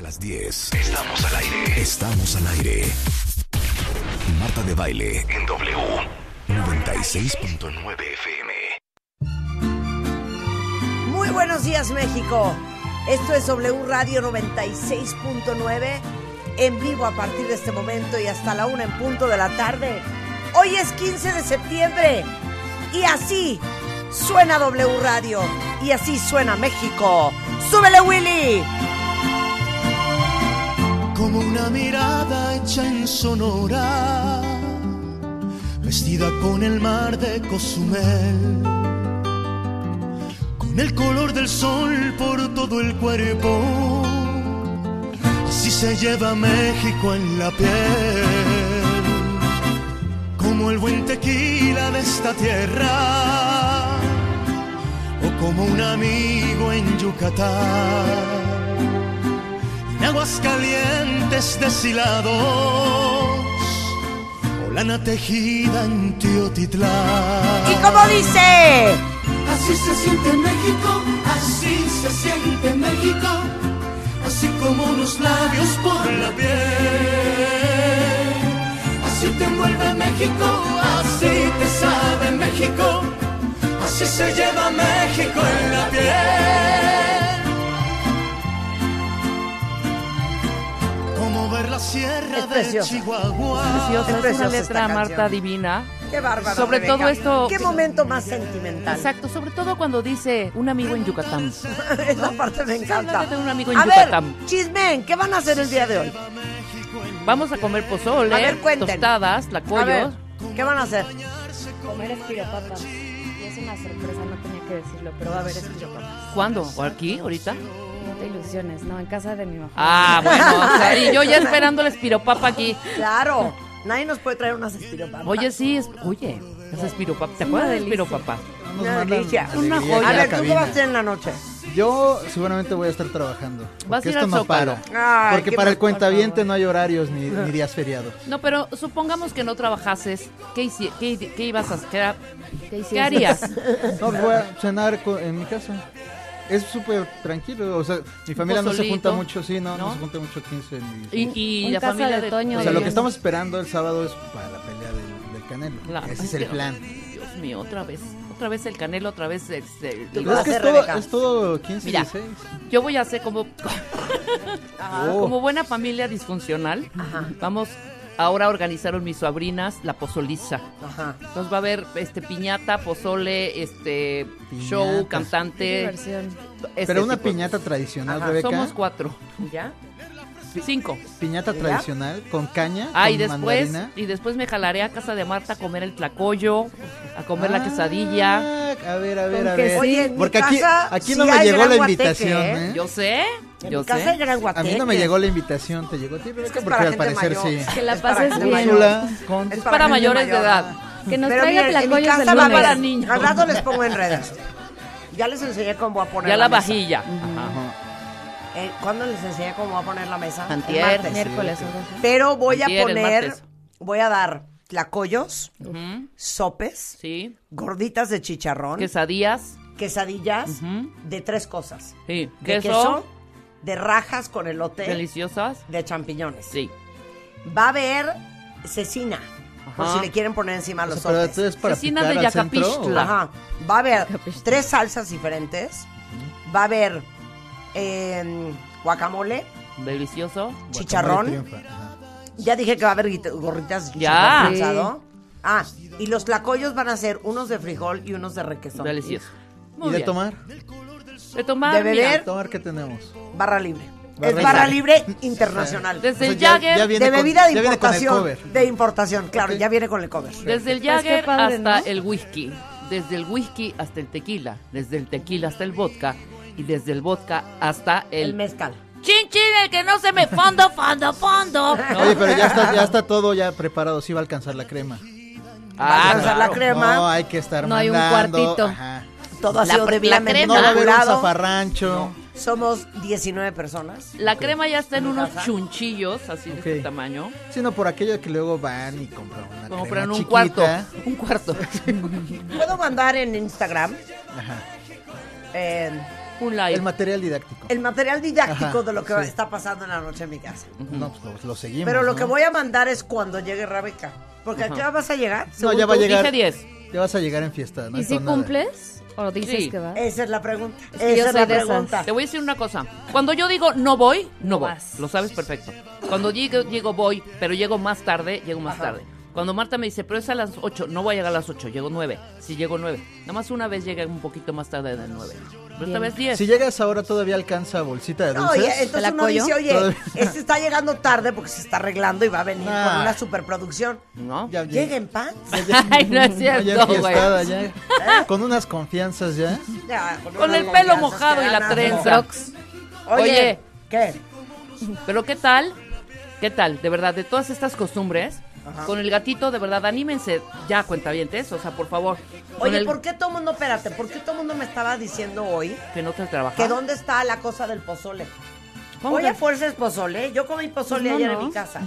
las 10. Estamos al aire. Estamos al aire. Marta de baile en W 96.9 FM. Muy buenos días México. Esto es W Radio 96.9 en vivo a partir de este momento y hasta la una en punto de la tarde. Hoy es 15 de septiembre y así suena W Radio y así suena México. ¡Súbele Willy! como una mirada hecha en Sonora, vestida con el mar de Cozumel, con el color del sol por todo el cuerpo, así se lleva México en la piel, como el buen tequila de esta tierra, o como un amigo en Yucatán en aguas calientes deshilados, o lana tejida en Teotitlán. ¿Y cómo dice? Así se siente México, así se siente México, así como unos labios por la piel. Así te envuelve México, así te sabe México, así se lleva México en la piel. Como ver la sierra Es de preciosa. Chihuahua. preciosa, Es es, preciosa una esta letra canción. Marta divina. ¡Qué bárbaro! Sobre todo esto- ¡Qué momento más sentimental! Exacto, sobre todo cuando dice un amigo en Yucatán. Esa parte me encanta. Sí, de un amigo en a ver, Yucatán. chismen, ¿qué van a hacer el día de hoy? Vamos a comer pozole, A ver, cuenten. tostadas, A ver, tlacoyos. ¿qué van a hacer? Comer espiropapas. Y es una sorpresa, no tenía que decirlo, pero va a haber espiropapas. ¿Cuándo? ¿O aquí? ¿Ahorita? No te ilusiones, no, en casa de mi mamá. Ah, bueno. o sea, y yo ya esperando el espiropapa aquí. Claro, nadie nos puede traer unas espiropapas. Oye, sí, es, oye, es espiropapa. ¿Te acuerdas del espiropapa? una delicia. Una alegría joya. A en la ver, ¿tú qué cabina. vas a hacer en la noche? Yo seguramente voy a estar trabajando. Porque Vas a ir esto al no Zócalo. para. Ay, porque qué para el mal- cuentaviente no hay horarios ni, ni días feriados. No, pero supongamos que no trabajases. ¿Qué, hici- qué, qué ibas a hacer? ¿Qué era- ¿Qué, hiciste? ¿Qué harías? No, pues voy a cenar co- en mi casa. Es súper tranquilo. O sea, mi familia no se pozolito, junta mucho, sí, no, no, ¿no? se junta mucho 15 ni. Y, y Un la caso familia de de Toño o sea, lo que Oye. estamos esperando el sábado es para la pelea del, del Canelo. Claro. Ese es el plan. Dios mío, otra vez. Otra vez el canelo, otra vez este, el- Tú Pero es vas que a es hacer, todo, Rebeca. es todo 15 Mira. 16. Yo voy a hacer como, Ah, Oh. como buena familia disfuncional. Ajá. Vamos ahora organizaron mis sobrinas la pozoliza. Ajá. Entonces va a haber este piñata, pozole, este Piñata. show, Qué cantante. diversión. este Pero una tipo de piñata cosas. tradicional, Ajá, Rebeca. Somos cuatro, ¿Ya? cinco. Piñata ¿Ya? tradicional con caña, Ah, y con después, mandarina. y después me jalaré a casa de Marta a comer el tlacoyo, a comer la Ah, quesadilla. A ver, a ver, Con a ver. quesillo. Oye, en mi Porque aquí, casa aquí sí no me hay llegó gran la guateque, invitación, ¿eh? ¿eh? Yo sé, En yo mi casa sé. hay gran A mí no me llegó la invitación, ¿te llegó a ti? Rebeca? que es Porque para al gente parecer mayor. sí. Que la Es para pases gente bien. mayor. Úrsula, con- Es Es para gente mayores de mayor. edad. Que nos Pero traiga miren, en mi tlacoyos casa el va lunes. para niños. Al rato les pongo en redes. Ya les enseñé cómo voy a poner Ya la mesa. vajilla. Ajá. Ajá. Eh, ¿Cuándo les enseñé cómo voy a poner la mesa? El Antier. martes. Miércoles, ¿verdad? Pero voy a Antier, el poner, martes. voy a dar tlacoyos, Ujú, sopes, Sí. gorditas de chicharrón, Quesadillas. quesadillas Ujú. de tres cosas. Sí. De Queso. queso, de rajas con elote, Deliciosas. de champiñones. Sí. Va a haber cecina, por Ajá. si le quieren poner encima los O sea, pero sopes. entonces para Cecina picar de al centro, Yacapixtla. Ajá. Va a haber tres salsas diferentes. Va a haber em, guacamole. Delicioso. o- Chicharrón. Guacamole triunfa, ajá. Ya dije que va a haber guita- gorritas de Ya. chicharrón Sí. prensado. Ah, y los tlacoyos van a ser unos de frijol y unos de requesón. Delicioso. ¿Y Muy de bien. tomar? De tomar. De mira, ¿De beber. tomar qué tenemos? Barra libre. Barra es barra libre. libre internacional. Desde O sea, el ya- Jagger, ya viene de con- bebida ya de viene con el importación. cover. De importación, claro, Ok. ya viene con el cover. Desde el Pues qué Jagger padre, hasta ¿no? el whisky. Desde el whisky hasta el tequila. Desde el tequila hasta el vodka. Y desde el vodka hasta El el... mezcal. ¡Chin, chin! El que no se me fondo, fondo, fondo. ¿No? Oye, pero ya está, ya está todo ya preparado, sí va a alcanzar la crema. Va a Ah, alcanzar la claro. crema. No, hay que estar No hay un mandando, cuartito. ajá. todo ha la sido pre- la debidamente crema. No va a haber un manipulado. zafarrancho. Somos 19 personas. La crema ya está en unos Ajá. chunchillos, así de este Ok. tamaño. Sino por aquello que luego van y compran una Como crema en un chiquita. cuarto. ¿Eh? Un cuarto. Puedo mandar en Instagram Ajá. eh, un live. El material didáctico. El material didáctico Ajá, de lo que sí. está pasando en la noche en mi casa. No, pues lo, lo seguimos. Pero lo ¿no? que voy a mandar es cuando llegue Rebeca. Porque ¿a qué hora vas a llegar? No, Según ya va a tú, llegar. Dije 10. Ya vas a llegar en fiesta. ¿no? ¿Y si Con nada. cumples? ¿O dices Sí. que vas? Esa es la pregunta. que yo Esa es soy la de esas. pregunta. Te voy a decir una cosa. Cuando yo digo no voy, no No voy. vas. Lo sabes perfecto. Cuando llego, llego voy, pero llego más tarde, llego más tarde. Cuando Marta me dice, pero es a las 8, no voy a llegar a las 8, llego 9. Si llego 9. Nada más una vez llegué un poquito más tarde de 9. Pero esta Bien. vez 10. Si llegas ahora todavía alcanza bolsita de No, dulces. y entonces la uno dice, apoyo? oye, Todavía. este está llegando tarde porque se está arreglando y va a venir con Nah. una superproducción. ¿No? Ah. Ya llega. Llega en paz. Ay, no es No, ya cierto, güey. enfiestada, ya. Ah. Con unas confianzas ya. ¿eh? Ya, Con unas el pelo longanzas mojado que y la dan asco. trenza. Oye, Oye. ¿qué? Pero ¿qué tal? ¿Qué tal? De verdad, de todas estas costumbres, con el gatito, de verdad, anímense ya, cuentavientes. O sea, por favor. con Oye, el- ¿por qué todo mundo, espérate, por qué todo mundo me estaba diciendo hoy Que no te trabajas. que dónde está la cosa del pozole? ¿Cómo Hoy que- a fuerza es pozole. ¿eh? Yo comí Pues pozole no, ayer en no. mi casa.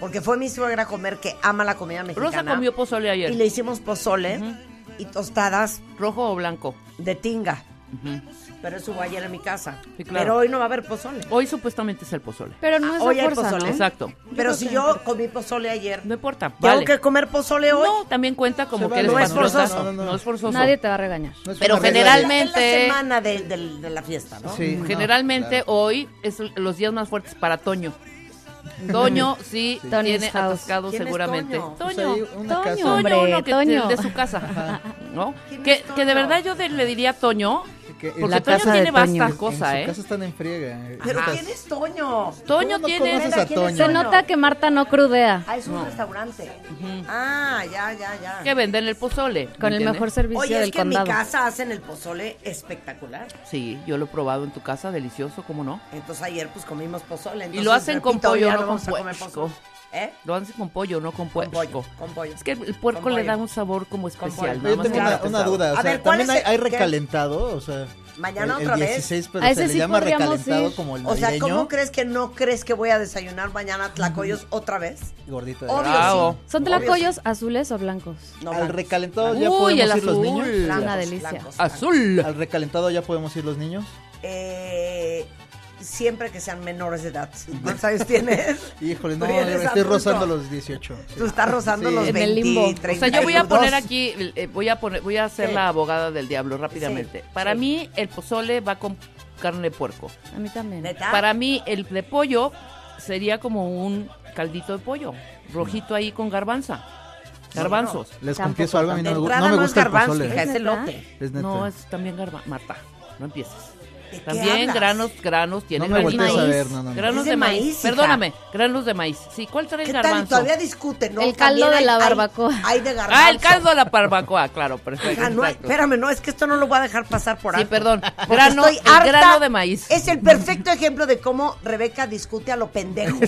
Porque fue mi suegra a comer, que ama la comida mexicana. Rosa comió pozole ayer. Y le hicimos pozole Ujú. y tostadas ¿Rojo o blanco? de tinga. Ujú. Pero eso fue ayer en mi casa. Sí, claro. Pero hoy no va a haber pozole. Ah, Hoy supuestamente es el pozole. Pero no es Hoy de hay fuerza, pozole. ¿no? Exacto. Pero creo si que- yo comí pozole ayer, No importa. ¿tengo Vale. que comer pozole hoy? No, también cuenta como Se que vale, eres no es patriota. forzoso. No, es forzoso. Nadie te va a regañar. No es Pero una regla de- generalmente- Es la semana de, del- de la fiesta, ¿no? Sí, no, Generalmente claro. hoy es los días más fuertes para Toño. Toño sí, Toño's tiene house. atascado ¿Quién es seguramente. Toño? Pues Toño. ahí una Toño. casa. Toño, Hombre, uno que Toño. de su casa, ¿no? ¿Quién Que, es Toño? que de verdad yo de- le diría a Toño, Que en porque su Toño casa tiene de Toño. vastas En su cosas, en ¿eh? su casa están en friega. eh. Pero Ajá. ¿quién es Toño? Toño no tiene... conoces a ¿Quién es Toño? Se nota que Marta no crudea Ah, es un restaurante. Ah, ya, ya, ya. que venden el pozole. ¿me con el entiendes? mejor servicio Oye, es del que condado. en mi casa hacen el pozole espectacular. Sí, yo lo he probado en tu casa, delicioso, ¿cómo no? Entonces ayer pues comimos Y pozole. Entonces, lo hacen con repito, pollo, ya no vamos con a comer puerco. pozole. ¿Eh? Lo hacen con pollo, no con Con puerco. pollo, con pollo. Es que el Con puerco le pollo. da un sabor como especial. pollo. nada Yo más tengo que una, está una pesado. duda, o A sea, ver, ¿cuál también es hay, el- hay qué? recalentado, o sea, Mañana el, otra el vez. 16, pero A se ese le sí llama podríamos recalentado ir. como el O navideño, sea, ¿cómo crees que no crees que voy a desayunar mañana tlacoyos otra vez? gordito. de- Obvio Bravo. sí. ¿Son Obvio tlacoyos azules o blancos? sí. No, al blancos, recalentado Uy, ya podemos el ir los azul. niños. Una blancos, delicia. blancos, blancos. Azul. Al recalentado ya podemos ir los niños. Eh, siempre que sean menores de edad. ¿Cuántos años tienes? Híjole, no, Tú ya eres estoy adulto. rozando los 18. sí. Tú estás rozando Sí. los En el limbo. 20, O sea, yo voy a 32. poner aquí, eh, voy a poner, voy a ser Sí. la abogada del diablo rápidamente. Sí, Para sí. mí el pozole va con carne de puerco. A mí también. ¿Neta? Para mí el de pollo sería como un caldito de pollo, rojito ahí con garbanza, garbanzos. Les Tampoco confieso algo, a mí De no me, gu- entrada no me no es gusta el garbanzo, pozole. hija, es ¿Es neta? elote. Es No, neta. es también garbanzo. Marta, no empieces. ¿De qué También hablas? granos, granos No tiene me granizo. voltees a maíz. ver, no, no, no. Granos Es de de maíz. maíz, hija. Perdóname, granos de maíz. Sí, ¿cuál trae ¿Qué el tal? garbanzo? Todavía discuten, ¿no? El caldo También de la hay- hay- barbacoa. Hay de garbanzo. Ah, el caldo de la barbacoa, claro, perfecto. Hija, no, exacto. espérame, no, es que esto no lo voy a dejar pasar por Sí, alto. perdón. Porque Grano, estoy el harta. grano de maíz. Es el perfecto ejemplo de cómo Rebeca discute a lo pendejo.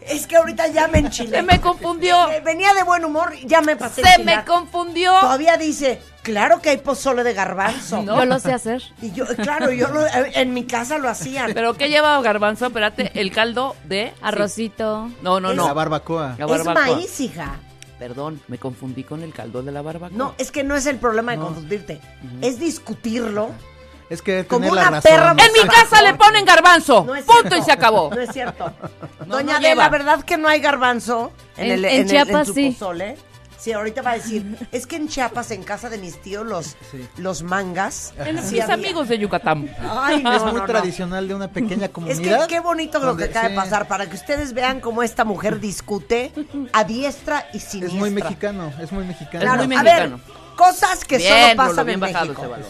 es que ahorita ya me enchilé. Se me confundió. Eh, Venía de buen humor, ya me pasé. Se enchilada. me confundió. Todavía dice, claro que hay pozole de garbanzo. Yo lo sé hacer. Y yo, claro, yo lo- eh, en mi casa lo hacían. ¿Pero qué lleva garbanzo? Espérate, el caldo de Arrocito. No, no, Es- La no. barbacoa. La es barbacoa. maíz, hija. Perdón, me confundí con el caldo de la barbacoa. No, es que no es el problema de confundirte. Es discutirlo. Es que Como tener una la razón. perra En mi casa le ponen garbanzo. No es punto cierto. y se acabó. No es cierto. No, Doña no de lleva. la verdad que no hay garbanzo en, En- el, en en, el- en Chiapas su sí. pozole. Sí, ahorita va a decir, es que en Chiapas, en casa de mis tíos, los, Sí. los mangas. En sí mis había. amigos de Yucatán. Ay, no, es muy no, no. tradicional de una pequeña Es comunidad. que qué bonito lo que donde- acaba de sí, pasar, para que ustedes vean cómo esta mujer discute a diestra y Es siniestra. muy mexicano, es muy mexicano. Claro, muy a mexicano. ver, cosas que Bien, solo pasan Rulo, bien en bajado México. ese valor.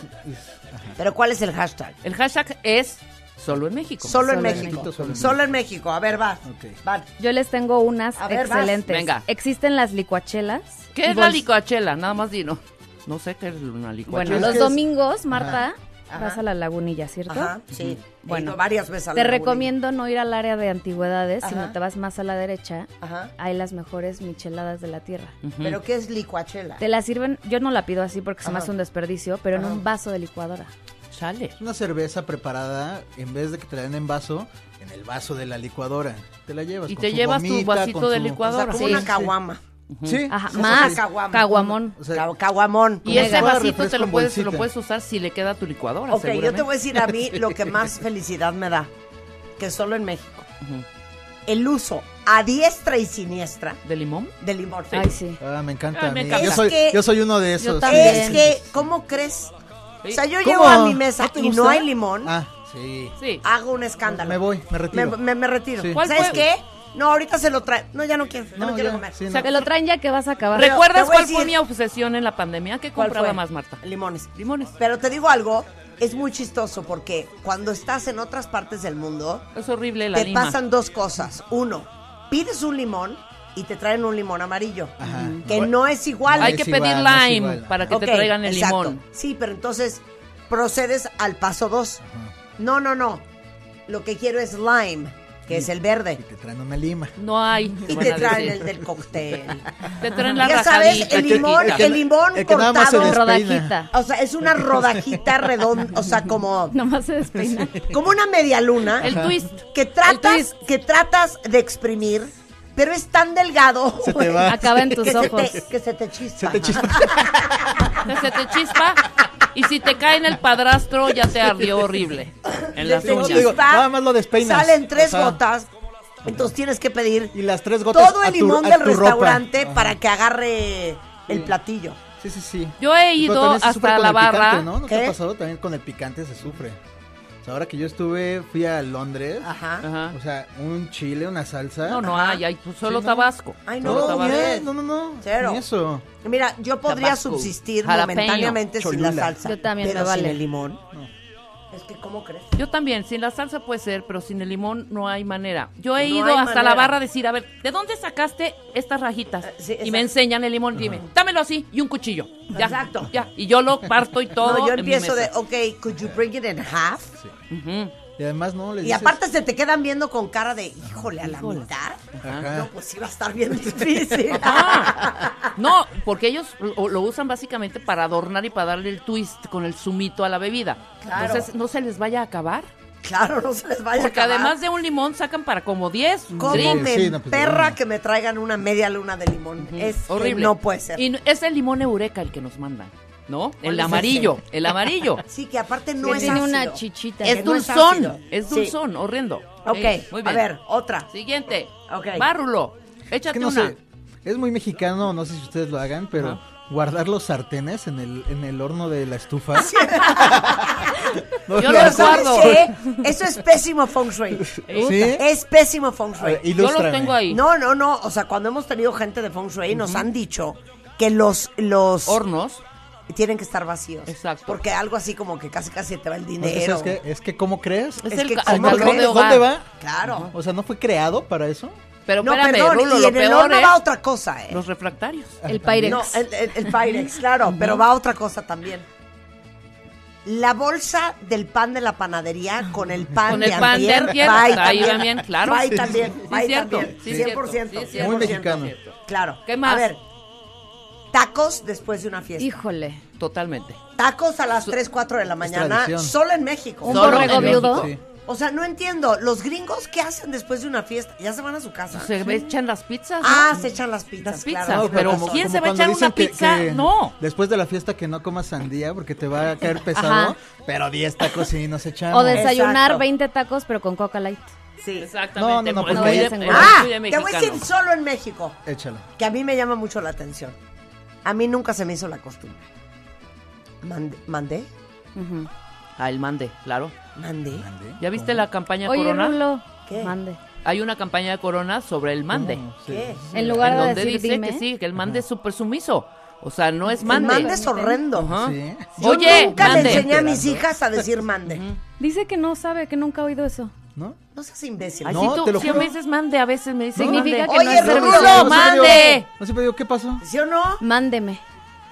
Pero ¿cuál es el hashtag? El hashtag es solo en México. Solo, en en México. México, solo en Solo en México. A ver, vas. Ok. Vas. Yo les tengo unas A ver, vas. excelentes. Venga. Existen las licuachelas. ¿Qué es Bols- la licuachela? Nada más dino. No sé qué es una licuachela. Bueno, Es los que es- domingos, Marta, Ajá. vas a la lagunilla, ¿cierto? Ajá, sí. Bueno, Bueno, varias veces. a Te la recomiendo no ir al área de antigüedades, Ajá. sino te vas más a la derecha. Ajá. Hay las mejores micheladas de la tierra. Ujú. ¿Pero qué es licuachela? Te la sirven, yo no la pido así porque se me Ajá. hace un desperdicio, pero en un vaso de licuadora. Chale. Es una cerveza preparada, en vez de que te la den en vaso, en el vaso de la licuadora. Te la llevas Y con te su llevas tu gomita, vasito con de su- licuadora. O sea, como Sí. una caguama. Sí. Ajá, sí, más. sí, sí. Caguama. Caguamón. O sea, Ca- Caguamón. Y ese Mega. vasito Refresco te lo en puedes, bolsita. lo puedes usar si le queda a tu licuadora. Ok, yo te voy seguramente. a decir a mí lo que más felicidad me da, que solo en México. Ujú. El uso a diestra y siniestra ¿De limón? del limón. Ay, sí. Ah, me encanta. Ay, me a mí. encanta. Yo, Es soy, que- yo soy uno de esos. también. Es que, ¿cómo crees? O sea, yo ¿Cómo? llego a mi mesa ¿No te y no gusta? hay limón, Ah, sí. Sí. hago un escándalo. Me voy, me Me, retiro. me- me retiro. Sí. ¿Cuál ¿Sabes fue? qué? No, ahorita se lo trae. No, ya no quiero, ya no, No, quiero ya, comer. sí, no. O sea, Te lo traen ya que vas a acabar. Pero- te ¿Recuerdas voy a cuál fue decir- mi obsesión en la pandemia? ¿Qué ¿Cuál compraba fue? más, Marta? Limones. Limones. Pero te digo algo, es muy chistoso porque cuando estás en otras partes del mundo, Es horrible la te lima. pasan dos cosas. Uno, pides un limón y te traen un limón amarillo, Ajá. que no es igual. Hay No que es pedir igual, no es lime igual. para que Ok, te traigan el exacto. limón. Sí, pero entonces procedes al paso dos. No, no, no. Lo que quiero es lime, que es el Y verde. te traen una lima. No hay. Y van te a traen decir. el del cóctel. Te traen la Ya sabes, rajadita el limón, chiquita. el limón el que nada más se cortado. despeina. Rodajita. O sea, es una rodajita redonda, o sea, como, Nomás se despeina. como una media luna. El twist. que tratas, El twist. que tratas de exprimir, pero es tan delgado Se te güey, va. Acaba en tus que, se ojos. te, que se te chispa. Se te chispa. Que se te chispa. Y si te cae en el padrastro, ya te ardió horrible. En las Se te No, uñas. te digo, chispa, nada más lo despeinas. Salen tres Ajá. gotas, entonces tienes que pedir Y las tres gotas todo a el tu- limón a del tu ropa. restaurante Ajá. para que agarre el platillo. Sí, sí, sí. Yo he Pero ido también se sufre hasta con la el picante, barra. ¿no? ¿No te ¿Qué? ha pasado? También con el picante se sufre. O sea, ahora que yo estuve, fui a Londres. Ajá. Ajá. O sea, un chile, una salsa. No, no hay, hay pues, solo Sí, no. Tabasco. Ay, Solo no, No, Tabasco. bien. ya, no, no, no. Cero. Ni eso. Mira, yo podría Tabasco, subsistir jalapeño, momentáneamente cholula. sin la salsa. Yo también, pero me sin vale. el limón. Es que, ¿cómo crees? Yo también, sin la salsa puede ser, pero sin el limón no hay manera. Yo he No ido hay hasta manera. la barra a decir, a ver, ¿de dónde sacaste estas rajitas? Eh, sí, y me exacto. enseñan el limón, dime, dámelo así y un cuchillo. Ya, Exacto. Ya, y yo lo parto y todo. no, yo en mi empiezo de, mesa. ok, could you bring it in half? Ujú. Y además, no, les Y dices- aparte se te quedan viendo con cara de, híjole, a la mitad. Ajá. No, pues sí va a estar bien difícil. Ah, no, porque ellos lo, lo usan básicamente para adornar y para darle el twist con el zumito a la bebida. Claro. Entonces, no se les vaya a acabar. claro, no se les vaya Porque a acabar. además de un limón sacan para como 10. ¿Cómo drinks. me Sí, no, pues, perra no. que me traigan una media luna de limón? Es que Horrible. no puede ser. Y n- es el limón eureka el que nos mandan, ¿no? es El ese? amarillo, el amarillo. Sí, que aparte no Que es tiene una ácido. chichita. es Que no es dulzón, ácido. es Sí. dulzón, horrendo. Ok, Sí, muy a bien. ver, otra. Siguiente. Ok. Bárrulo, Es échate que no una. sé. Es muy mexicano, no sé si ustedes lo hagan, pero guardar los sartenes en el, en el horno de la estufa. No, Yo no, los ¿sabes? guardo. qué? Eso es pésimo feng shui. ¿Sí? Es pésimo feng A ver, shui. Yo ilústrame. los tengo ahí. No, no, no. O sea, cuando hemos tenido gente de feng shui nos han dicho que los, los Hornos. tienen que estar vacíos. Exacto. Porque algo así como que casi casi te va el No, es que, dinero. ¿sabes qué? Es que, ¿cómo crees? Es, Es el que ca- como carbón crees, de hogar. ¿Dónde va? Claro. O sea, ¿no fue creado para eso? Pero no, espérame, perdón, Rulo, y lo en el peor horno es va otra cosa, ¿eh? los refractarios. El Pyrex. No, el, el, el Pyrex, claro, pero va otra cosa también. La bolsa del pan de la panadería con el pan Con de el pan de antier, antier, va ahí ahí también. también, claro. Va ahí Sí, también, sí, va ahí sí, cierto, también, sí, 100%, cierto, sí, cierto. Muy mexicano. Claro. ¿Qué más? A ver, tacos después de una fiesta. Híjole. Totalmente. Tacos a las 3, 4 de la mañana, tradición. solo en México. ¿Un Solo borrego en viudo? Sí. O sea, no entiendo, los gringos, ¿qué hacen después de una fiesta? Ya se van a su casa. Se echan las pizzas. ¿no? Ah, se echan las Las pizzas, claro, pizzas, sí No, me pero pasó. ¿quién se va a cuando echar una dicen que- pizza? que No. Después de la fiesta que no comas sandía porque te va a caer pesado, Ajá. pero 10 tacos y nos echamos. O desayunar Ah, Exacto. 20 tacos, pero con Coca Light. Sí. No, Exactamente. no, no, porque porque- muy de- Ah, muy Ah, de te voy a decir mexicano. solo en México, Échalo. que a mí me llama mucho la atención. A mí nunca se me hizo la costumbre. Mande- ¿Mandé? Ujú. Ah, el mande, claro. ¿Mandé? ¿Ya viste la campaña Oye, Corona? Rulo. ¿Qué? Mande. Hay una campaña de Corona sobre el mande. ¿Qué? En lugar en de donde decir dice dime. que sí, que el mande es súper sumiso. O sea, no es Mande. mande. mande es horrendo. Ajá. Sí. Yo Oye, nunca mande. le enseñé a mis hijas a decir mande. Dice que no sabe, que nunca ha oído eso. ¿No? No seas imbécil. Ay, No, si tú, te lo si a juro. veces mande, a veces me dice Significa mande. que no Oye, es Rulo, servicio. Rulo, No, siempre mande. digo- No siempre digo, ¿qué pasó? ¿Sí o no? Mándeme.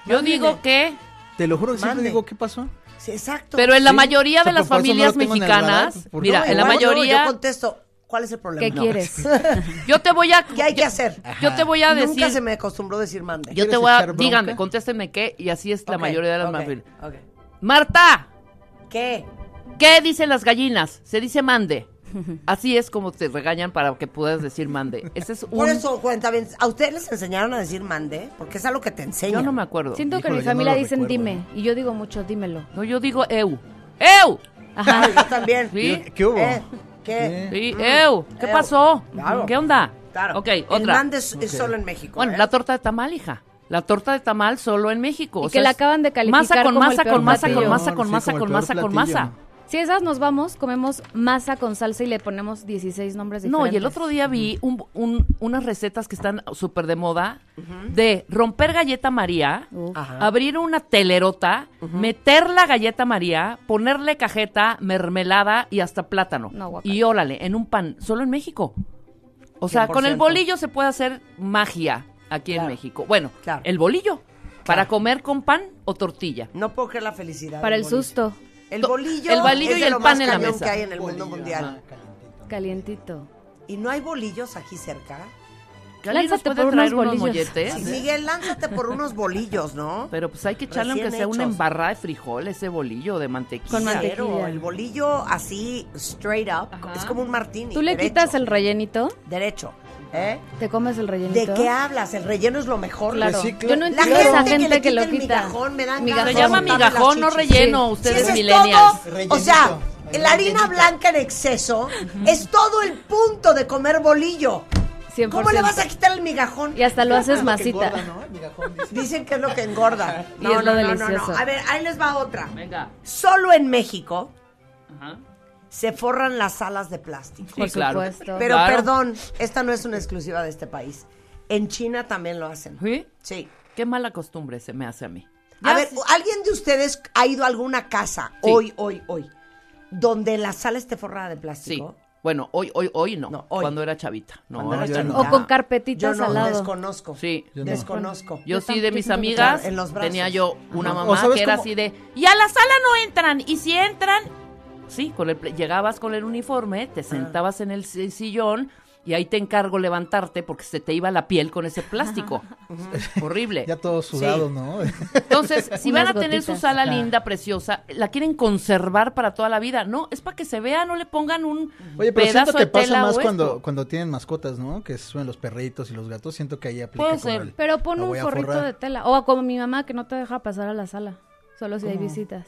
Yo digo que, Te lo juro que siempre Mande. digo, ¿qué pasó? Sí, exacto. pero en la Sí. mayoría O sea, de las por favor, no familias lo tengo en el radar, mexicanas, por mira, No, favor. en la igual no, mayoría, yo contesto, ¿cuál es el problema? ¿Qué No. quieres? yo te voy a, ¿Qué hay que yo- hacer? yo te voy a decir, Nunca se me acostumbró decir mande. yo te ¿Quieres voy a, echar bronca? díganme, contéstenme qué, y así es la Ok, mayoría de las ok, familias. ok. Marta, ¿Qué? ¿qué dicen las gallinas? Se dice mande. Así es como te regañan para que puedas decir mande. Ese es un... Por eso, cuenta bien, ¿a ustedes les enseñaron a decir mande? Porque es algo que te enseñan. Yo no me acuerdo. Siento que en Híjole, yo mi no familia lo dicen recuerdo. dime y yo digo mucho dímelo. No, yo digo eu. ¡Eu! Ay, yo también. Sí. ¿Qué hubo? Eh, ¿Qué? Sí. Sí, eu. ¿Qué Mm. Eu. pasó? Claro. ¿Qué onda? Claro. Ok, El otra. mande es, es Ok. solo en México. Bueno, ¿eh? la torta de tamal, hija. La torta de tamal solo en México. Y o que sea, la es acaban de calificar Masa con como el masa, peor con masa, con platillo. masa, con Sí, masa, como el con peor masa, con platillo. masa. Si a esas nos vamos, comemos masa con salsa y le ponemos 16 nombres diferentes. No, y el otro día vi un- un- unas recetas que están súper de moda de romper galleta María, Uf. Ajá. abrir una telerota, meter la galleta María, ponerle cajeta, mermelada y hasta plátano. No, guacala. y órale, en un pan, solo en México. O sea, con el 100%. bolillo se puede hacer magia aquí en Claro. México. Bueno, Claro. el bolillo, para comer con pan o tortilla. No puedo creer la felicidad. Para el del bolillo. susto, El To- bolillo, el bolillo es de y el lo pan más en la cañón mesa. que hay en el mundo mundial. calientito. ¿Y no hay bolillos aquí cerca? ¿Alguien nos Lánzate puede por traer unos unos bolillos. molletes? Sí, Miguel, lánzate por unos bolillos, ¿no? Pero pues hay que echarle aunque Recién sea una hechos. embarrada de frijol, ese bolillo de mantequilla. Con mantequilla. Pero el bolillo así, straight up, Ajá. es como un martini. Tú le derecho. quitas el rellenito, Derecho, ¿eh? te comes el ¿De rellenito. qué hablas? El relleno es lo mejor. Claro. Sí, claro. Yo no La entiendo gente a esa que gente le que, quita lo el quita. migajón, me dan Se ganas. llama Cortame migajón, las no chichis. relleno, Sí. Si ustedes ese es millennials. todo, o sea, la harina blanca en exceso es todo el punto de comer bolillo. 100%. ¿Cómo le vas a quitar el migajón? Y hasta lo haces masita. Dicen que es lo que engorda. Y es lo delicioso. A ver, ahí les va otra. Venga. Solo en México Ajá. se forran las alas de plástico. Sí, Por claro. supuesto. Pero Claro. perdón, esta no es una exclusiva de este país. En China también lo hacen. ¿Sí? Sí. Qué mala costumbre se me hace a mí. A Ya ver, sí. ¿alguien de ustedes ha ido a alguna casa Sí. hoy, hoy, hoy, donde la sala esté forrada de Sí. plástico? Bueno, hoy, hoy, hoy no. No, hoy. Cuando era chavita. No, Cuando ahora era ya no. chavita. O con Yo carpetitas no, al lado. desconozco. Sí. Yo no. Desconozco. Yo Yo sí, tam- de yo mis siento que amigas, claro, en los brazos. tenía yo una Ajá. mamá ¿O sabes que era cómo? así de, y a la sala no entran, y si entran, sí, con el, pl- llegabas con el uniforme, Ah. te sentabas en el si- sillón, y ahí te encargo levantarte porque se te iba la piel con ese plástico. Horrible. Ya todo sudado, ¿no? Entonces, si van a Unas tener su gotitas. sala Ajá. linda, preciosa, la quieren conservar para toda la vida. No, es para que se vea, no le pongan un Oye, pero pedazo siento que de tela pasa o más esto. cuando, cuando tienen mascotas, ¿no? Que suben los perritos y los gatos. Siento que ahí aplica Puede como ser. el, Pero pon "La un voy a forrito forrar". de tela. O como mi mamá que no te deja pasar a la sala. Solo si hay visitas.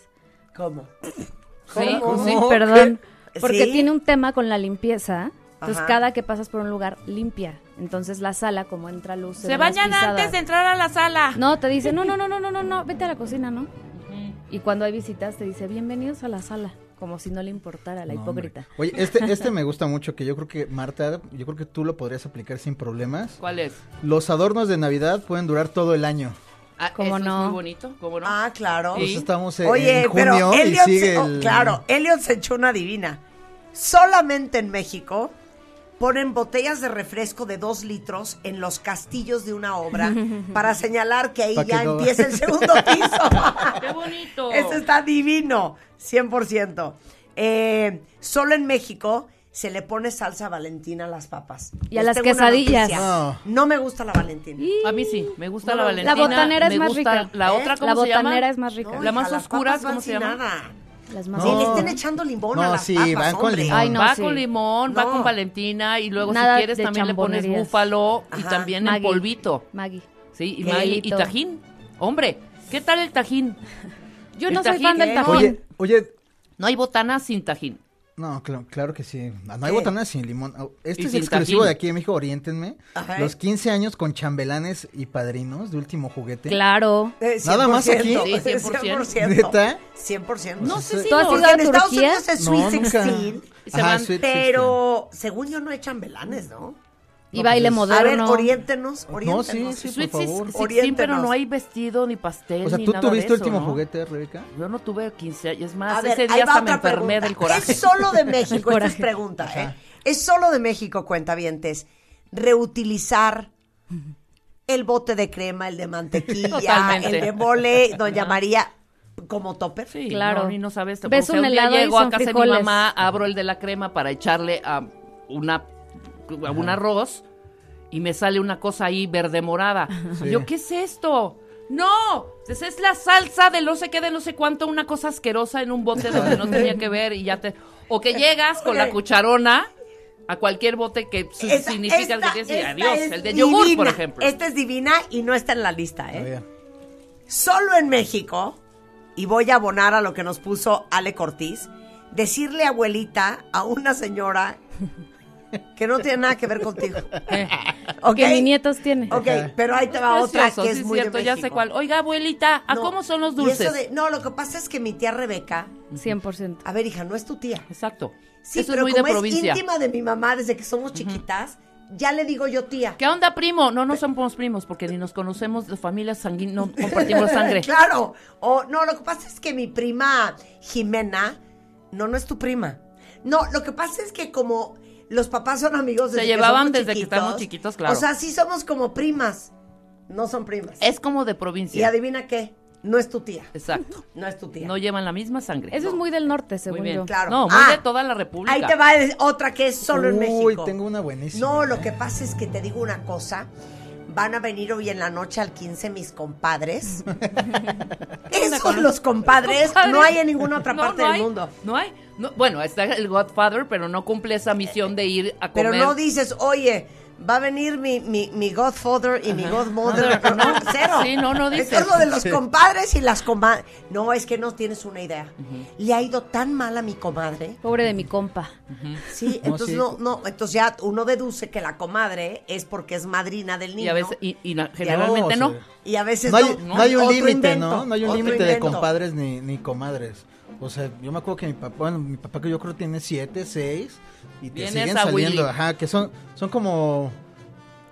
¿Cómo? Sí, ¿Cómo? sí, pero- Perdón. ¿Qué? Porque ¿Sí? tiene un tema con la limpieza. Entonces, Ajá. cada que pasas por un lugar, limpia. Entonces, la sala, como entra luz, se, se ven las bañan pisadas. antes de entrar a la sala. No, te dice, no, no, no, no, no, no, no, vete a la cocina, ¿no? Y cuando hay visitas, te dice, bienvenidos a la sala. Como si no le importara a la No, hombre. hipócrita. Oye, este, este me gusta mucho, que yo creo que, Marta, yo creo que tú lo podrías aplicar sin problemas. ¿Cuál es? Los adornos de Navidad pueden durar todo el año. Ah, ¿Cómo eso no? Es muy bonito, ¿cómo no? Ah, claro. Sí. Pues estamos en, Oye, en junio pero y Elliot sigue se- oh, el- claro, Elliot se echó una divina. Solamente en México ponen botellas de refresco de dos litros en los castillos de una obra para señalar que ahí Pa' que ya no- empieza el segundo piso. ¡Qué bonito! Esto está divino, 100%. Eh, solo en México se le pone salsa valentina a las papas. Y a Les las tengo una quesadillas. noticia. No. No. me gusta la valentina. Y- A mí sí, me gusta No, la la Valentina. botanera me es más gusta rica. La ¿Eh? otra, ¿cómo La se llama? botanera es más rica. La más hija, las oscura, papas van ¿cómo se sin llama? nada. Las No. más Sí, le estén echando limón a No, las sí, papas, van con hombre. limón. Ay, no, va sí. con limón, va No. con Valentina y luego Nada si quieres de también le pones chambonerías. búfalo y Ajá. también en Maggi. polvito. Maggie. Sí, y, Qué maíz- y delito. tajín. Hombre, ¿qué tal el tajín? Yo El no soy tajín, fan del ¿eh? tajín. Oye, oye, No hay botana sin tajín. no, cla- claro que sí. Ah, No hay ¿Qué? botanas sin limón. Oh, Este Y es sin exclusivo tajín. de aquí de México, oriéntenme. Ajá. Los 15 años con chambelanes y padrinos de último juguete. Claro. Eh, Nada más aquí. 100%, Sí, 100%. 100%. ¿Neta? Pues 100%. No sé si ¿Tú has no, Porque ido a en Estados Turquía? Unidos es Sweet No, nunca. 16, Y se Ajá, van, Sweet pero según yo no hay chambelanes, ¿no? Y baile pues es- A ver, moderno. oriéntenos, No, sí, oriéntenos. sí, Sweet por favor. Six- Sixteen, Oriéntenos. pero no hay vestido ni pastel. O sea, ni tú nada de tuviste eso, último ¿no? juguete, Rebeca. Yo no tuve 15 años. Es más, A ver, ese ahí día va hasta me otra enfermé pregunta. del coraje. Es solo de México, esta es coraje. pregunta, ¿eh? Es solo de México, cuentavientes, reutilizar el bote de crema, el de mantequilla, Totalmente. el de mole, doña María, como topper. Sí, Claro. No, y no sabes. Ves o un sea, día helado y llego a son casa de frijoles. mi mamá, abro el de la crema para echarle a una a un arroz y me sale una cosa ahí verde morada. Sí. Yo, ¿qué es esto? ¡No! Esa es la salsa de no sé qué, de no sé cuánto, una cosa asquerosa en un bote donde no tenía que ver y ya te... O que llegas con la Ok. cucharona a cualquier bote que su- Esta- significa esta- que es esta adiós. es El de yogur, por divina. ejemplo. Esta es divina y no está en la lista, A ¿eh? ver. Solo en México, y voy a abonar a lo que nos puso Ale Cortiz, decirle abuelita a una señora que no tiene nada que ver contigo. ¿Ok? Que mi nietos tiene. Ok, Ajá. pero ahí te va otra Precioso, que es sí, muy de cierto, ya sé México. cuál. Oiga, abuelita, ¿a No, cómo son los y eso dulces? de- no, lo que pasa es que mi tía Rebeca, 100%. a ver, hija, no es tu tía. Exacto. Sí, Eso es pero muy de como es provincia. íntima de mi mamá desde que somos chiquitas, ya le digo yo tía. ¿Qué onda, primo? No, no somos primos porque ni nos conocemos, las familias sanguíneas, no compartimos sangre. Claro. O no, lo que pasa es que mi prima Jimena, no, no es tu prima. No, lo que pasa es que como los papás son amigos Se desde llevaban que somos desde que chiquitos, estábamos chiquitos, claro. O sea, sí somos como primas. No son primas. Es como de Y provincia. adivina qué, no es tu tía. Exacto. No es tu tía. No llevan la misma sangre. Eso es muy del norte, Muy según bien. yo. Claro. No, muy Ah, de toda la República. Ahí te va eh, otra que es solo en Uy, México. tengo una buenísima. No, lo que pasa es que te digo una cosa. Van a venir hoy en la noche al 15 mis compadres. Esos los compadres no hay en ninguna otra No, parte no del hay, mundo. No hay. No, bueno, está el Godfather, pero no cumple esa misión de ir a comer. Pero no dices, oye, va a venir mi, mi, mi godfather y mi godmother. Mother, No, no. cero. Sí, no, no dices. Esto es lo de los compadres y las comadres. No, es que no tienes una idea. Le ha ido tan mal a mi comadre. Pobre de mi compa. Sí, No, entonces sí. no, no, entonces ya uno deduce que la comadre es porque es madrina del niño. y a veces, y, y na- generalmente sí. no. Y a veces No hay, no, no hay un Otro límite, invento, ¿no? No hay un otro límite de invento. compadres ni, ni comadres. O sea, yo me acuerdo que mi papá, bueno, mi papá que yo creo tiene siete, seis, y te Vienes siguen a saliendo, Willy. ajá, que son, son como,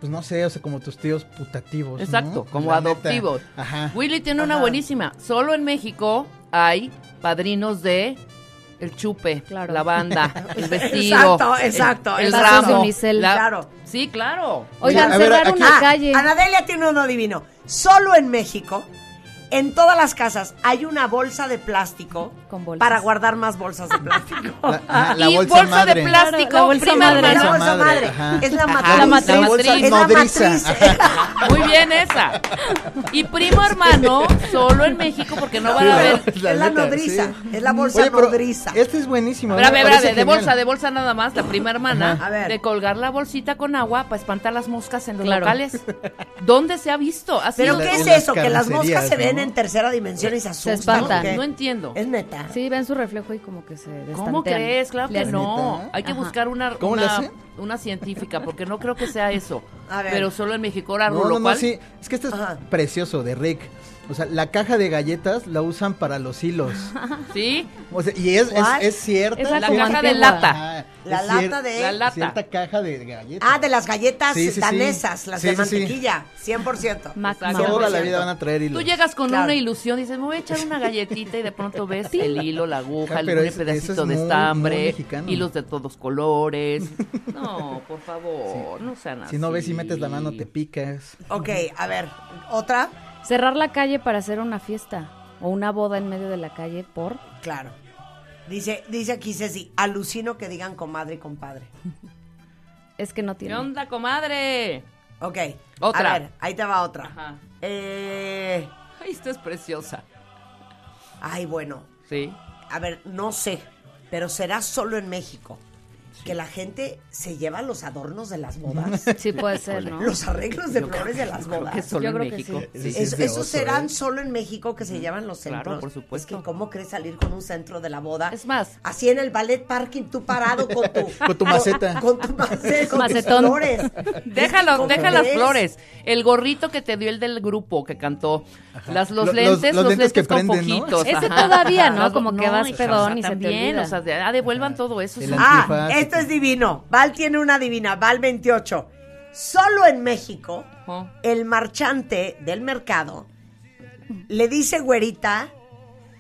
pues no sé, o sea, como tus tíos putativos. ¿no? Exacto, como La neta. adoptivos. Ajá. Willy tiene una Ajá. buenísima. Solo en México hay padrinos de el chupe, Claro. la banda, el vestido, Exacto, el- exacto, el, exacto. ramo, Vasos de unicel. Claro. Sí, claro. Oigan, Sí, a ver, cerraron aquí- la Ah, calle. Ana Delia tiene uno divino. Solo en México, en todas las casas, hay una bolsa de plástico Con bolsas. para guardar más bolsas de plástico. La, ajá, Ah, la y bolsa, bolsa madre. de plástico, Claro, la bolsa prima madre. No, hermana. la bolsa madre, madre. ajá. Es la Ajá, matriz. la matriz. La bolsa Es la nodriza. matriz. Muy bien esa. Y primo hermano, solo en México, porque no van a ver. Sí, Es la neta, nodriza, sí. es la bolsa Oye, pero nodriza. Este es buenísimo. Espérame, me espérame, parece de genial. bolsa, de bolsa nada más, la prima hermana, Ajá. A ver. de colgar la bolsita con agua para espantar las moscas en los Claro. locales. ¿Dónde se ha visto? Así ¿Pero En qué la- es en las eso? Que las moscas se carnicerías, ven ¿no? en tercera dimensión y se asustan. espantan. ¿o qué? No entiendo. Es neta. Sí, ven su reflejo y como que se destantean. ¿Cómo crees? Claro Le que hacen- no. neta? Hay que Ajá. buscar una, ¿Cómo le una, hace? una científica, porque no creo que sea eso. A ver. Pero solo en México, ahora No, lo no, no, cual- sí. Es que este es Ajá. precioso de Rick. O sea, la caja de galletas la usan para los hilos. ¿Sí? O sea, y es, es, ¿Cuál? es cierta. Es la La Como caja de antigua. lata. Ajá, La es lata cier- de- La lata. Cierta caja de galletas. Ah, de las galletas Sí, sí, sí. danesas, las Sí, de sí, sí. mantequilla, 100%. Magma. Exacto. Toda la 100%. vida van a traer hilos. Tú llegas con Claro. una ilusión, dices, me voy a echar una galletita y de pronto ves el hilo, la aguja, Ah, el pero un es- eso pedacito es de muy- muy estambre, mexicano. hilos de todos colores. No, por favor, no sean así. Si no ves y metes la mano, te picas. Ok, a ver, otra. Cerrar la calle para hacer una fiesta o una boda en medio de la calle por... Claro. Dice, dice aquí Ceci, alucino que digan comadre y compadre. Es que no ¿Qué tiene. onda, comadre? Ok. Otra. A ver, ahí te va otra. Ajá. Eh, Ay, esta es preciosa. ay, bueno. Sí. A ver, no sé, pero será solo en México. Que la gente se lleva los adornos de las bodas, Sí puede ser, ¿no? los arreglos de flores de las Creo que bodas. solo Yo en creo que México. sí. Sí. Ese Eso- es de esos oso, serán ¿eh? solo en México que se llevan los Claro, centros. por supuesto. Es que, ¿cómo crees salir con un centro de la boda? Es más- Así en el ballet parking, tú parado con tu... Con tu maceta. Con tu maceta, con tus Macetón. flores. Déjalo, ¿Cómo deja las crees? flores. El gorrito que te dio el del grupo que cantó. Las, los, Lo- los- lentes, los, los lentes, lentes que con prenden, ¿no? foquitos. Ese ajá. todavía, ¿no? Las- Como que vas hija, pedón o sea, y se te también, olvida. O sea, de- ah, devuelvan todo eso. El es un- Ah, Antifaz. esto es divino. Val tiene una divina, Val 28. Solo en México, Oh. el marchante del mercado le dice güerita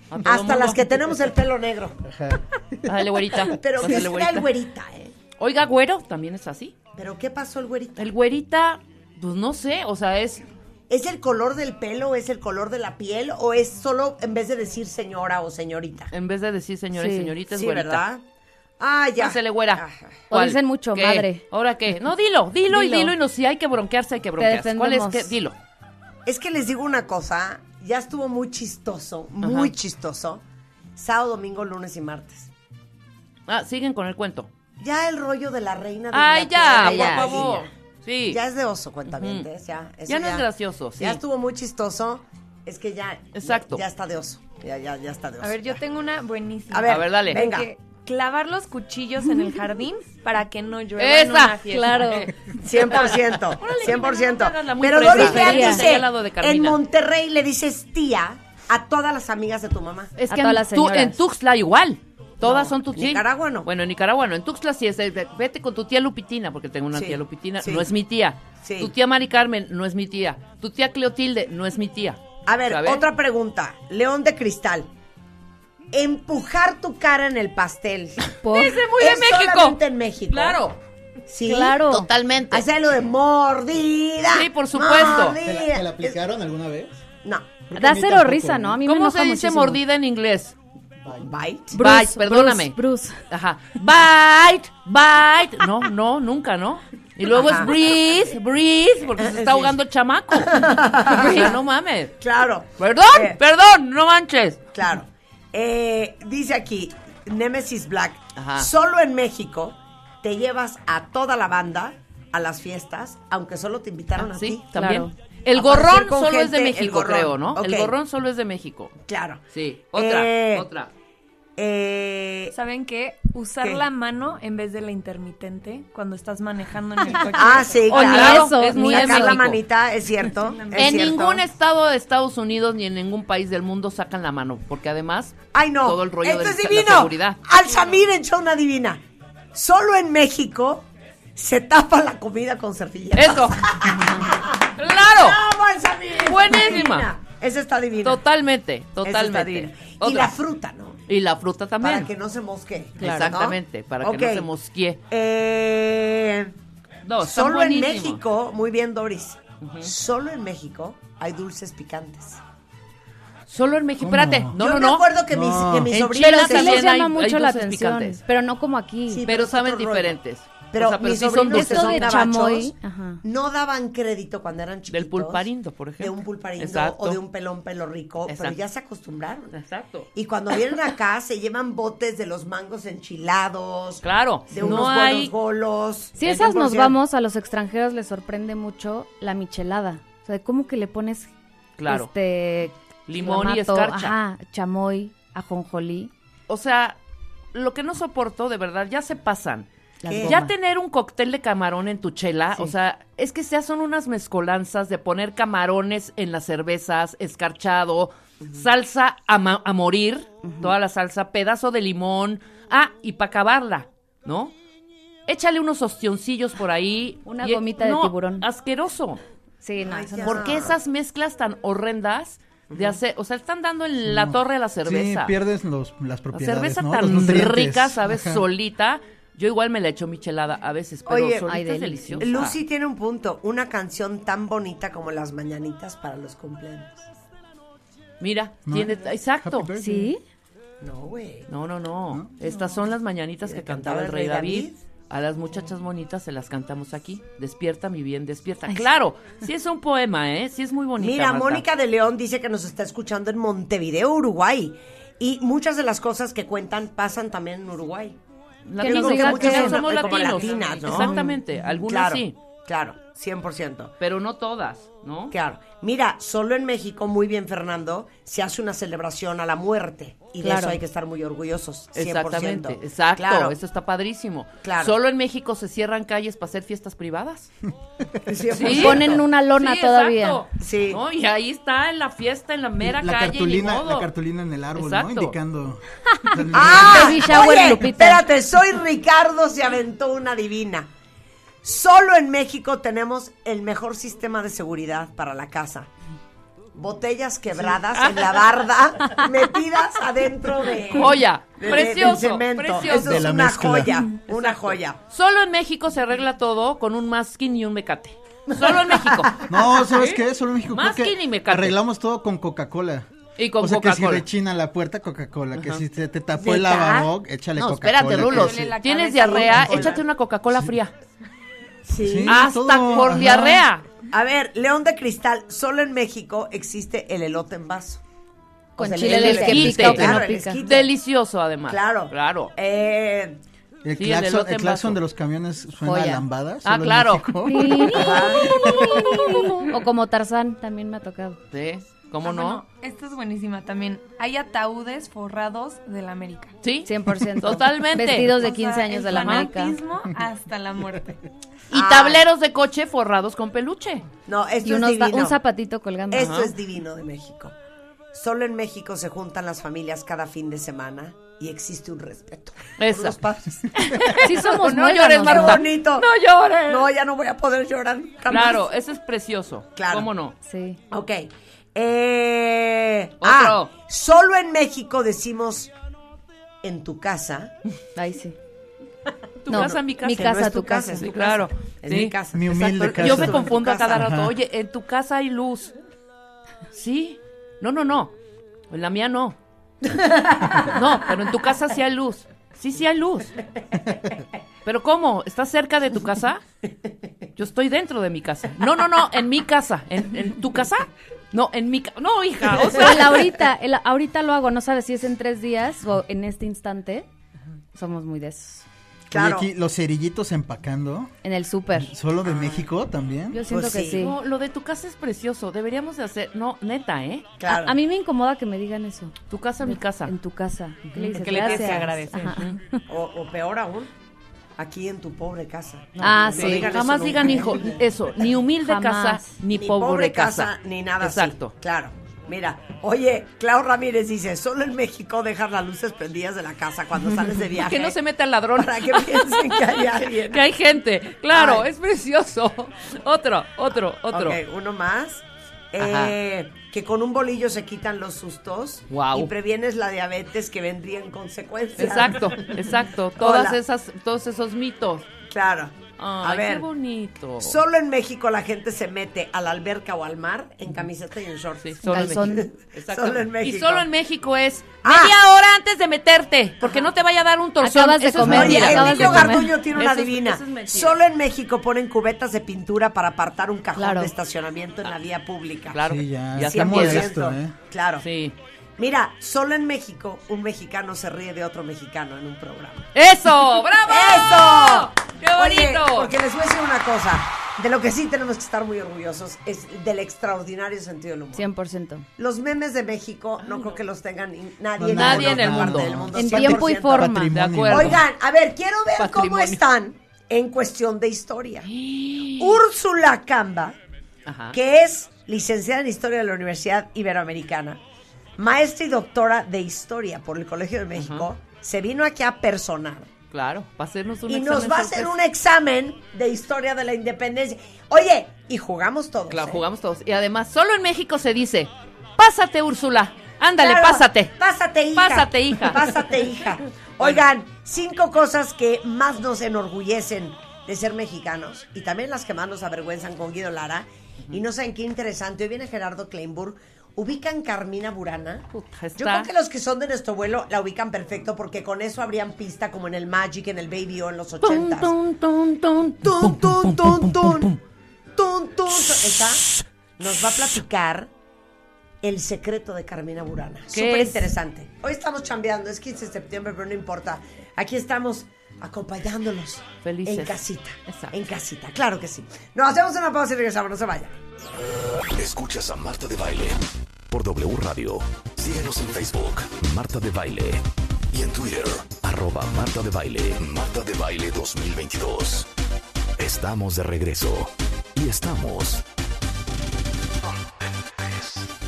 A todo hasta mundo. las que tenemos el pelo negro. Ajá. Ándale, güerita. Pero que Ándale, es güerita. el güerita, ¿eh? Oiga, güero, también es así. ¿Pero qué pasó el güerita? El güerita, pues no sé, o sea, es. ¿Es el color del pelo, es el color de la piel o es solo en vez de decir señora o señorita? En vez de decir señores, Sí. señorita, es Sí, güerita. ¿verdad? Ah, ya. Pásale, güera. Ah, O dicen mucho, ¿Qué? madre. ¿Ahora qué? No, dilo, dilo, y Dilo. dilo. Y no, si hay que bronquearse, hay que bronquearse. ¿Cuál es defendemos. que? Dilo. Es que les digo una cosa, ya estuvo muy chistoso, muy Ajá. chistoso. Sábado, domingo, lunes y martes. Ah, siguen con el cuento. Ya el rollo de la reina de Ay, ya, Inglaterra, por ya, favor. sí, Sí. Ya es de oso, cuentavientes, ya. eso Ya no es gracioso, sí. Ya estuvo muy chistoso. Es que ya. Exacto. Ya, está de oso. Ya, ya, ya está de oso. A ver, yo ya. tengo una buenísima. A ver, A ver, dale. Venga. Que clavar los cuchillos en el jardín para que no llueva en Esa, una fiesta. Claro. 100%. Órale, Jimena, no te 100%. hagas la muy Pero fresa. Doris Leal Estaría dice, al lado de Carmina. en Monterrey le dices tía a todas las amigas de tu mamá. Es A que todas en, las tu- en señoras. Tuxtla igual. Todas son tu en tía. Nicaragua no. Bueno, en Nicaragua no. En Tuxtla sí es. de- de- vete con tu tía Lupitina, porque tengo una Sí, tía Lupitina. sí. No es mi tía. Sí. Tu tía Mari Carmen no es mi tía. Tu tía Cleotilde no es mi tía. A ver, ¿Sabes? otra pregunta. León de Cristal. Empujar tu cara en el pastel. Por- Ese muy de Es México. solamente en México. Claro. Sí. Claro. Totalmente. Hacer lo de mordida. Sí, por supuesto. ¿Te la, mordida. te la aplicaron alguna vez? No. Creo que a Da mí cero tampoco. risa, ¿no? A mí me ¿Cómo enoja se dice muchísimo. mordida en inglés? Bite. Bruce, Bite, perdóname. Bruce, Ajá. Bite, bite. No, no, nunca, ¿no? Y luego Ajá. es breathe, breathe, porque se está ahogando el chamaco. O sea, no mames. Claro. Perdón, Eh, perdón, no manches. Claro. Eh, dice aquí, Nemesis Black, Ajá. solo en México te llevas a toda la banda a las fiestas, aunque solo te invitaron a Ah, Sí, ti. también. Claro. El Aparecer gorrón con solo es gente, de el México, gorrón. creo, ¿no? Ok. El gorrón solo es de México. Claro. Sí. Otra, Eh, otra. eh, ¿Saben qué? Usar ¿Qué? la mano en vez de la intermitente cuando estás manejando en el coche. ah, sí, O ni claro. eso, es muy ni de Sacar la México. manita, es cierto. es En cierto. ningún estado de Estados Unidos ni en ningún país del mundo sacan la mano, porque además Ay, no. todo el rollo Esto de es la divino. seguridad. Alzamir en Chona Divina. Solo en México se tapa la comida con servilletas. Eso. claro. ¡Bravo, Alzamir! Buenísima. Divina. Esa está divina. Totalmente, Esa está totalmente. divina. Y Otra. la fruta, ¿no? Y la fruta también. Para que no se mosque. Claro. Exactamente, para que no se mosquee. Eh, No, están solo en buenísimos. México, muy bien Doris, solo en México hay dulces picantes. Solo en México. ¿Cómo? Espérate. No, no, Yo me no. acuerdo que mis, No. que mis En sobrinos... Chile sí también les llama hay- mucho hay la dulces atención, picantes. pero no como aquí. Sí, pero es saben otro rollo. diferentes. Pero, O sea, pero mis sí son sobrinos que dulces. son Esto de gabachos, chamoy, ajá. no daban crédito cuando eran chiquitos. pulparindo, por ejemplo. De un pulparindo Exacto. o de un pelón pelo rico, pero Exacto. ya se acostumbraron. Exacto. Y cuando vienen acá se llevan botes de los mangos enchilados, Claro. de unos No hay. buenos golos. Si esas nos 100%. vamos, a los extranjeros les sorprende mucho la michelada. O sea, ¿cómo que le pones Claro. este Limón y clamato, escarcha. Ajá, chamoy, ajonjolí. O sea, lo que no soporto, de verdad, ya se pasan. las ¿Qué? Ya gomas. tener un cóctel de camarón en tu chela, o sea, es que ya son unas mezcolanzas de poner camarones en las cervezas, escarchado, salsa a, ma- a morir, toda la salsa, pedazo de limón, ah, y para acabarla, ¿no? Échale unos ostioncillos por ahí. Una y- e gomita de no, tiburón. Asqueroso. Sí, no, Ay, eso ya. no. ¿Por qué esas mezclas tan horrendas de hacer, o sea, están dando en la No. torre a la Sí, cerveza? pierdes los, las La propiedades, cerveza ¿no? Los tan nutrientes. rica, ¿sabes? Ajá. Solita. Yo igual me la echo michelada a veces, pero Oye, solita ay, es delicioso. deliciosa. Lucy tiene un punto, una canción tan bonita como Las Mañanitas para los cumpleaños. Mira, ¿No? ¿eh? tiene... Exacto. Happy birthday. Sí, No, güey. No, no, no, Estas son las mañanitas que cantaba el rey David. A las muchachas bonitas se las cantamos aquí. Despierta, mi bien, despierta. Claro, sí es un poema, ¿eh? Sí es muy bonita. Mira, Marta. Mónica de León dice que nos está escuchando en Montevideo, Uruguay. Y muchas de las cosas que cuentan pasan también en Uruguay. Latinos, nos diga exacto, que- ya somos como latinos. latinas, ¿no? Exactamente, algunas claro, sí, Claro, 100%. pero no todas, ¿no? Claro. Mira, solo en México, muy bien, Fernando, se hace una celebración a la muerte. Y de Claro. eso hay que estar muy orgullosos. 100%. Exactamente, exacto, Claro, eso está padrísimo. Claro. Solo en México se cierran calles para hacer fiestas privadas. 100%. Y ponen una lona Sí, todavía. exacto. Sí. No, y ahí está en la fiesta, en la mera la calle. cartulina, ni modo. la cartulina en el árbol, Exacto. ¿no? Indicando. ¡Ah! Baby shower, oye, Lupita. espérate, soy Ricardo, se aventó una divina. Solo en México tenemos el mejor sistema de seguridad para la casa. Botellas quebradas en la barda, metidas adentro de... Joya, de- de- precioso, del cemento. precioso. Eso De es la una mezcla. joya, una joya. Solo en México se arregla todo con un masking y un mecate. Solo en México. No, ¿sabes qué? Solo en México creo Más que que ni me cate. arreglamos todo con Coca-Cola. Y con O sea, que si Coca-Cola. rechina la puerta, Coca-Cola. Que si te, te tapó ¿Neta? el lavabo, échale No, Coca-Cola. espérate, Rulo. que Duele sí. la Tienes cabeza, diarrea, Coca-Cola. échate una Coca-Cola fría. Sí, Hasta todo, por ajá. diarrea. A ver, León de Cristal, solo en México existe el elote en vaso. Con sea, chile el del que esquite. pica o que no Claro, el pica. esquite. Delicioso, además. Claro. Claro. Eh, El Sí, el claxon, elote el en claxon vaso. de los camiones suena Joya. a lambadas. Ah, claro. o como Tarzán, también me ha tocado. Sí, ¿Cómo Ah, no? bueno, esta es buenísima también. Hay ataúdes forrados de la América. Sí. 100%. Totalmente. Vestidos O de sea, 15 años el de la marca. fanatismo hasta la muerte. Y tableros de coche forrados con peluche. no, esto Y es unos, ta- divino. un zapatito colgando. Esto es divino de México. Solo en México se juntan las familias cada fin de semana y existe un respeto. Eso. Por los padres. Sí somos No llores, muéganos, ¡Qué Marta. bonito! No llores. No, ya no voy a poder llorar. jamás. Claro, eso es precioso. Claro. ¿Cómo no? Sí. Ok. Eh, Otro. ah, solo en México decimos en tu casa. Ay, sí. Tu No, no, casa, mi casa. mi que casa, no es tu casa. es Sí, tu claro. casa. Es Sí. mi casa. Mi humilde Exacto, casa. Yo es me tu confundo a casa. cada rato. Ajá. Oye, en tu casa hay luz. Sí. No, no, no. En la mía no. No, pero en tu casa sí hay luz. Sí, sí hay luz. Pero ¿cómo? ¿Estás cerca de tu casa? Yo estoy dentro de mi casa. No, no, no, en mi casa. ¿En, en tu casa? No, en mi casa. No, hija. Ah, O Pero el sea, ahorita, el ahorita lo hago, no sabes si es en tres días o en este instante. Somos muy de esos. Claro. Y aquí los cerillitos empacando. En el súper. Solo de México también. Yo siento Pues que sí. sí. no, lo de tu casa es precioso. Deberíamos de hacer. No, neta, ¿eh? Claro. A, a mí me incomoda que me digan eso. Tu casa, mi casa. En tu casa. ¿Qué le dices? Que le tienes que Gracias. agradecer. Ajá. O, o peor aún, aquí en tu pobre casa. ah, no sí. digan eso Jamás nunca. digan hijo, eso, ni humilde Jamás. casa, ni, pobre, casa. ni nada Exacto. así. Claro. Mira, oye, Clau Ramírez dice, solo en México dejas las luces prendidas de la casa cuando sales de viaje. Que no se meta el ladrón. Para que piensen que hay alguien. Que hay gente. Claro, Ay. es precioso. Otro, otro, otro. Ok, uno más. Ajá. Eh, que con un bolillo se quitan los sustos Guau. y previenes la diabetes que vendría en consecuencia. Exacto, exacto. Todas Hola. esas, todos esos mitos. Claro. Ay, a ver, qué bonito. solo en México la gente se mete a la alberca o al mar en camiseta y en shorts. Sí, solo en Calzón. México. Exactamente. Solo en México. Y solo en México es Ah. media hora antes de meterte, porque no te vaya a dar un torzón. Acabas de Eso es comer, Oye, mentira. mira, acabas de Emilio comer. Garduño tiene una Eso es- divina. eso es mentira. Solo en México ponen cubetas de pintura para apartar un cajón Claro. de estacionamiento en la vía pública. Claro. Sí, ya. Ya está 100%. modesto, ¿eh? Claro. Sí. Mira, solo en México un mexicano se ríe de otro mexicano en un programa. ¡Eso! ¡Bravo! ¡Eso! ¡Qué Oye, bonito! porque les voy a decir una cosa. De lo que sí tenemos que estar muy orgullosos es del extraordinario sentido del humor. 100%. Los memes de México no creo que los tengan ni- nadie, No, nadie ninguna en el parte mundo. del mundo. En tiempo y 100%. forma. Patrimonio. De acuerdo. Oigan, a ver, quiero ver cómo Patrimonio. están en cuestión de historia. Úrsula Camba, Ah. Ajá. que es licenciada en Historia de la Universidad Iberoamericana, maestra y doctora de Historia por el Colegio de México, se vino aquí a personar. Claro, va a hacernos un Y examen nos va a hacer sorpresa. un examen de historia de la independencia. Oye, y jugamos todos. Claro, ¿eh? jugamos todos. Y además, solo en México se dice, pásate, Úrsula. Ándale, Claro, pásate. Pásate, hija. Pásate, hija. Pásate, hija. Oigan, cinco cosas que más nos enorgullecen de ser mexicanos y también las que más nos avergüenzan con Guido Lara. Y no saben qué interesante. Hoy viene Gerardo Kleinburg. Ubican Carmina Burana. Puta, Yo está- creo que los que son de nuestro vuelo la ubican perfecto porque con eso habrían pista como en el Magic, en el Baby O en los Tum, ochentas. tum, tum, tum. Tun, tun, tun, tun. Tun, tun, tun. Esa nos va a platicar el secreto de Carmina Burana. ¿Qué Súper es? interesante. Hoy estamos chambeando, es 15 de septiembre, pero no importa. Aquí estamos acompañándolos. Felices. En casita. Exacto. En casita, claro que sí. Nos hacemos una pausa y regresamos, no se vayan. Escuchas a Marta de Baile por W Radio. Síguenos en Facebook, Marta de Baile. Y en Twitter, arroba Marta de Baile, Marta de Baile 2022. Estamos de regreso. Y estamos...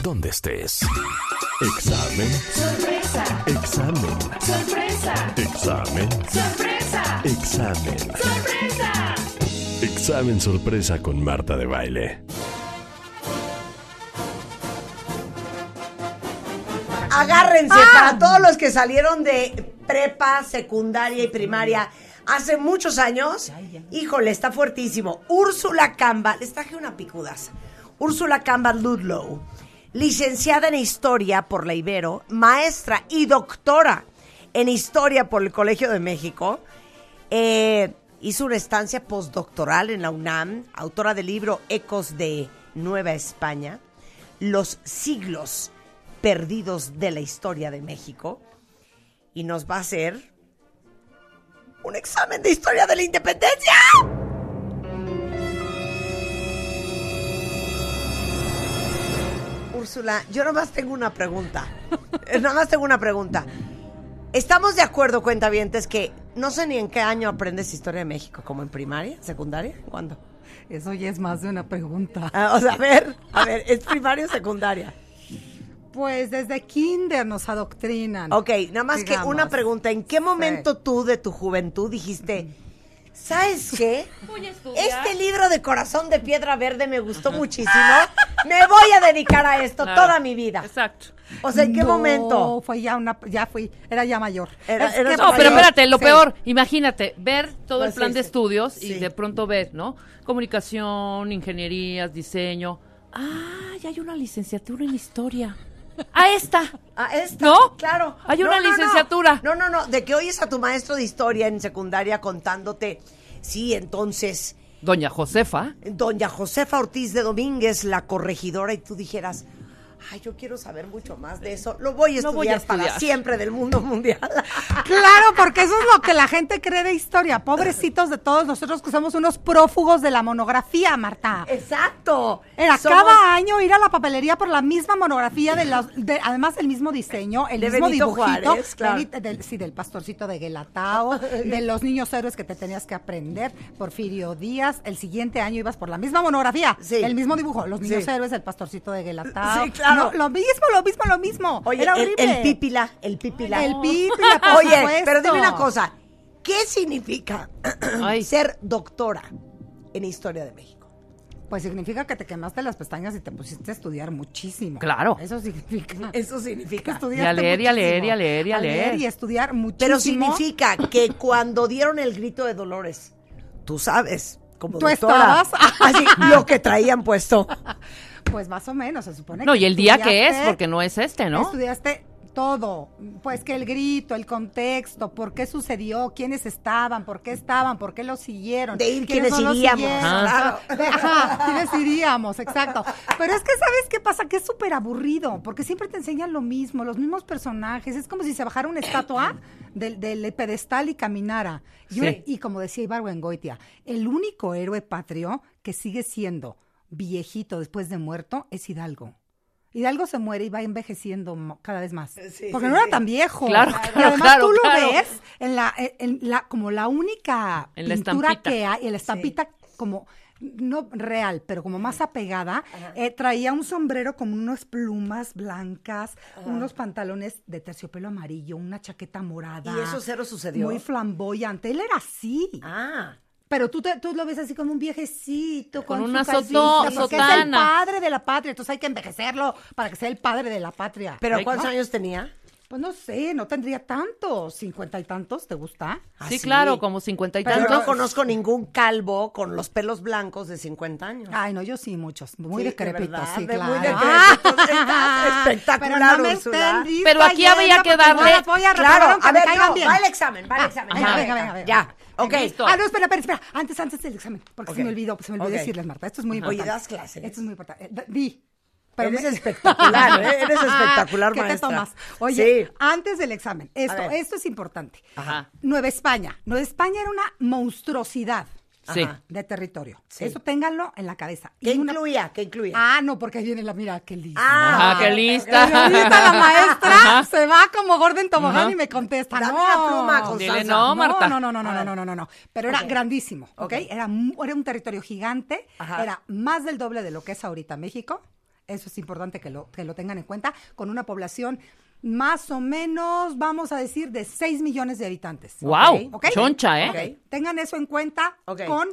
¿Dónde estés? Examen. Examen. Examen. Examen. Examen sorpresa con Marta de baile. Agárrense para todos los que salieron de prepa, secundaria y primaria hace muchos años. Híjole, está fuertísimo. Úrsula Camba, les traje una picudaza. Úrsula Camba Ludlow, licenciada en Historia por la Ibero, maestra y doctora en Historia por el Colegio de México. Eh, hizo una estancia postdoctoral en la UNAM, autora del libro Ecos de Nueva España, Los siglos perdidos de la historia de México y nos va a hacer un examen de historia de la independencia. Úrsula, yo nomás tengo una pregunta. Eh, nomás tengo una pregunta. Estamos de acuerdo, cuentavientes, que no sé ni en qué año aprendes historia de México, como en primaria, secundaria, ¿cuándo? Eso ya es más de una pregunta. Ah, o sea, a ver, a ver, ¿es primaria o secundaria? Pues desde kinder nos adoctrinan. Ok, nada más que una digamos. pregunta. ¿En qué momento tú de tu juventud dijiste, ¿sabes qué? Voy a estudiar. Este libro de corazón de piedra verde me gustó muchísimo. Me voy a dedicar a esto Claro. toda mi vida. Exacto. O sea, ¿en qué No, momento? Oh, Fue ya una, ya fui, era ya mayor. Era- Es que eras No, mayor. pero espérate, lo Sí. peor, imagínate, ver todo el Pues plan sí, de sí. estudios y Sí. de pronto ver, ¿no? Comunicación, ingenierías, diseño. Ah, ya hay una licenciatura en historia. ¡Ah, esta! A esta, ¿No? Claro. Hay No, una no, no. licenciatura. No, no, no. De que oyes a tu maestro de historia en secundaria contándote, sí, entonces, Doña Josefa. doña Josefa Ortiz de Domínguez, la corregidora, y tú dijeras, ay, yo quiero saber mucho más de eso. Lo voy a No estudiar, voy a para estudiar. siempre del mundo mundial. Claro, porque eso es lo que la gente cree de historia. Pobrecitos de todos nosotros que somos unos prófugos de la monografía, Marta. Exacto. Era Somos cada año ir a la papelería por la misma monografía, de los, de- además el mismo diseño, el De mismo Benito dibujito. Juárez, claro. Benito- del, sí, del pastorcito de Guelatao, de los niños héroes que te tenías que aprender, Porfirio Díaz. El siguiente año ibas por la misma monografía, Sí. el mismo dibujo, los niños Sí. héroes, el pastorcito de Guelatao. Sí, claro. No, lo mismo, lo mismo, lo mismo. Oye, Era el, horrible. el pípila, el pípila. El pípila, por Oye, supuesto. pero dime una cosa. ¿Qué significa Ay. ser doctora en Historia de México? Pues significa que te quemaste las pestañas y te pusiste a estudiar muchísimo. Claro. Eso significa. Eso significa estudiaste Y a leer, y a muchísimo. leer, y a leer, y a leer. y estudiar muchísimo. Pero significa que cuando dieron el grito de Dolores, tú sabes, como ¿Tú doctora, estabas? así, lo que traían puesto. Pues más o menos, se supone. No, que y el día que es, estudiaste- porque no es este, ¿no? Estudiaste todo. Pues que el grito, el contexto, por qué sucedió, quiénes estaban, por qué estaban, por qué lo siguieron. De ir quiénes no los iríamos, siguieron. Ah. De- ajá, quiénes iríamos, exacto. Pero es que, ¿sabes qué pasa? Que es súper aburrido, porque siempre te enseñan lo mismo, los mismos personajes. Es como si se bajara una estatua del, del pedestal y caminara. Y, un- Sí. y como decía Ibargüengoitia, el único héroe patrio que sigue siendo viejito después de muerto es Hidalgo. Hidalgo se muere y va envejeciendo mo- cada vez más. Eh, porque no era tan viejo. Claro, y claro, además claro, tú lo claro. ves en la, eh, en la- como la única En la pintura estampita. que hay, en la estampita como no real, pero como más apegada, eh, traía un sombrero con unas plumas blancas, unos pantalones de terciopelo amarillo, una chaqueta morada. Y eso cero sucedió. Muy flamboyante. Él era así. Ah, Pero tú, te- tú lo ves así como un viejecito, con, Con su una calcita, soto- porque es el sotana. padre de la patria, entonces hay que envejecerlo para que sea el padre de la patria. pero Ay, ¿cuántos no. años tenía? Pues no sé, no tendría tantos, cincuenta y tantos, ¿te gusta? Sí, Así. claro, como cincuenta y Pero tantos. no conozco ningún calvo con los pelos blancos de 50 años. Ay, no, yo sí, muchos, muy Sí, de decrepitos, verdad, sí, de claro. muy decrépitos, estás espectacular, Ah, Pero no Úrsula. me estén distrayendo Pero aquí había que porque no darle- las voy a reprobar, claro, aunque a me ver, caigan no, bien. Ah, va el examen, va el examen. Ajá, ya, venga, venga, venga. Ya, ok. Listo. Ah, no, espera, espera, espera. Antes, antes del examen, porque se Ok. me olvidó, se me olvidó Ok. decirles, Marta. Esto es muy Ajá. Oye, importante. ¿das clases? Esto es muy importante. Eh, Di. Eres me- Ah, espectacular, ¿eh? Eres espectacular, ¿Qué maestra. te tomas? Oye, Sí. antes del examen, esto, ver. esto es importante. Ajá. Nueva España. Nueva España era una monstruosidad Sí. Ajá. de territorio. Sí. Eso ténganlo en la cabeza. ¿Qué Y una- incluía? ¿Qué incluía? Ah, no, porque ahí viene la mira, qué lindo. Ah, qué Pero ahorita la lista. maestra Ajá. se va como gorda en tobogán Ajá. y me contesta. Dame no, una pluma, Constanza. Dile no, Marta. No, no, no, no, no, no, no, no, no. Pero era Ok. grandísimo, ¿ok? Ok. Era, mu- era un territorio gigante, Ajá. era más del doble de lo que es ahorita México. Eso es importante que lo, que lo tengan en cuenta, con una población más o menos, vamos a decir, de 6 millones de habitantes. Guau, ¿ok? choncha, ¿eh? Ok, Tengan eso en cuenta Ok. con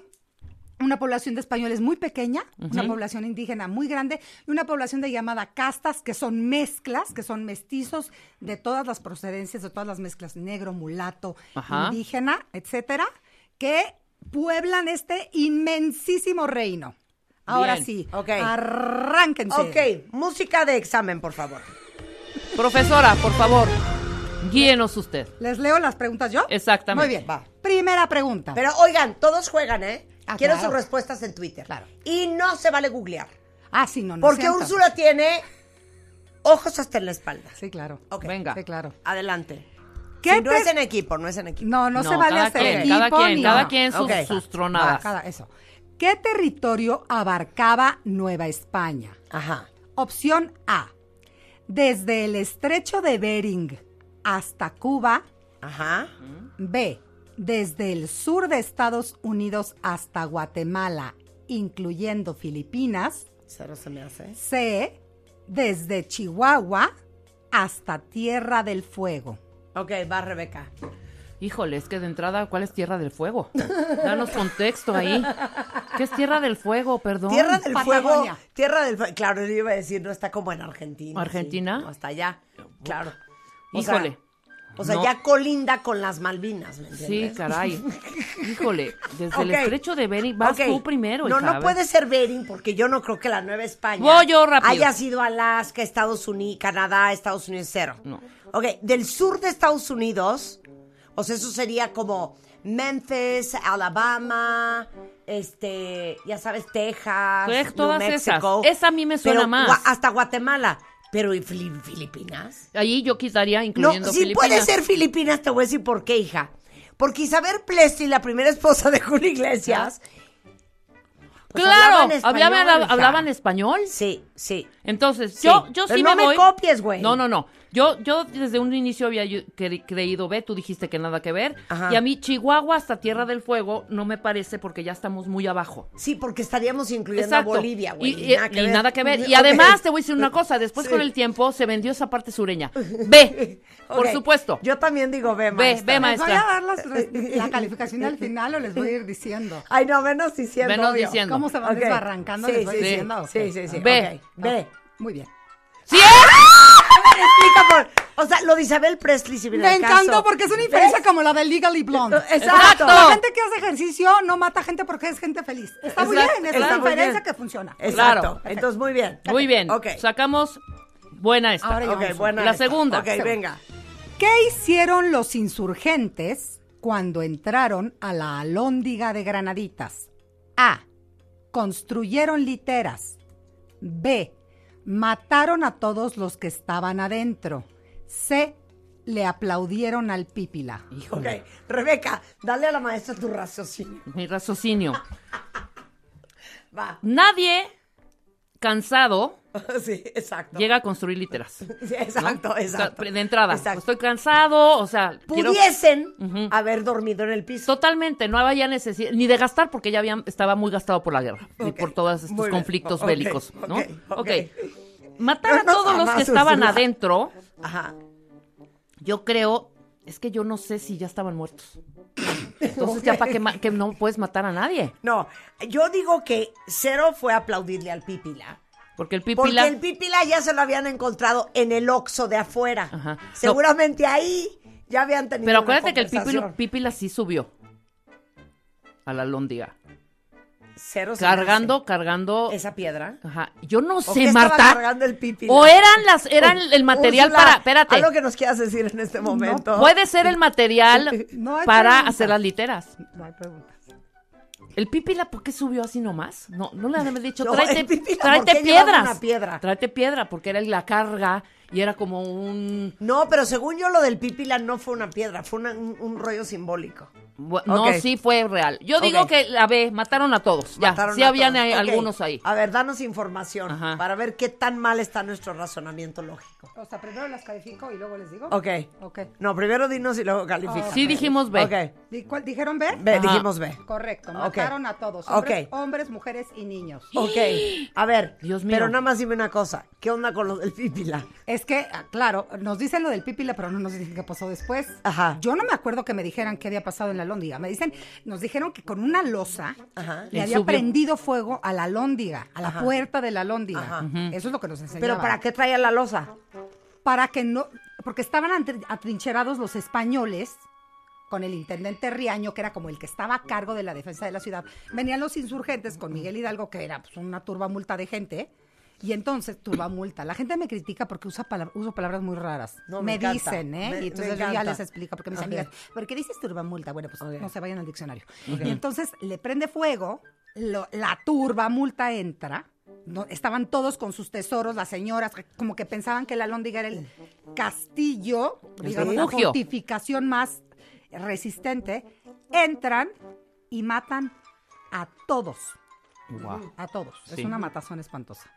una población de españoles muy pequeña, una población indígena muy grande y una población de llamada castas, que son mezclas, que son mestizos de todas las procedencias, de todas las mezclas, negro, mulato, Ajá. indígena, etcétera, que pueblan este inmensísimo reino. Ahora Bien, sí, ok. arránquense. Ok, música de examen, por favor. Profesora, por favor, guíenos usted. ¿Les leo las preguntas yo? Exactamente. Muy bien, Va. Primera pregunta. Pero oigan, todos juegan, ¿eh? Ah, Quiero claro. sus respuestas en Twitter. Claro. Y no se vale googlear. ah, sí, no, no. Porque siento. Úrsula tiene Ojos hasta en la espalda. Sí, claro. Venga. Sí, claro. Adelante. ¿Qué Sí, no te- es en equipo, no es en equipo. No, no, se vale cada hacer quien, equipo cada quien, ni cada nada. quien sus- Ok. sus tronadas. Va, cada- eso. ¿Qué territorio abarcaba Nueva España? Ajá. Opción A. Desde el estrecho de Bering hasta Cuba. Ajá. B. Desde el sur de Estados Unidos hasta Guatemala, incluyendo Filipinas. Cero se me hace. C. Desde Chihuahua hasta Tierra del Fuego. Ok, va Rebeca. Híjole, es que de entrada, ¿cuál es Tierra del Fuego? Danos contexto ahí. ¿Qué es Tierra del Fuego, perdón? Tierra del Patagonia. Fuego. Tierra del Fuego. Claro, yo iba a decir, no está como en Argentina. ¿Argentina? sí, no, hasta allá. Claro. O sea, Híjole. O sea, No. ya colinda con las Malvinas, ¿me Sí, entiendes? caray. Híjole, desde el Ok. estrecho de Bering, vas Ok. tú primero. No, hija, a no ver. puede ser Bering porque yo no creo que la Nueva España Voy yo rápido. haya sido Alaska, Estados Unidos, Canadá, Estados Unidos, cero. No. Ok, del sur de Estados Unidos, o sea, eso sería como Memphis, Alabama, este, ya sabes, Texas, Pues, New todas Mexico. esas. Esa a mí me suena Pero más. Gua- Hasta Guatemala. Pero ¿y Fili- Filipinas? Ahí yo quitaría No, incluyendo si Filipinas. puede ser Filipinas, te voy a decir por qué, hija. Porque Isabel Plessy, la primera esposa de Julio Iglesias. pues, claro, español, hablaban, hablaban, hija. español. Sí, sí. Entonces, Sí. yo, yo Pero sí no me me voy. copies, güey. No, no, no. Yo, yo desde un inicio había yo cre- creído B, tú dijiste que nada que ver. Ajá. Y a mí Chihuahua hasta Tierra del Fuego no me parece porque ya estamos muy abajo. Sí, porque estaríamos incluyendo Exacto. a Bolivia, güey. Y, y- y nada, que ver. Y Ok. además, te voy a decir una cosa, después Sí. con el tiempo se vendió esa parte sureña. B, por Ok. supuesto. Yo también digo B, B, B, maestra. ¿Les voy a maestra. dar las res- la calificación al final o les voy a ir diciendo? Ay, no, menos diciendo. Venos obvio. diciendo. ¿Cómo se van Ok. desbarrancando? Sí, les voy sí, sí. diciendo. Ok. Sí, sí, sí. B. ok. B. Muy bien. ¡Sí es! Explica por- O sea, lo de Isabel Presley, si viene Me al caso. encantó porque es una diferencia como la de Legally Blonde. Exacto. La gente que hace ejercicio no mata gente porque es gente feliz. Está muy Exacto, bien, es Está una muy diferencia bien. que funciona. Exacto. Claro. Entonces, muy bien. Muy bien. Ok. Sacamos buena esta. Ahora ya Ok, vamos. buena La esta. segunda. Ok, venga. ¿Qué hicieron los insurgentes cuando entraron a la alóndiga de Granaditas? A. Construyeron literas. B. Mataron a todos los que estaban adentro. C. Le aplaudieron al pípila. Ok. Rebeca, dale a la maestra tu raciocinio. Mi raciocinio. Va. Nadie cansado Sí, exacto. llega a construir literas. Sí, ¿no? exacto, exacto. De entrada. pues, Exacto. Estoy cansado, o sea, quiero- Pudiesen Ujú. haber dormido en el piso. Totalmente, no había necesidad ni de gastar porque ya habían, estaba muy gastado por la guerra y Ok, por todos muy estos bien. conflictos Ok, bélicos, ¿no? ok, Ok. ok. Matar a No nos todos los amas, que estaban Ursula. adentro, Ajá. yo creo, es que yo no sé si ya estaban muertos. Entonces ya para que, ma- que no puedes matar a nadie, No, yo digo que cero fue aplaudirle al pípila. porque el Porque pipila el pípila ya se lo habían encontrado en el oxo de afuera. Ajá. Ah. No. Seguramente ahí ya habían tenido. Pero una acuérdate que el pipila, conversación. pipila sí subió a la lóndiga, Cero se me hace. cargando, cargando esa piedra. Ajá. Yo no ¿O qué sé, estaba Marta. cargando el pipila? O eran las, eran el material Úrsula, para. Espérate. Algo que nos quieras decir en este momento. Puede ser el material No hay para preguntas. hacer las literas. No hay preguntas. ¿El pipila por qué subió así nomás? No, no le habían dicho, No, tráete, el pipila, tráete ¿por qué llevaba piedras. una piedra? Tráete piedra, porque era la carga y era como un. No, pero según yo lo del pipila no fue una piedra, fue una- un, un rollo simbólico. bu- No, Ok. sí fue real. Yo digo Ok. que la B, mataron a todos. Ya, Mataron sí a habían todos. ahí Ok. algunos ahí. A ver, danos información Ajá. para ver qué tan mal está nuestro razonamiento lógico. O sea, primero las califico y luego les digo. Ok. Ok. No, primero dinos y luego califica. Sí dijimos B. Ok. ¿Di- cuál- ¿Dijeron B? B, Ajá. dijimos B. Correcto, Ok. mataron a todos. Hombres, Ok. hombres, mujeres y niños. Ok, a ver, Dios mío. pero nada más dime una cosa, ¿qué onda con lo del pípila? Es que, ah, claro, nos dicen lo del pipila, pero no nos dicen qué pasó después. Ajá. Yo no me acuerdo que me dijeran qué había pasado en la lóndiga. Me dicen, nos dijeron que con una losa Ajá. le Le había subió. prendido fuego a la lóndiga, a la Ajá. puerta de la lóndiga. Ajá. Eso es lo que nos enseñaron. ¿Pero para qué traía la losa? Para que no, porque estaban atr- atrincherados los españoles con el intendente Riaño, que era como el que estaba a cargo de la defensa de la ciudad. Venían los insurgentes con Miguel Hidalgo, que era pues, una turbamulta de gente. Y entonces, turbamulta. La gente me critica porque usa pala- uso palabras muy raras. No, me me encanta. dicen, ¿eh? Me- y me entonces yo ya encanta. les explico, porque mis Ok. amigas, ¿por qué dices turbamulta? Bueno, pues Ok. no se vayan al diccionario. Y entonces le prende fuego, lo- la turbamulta entra, no- estaban todos con sus tesoros, las señoras, como que pensaban que la lóndiga era el castillo, El digamos, la refugio. fortificación más resistente, entran y matan a todos. Guau. A todos. Sí. Es una matazón espantosa.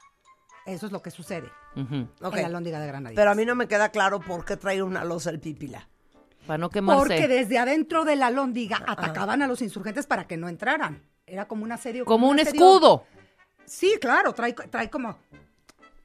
Eso es lo que sucede Ujú. Ok. en la lóndiga de Granadillas. Pero a mí no me queda claro por qué trae una losa el pipila. Para no quemarse. Porque desde adentro de la lóndiga Ah. atacaban a los insurgentes para que no entraran. Era como una serie... Como un una serie- escudo. Sí, claro, trae, trae como...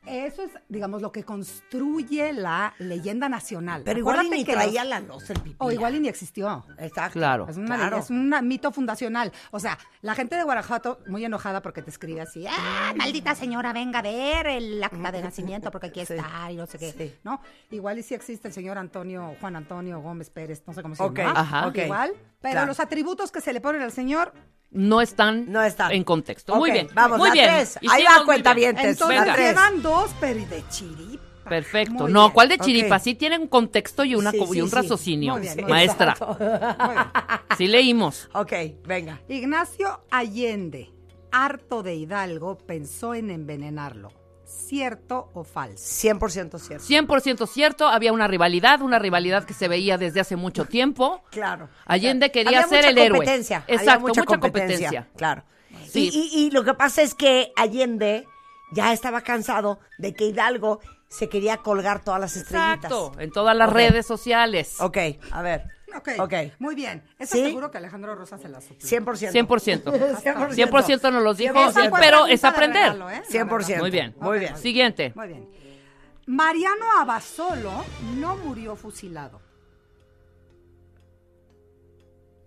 Eso es, digamos, lo que construye la leyenda nacional. Pero igual y Acuérdate ni que los- traía la losa el pipila. O igual y ni existió. Exacto. Claro. Es, una, Claro. es un mito fundacional. O sea, la gente de Guanajuato muy enojada porque te escribe así, ¡ah, Mm. maldita señora, venga a ver el acta de nacimiento porque aquí Sí. está y no sé qué! Sí. ¿No? Igual y sí existe el señor Antonio, Juan Antonio Gómez Pérez, no sé cómo se Ok, llama. ajá. ok. Igual, pero Claro. los atributos que se le ponen al señor, No están No está. en contexto. Ok, Muy bien. vamos, muy la bien. tres. Ahí Hicimos va, muy cuentavientes, bien. entonces Venga. tres. quedan dos, pero y de chiripa. Perfecto. Muy No, bien. ¿cuál de Ok. chiripa? Sí tiene un contexto y, una, Sí, co- y sí, un sí. raciocinio. Muy bien, muy bien. Maestra, Muy bien. sí leímos. Ok, venga. Ignacio Allende, harto de Hidalgo, pensó en envenenarlo. ¿Cierto o falso? 100% cierto. 100% cierto, había una rivalidad, una rivalidad que se veía desde hace mucho tiempo. Claro. Allende quería Había ser mucha el héroe. competencia, había Exacto, mucha competencia. Claro. Sí. Y, y- y lo que pasa es que Allende ya estaba cansado de que Hidalgo se quería colgar todas las estrellitas. Exacto, en todas las Ok. redes sociales. Ok, a ver. Ok. Ok. Muy bien. Es ¿Sí? seguro que Alejandro Rosa se la suplió. 100%. 100%. 100%. 100% nos los dijo, Esa y- fue pero pregunta es de aprender. regalo, ¿eh? La 100%. verdad. Muy bien. Muy Ok, bien. Siguiente. Muy bien. Mariano Abasolo no murió fusilado.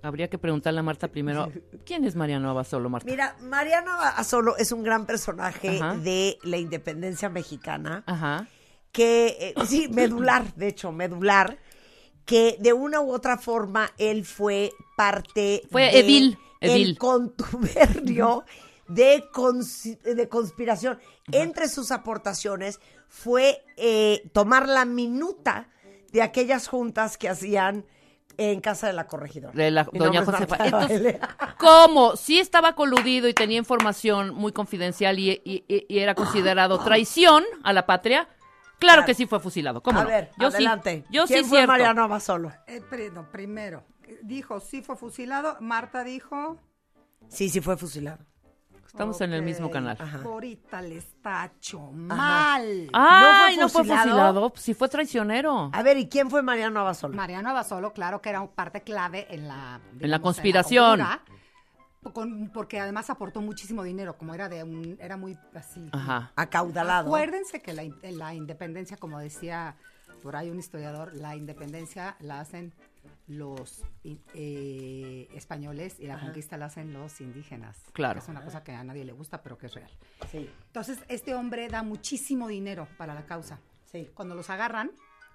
Habría que preguntarle a Marta primero, ¿quién es Mariano Abasolo, Marta? Mira, Mariano Asolo es un gran personaje Ajá. de la independencia mexicana. Ajá. que, eh, sí, medular, de hecho, medular, que de una u otra forma él fue parte Fue de edil, edil. el contubernio de, cons- de conspiración. Entre sus aportaciones fue eh, tomar la minuta de aquellas juntas que hacían en casa de la corregidora. De la- Mi doña nombre es Josefa. Marta Entonces, Baile. ¿Cómo? Sí estaba coludido y tenía información muy confidencial y, y- y- y era considerado traición a la patria. Claro Claro. que sí fue fusilado. ¿Cómo A no? ver, yo adelante. sí. Yo ¿Quién sí fue cierto. Mariano Abasolo? Eh, pri- no, primero, eh, dijo sí fue fusilado. Marta dijo. Sí, sí fue fusilado. Estamos en el mismo "Ok, canal. Ahorita le está hecho mal. Ay, no fue fusilado? fusilado. Sí fue traicionero. A ver, ¿y quién fue Mariano Abasolo? Mariano Abasolo, claro que era un parte clave en la... En la conspiración. conjura, con- porque además aportó muchísimo dinero, como era de un... Era muy así... Ajá. Acaudalado. Acuérdense que la, in- eh, la independencia, como decía por ahí un historiador, la independencia la hacen los in- eh, españoles y la conquista la hacen los indígenas. Claro. Es una cosa que a nadie le gusta, pero que es real. Sí, Entonces, este hombre da muchísimo dinero para la causa. sí. Cuando los agarran,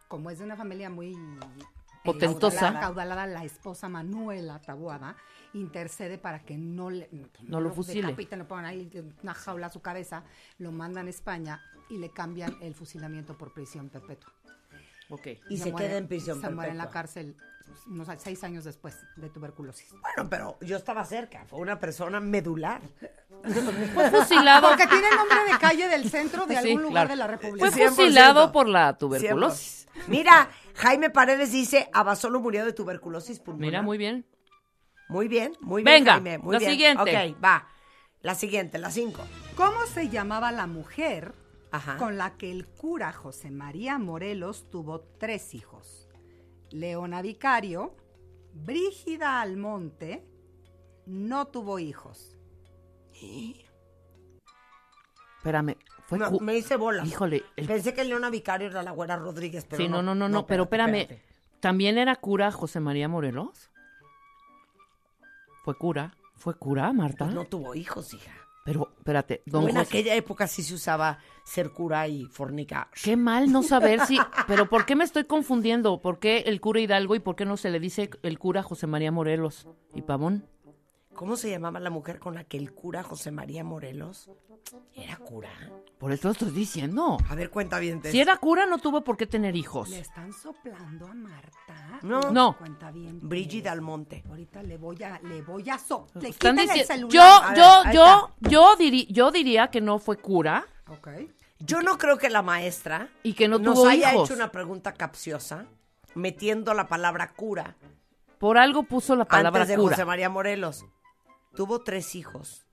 como es de una familia muy eh, Potentosa. acaudalada, acaudalada, la esposa Manuela Tabuada intercede para que no le No lo fusile. decapiten, le pongan ahí en una jaula a su cabeza, lo mandan a España y le cambian el fusilamiento por prisión perpetua. Ok. Y se, muere- queda en prisión. Se muere en la perpetua. cárcel unos seis años después de tuberculosis. Bueno, pero yo estaba cerca. Fue una persona medular. Fue fusilado. Porque tiene nombre de calle del centro de Sí, algún claro. lugar de la Fue República. 100%. fusilado por la tuberculosis. 100%. Mira, Jaime Paredes dice, Abasolo murió de tuberculosis pulmonar. Mira, muy bien. Muy bien, muy bien, Venga, Jaime, muy la bien. siguiente. Ok, va. La siguiente, la cinco. ¿Cómo se llamaba la mujer Ajá. con la que el cura José María Morelos tuvo tres hijos? Leona Vicario, Brígida Almonte, no tuvo hijos. Espérame. Fue No, cu- me hice bola. Híjole, el- Pensé que Leona Vicario era la güera Rodríguez, pero sí, no, no, no, no, pero espérame. ¿También era cura José María Morelos? ¿Fue cura? ¿Fue cura, Marta? Pues no tuvo hijos, hija. Pero, espérate, ¿Ah? don Bueno, en José- aquella época sí se usaba ser cura y fornicar. Qué mal no saber si... Pero ¿por qué me estoy confundiendo? ¿Por qué el cura Hidalgo y por qué no se le dice el cura José María Morelos y Pavón? ¿Cómo se llamaba la mujer con la que el cura José María Morelos era cura? Por eso lo estoy diciendo. A ver, cuenta bien. Si era cura, no tuvo por qué tener hijos. ¿Le están soplando a Marta? No. No. Cuenta bien. Brígida Almonte. Ahorita le voy a, le voy a soplar. Le Están quitan el diciendo. Yo, celular. A yo, ver, ahí yo, yo, diri- yo diría que no fue cura está. Ok. Yo no creo que la maestra y que no nos tuvo haya hijos. hecho una pregunta capciosa metiendo la palabra cura Por algo puso la palabra antes de cura. José María Morelos. Tuvo tres hijos.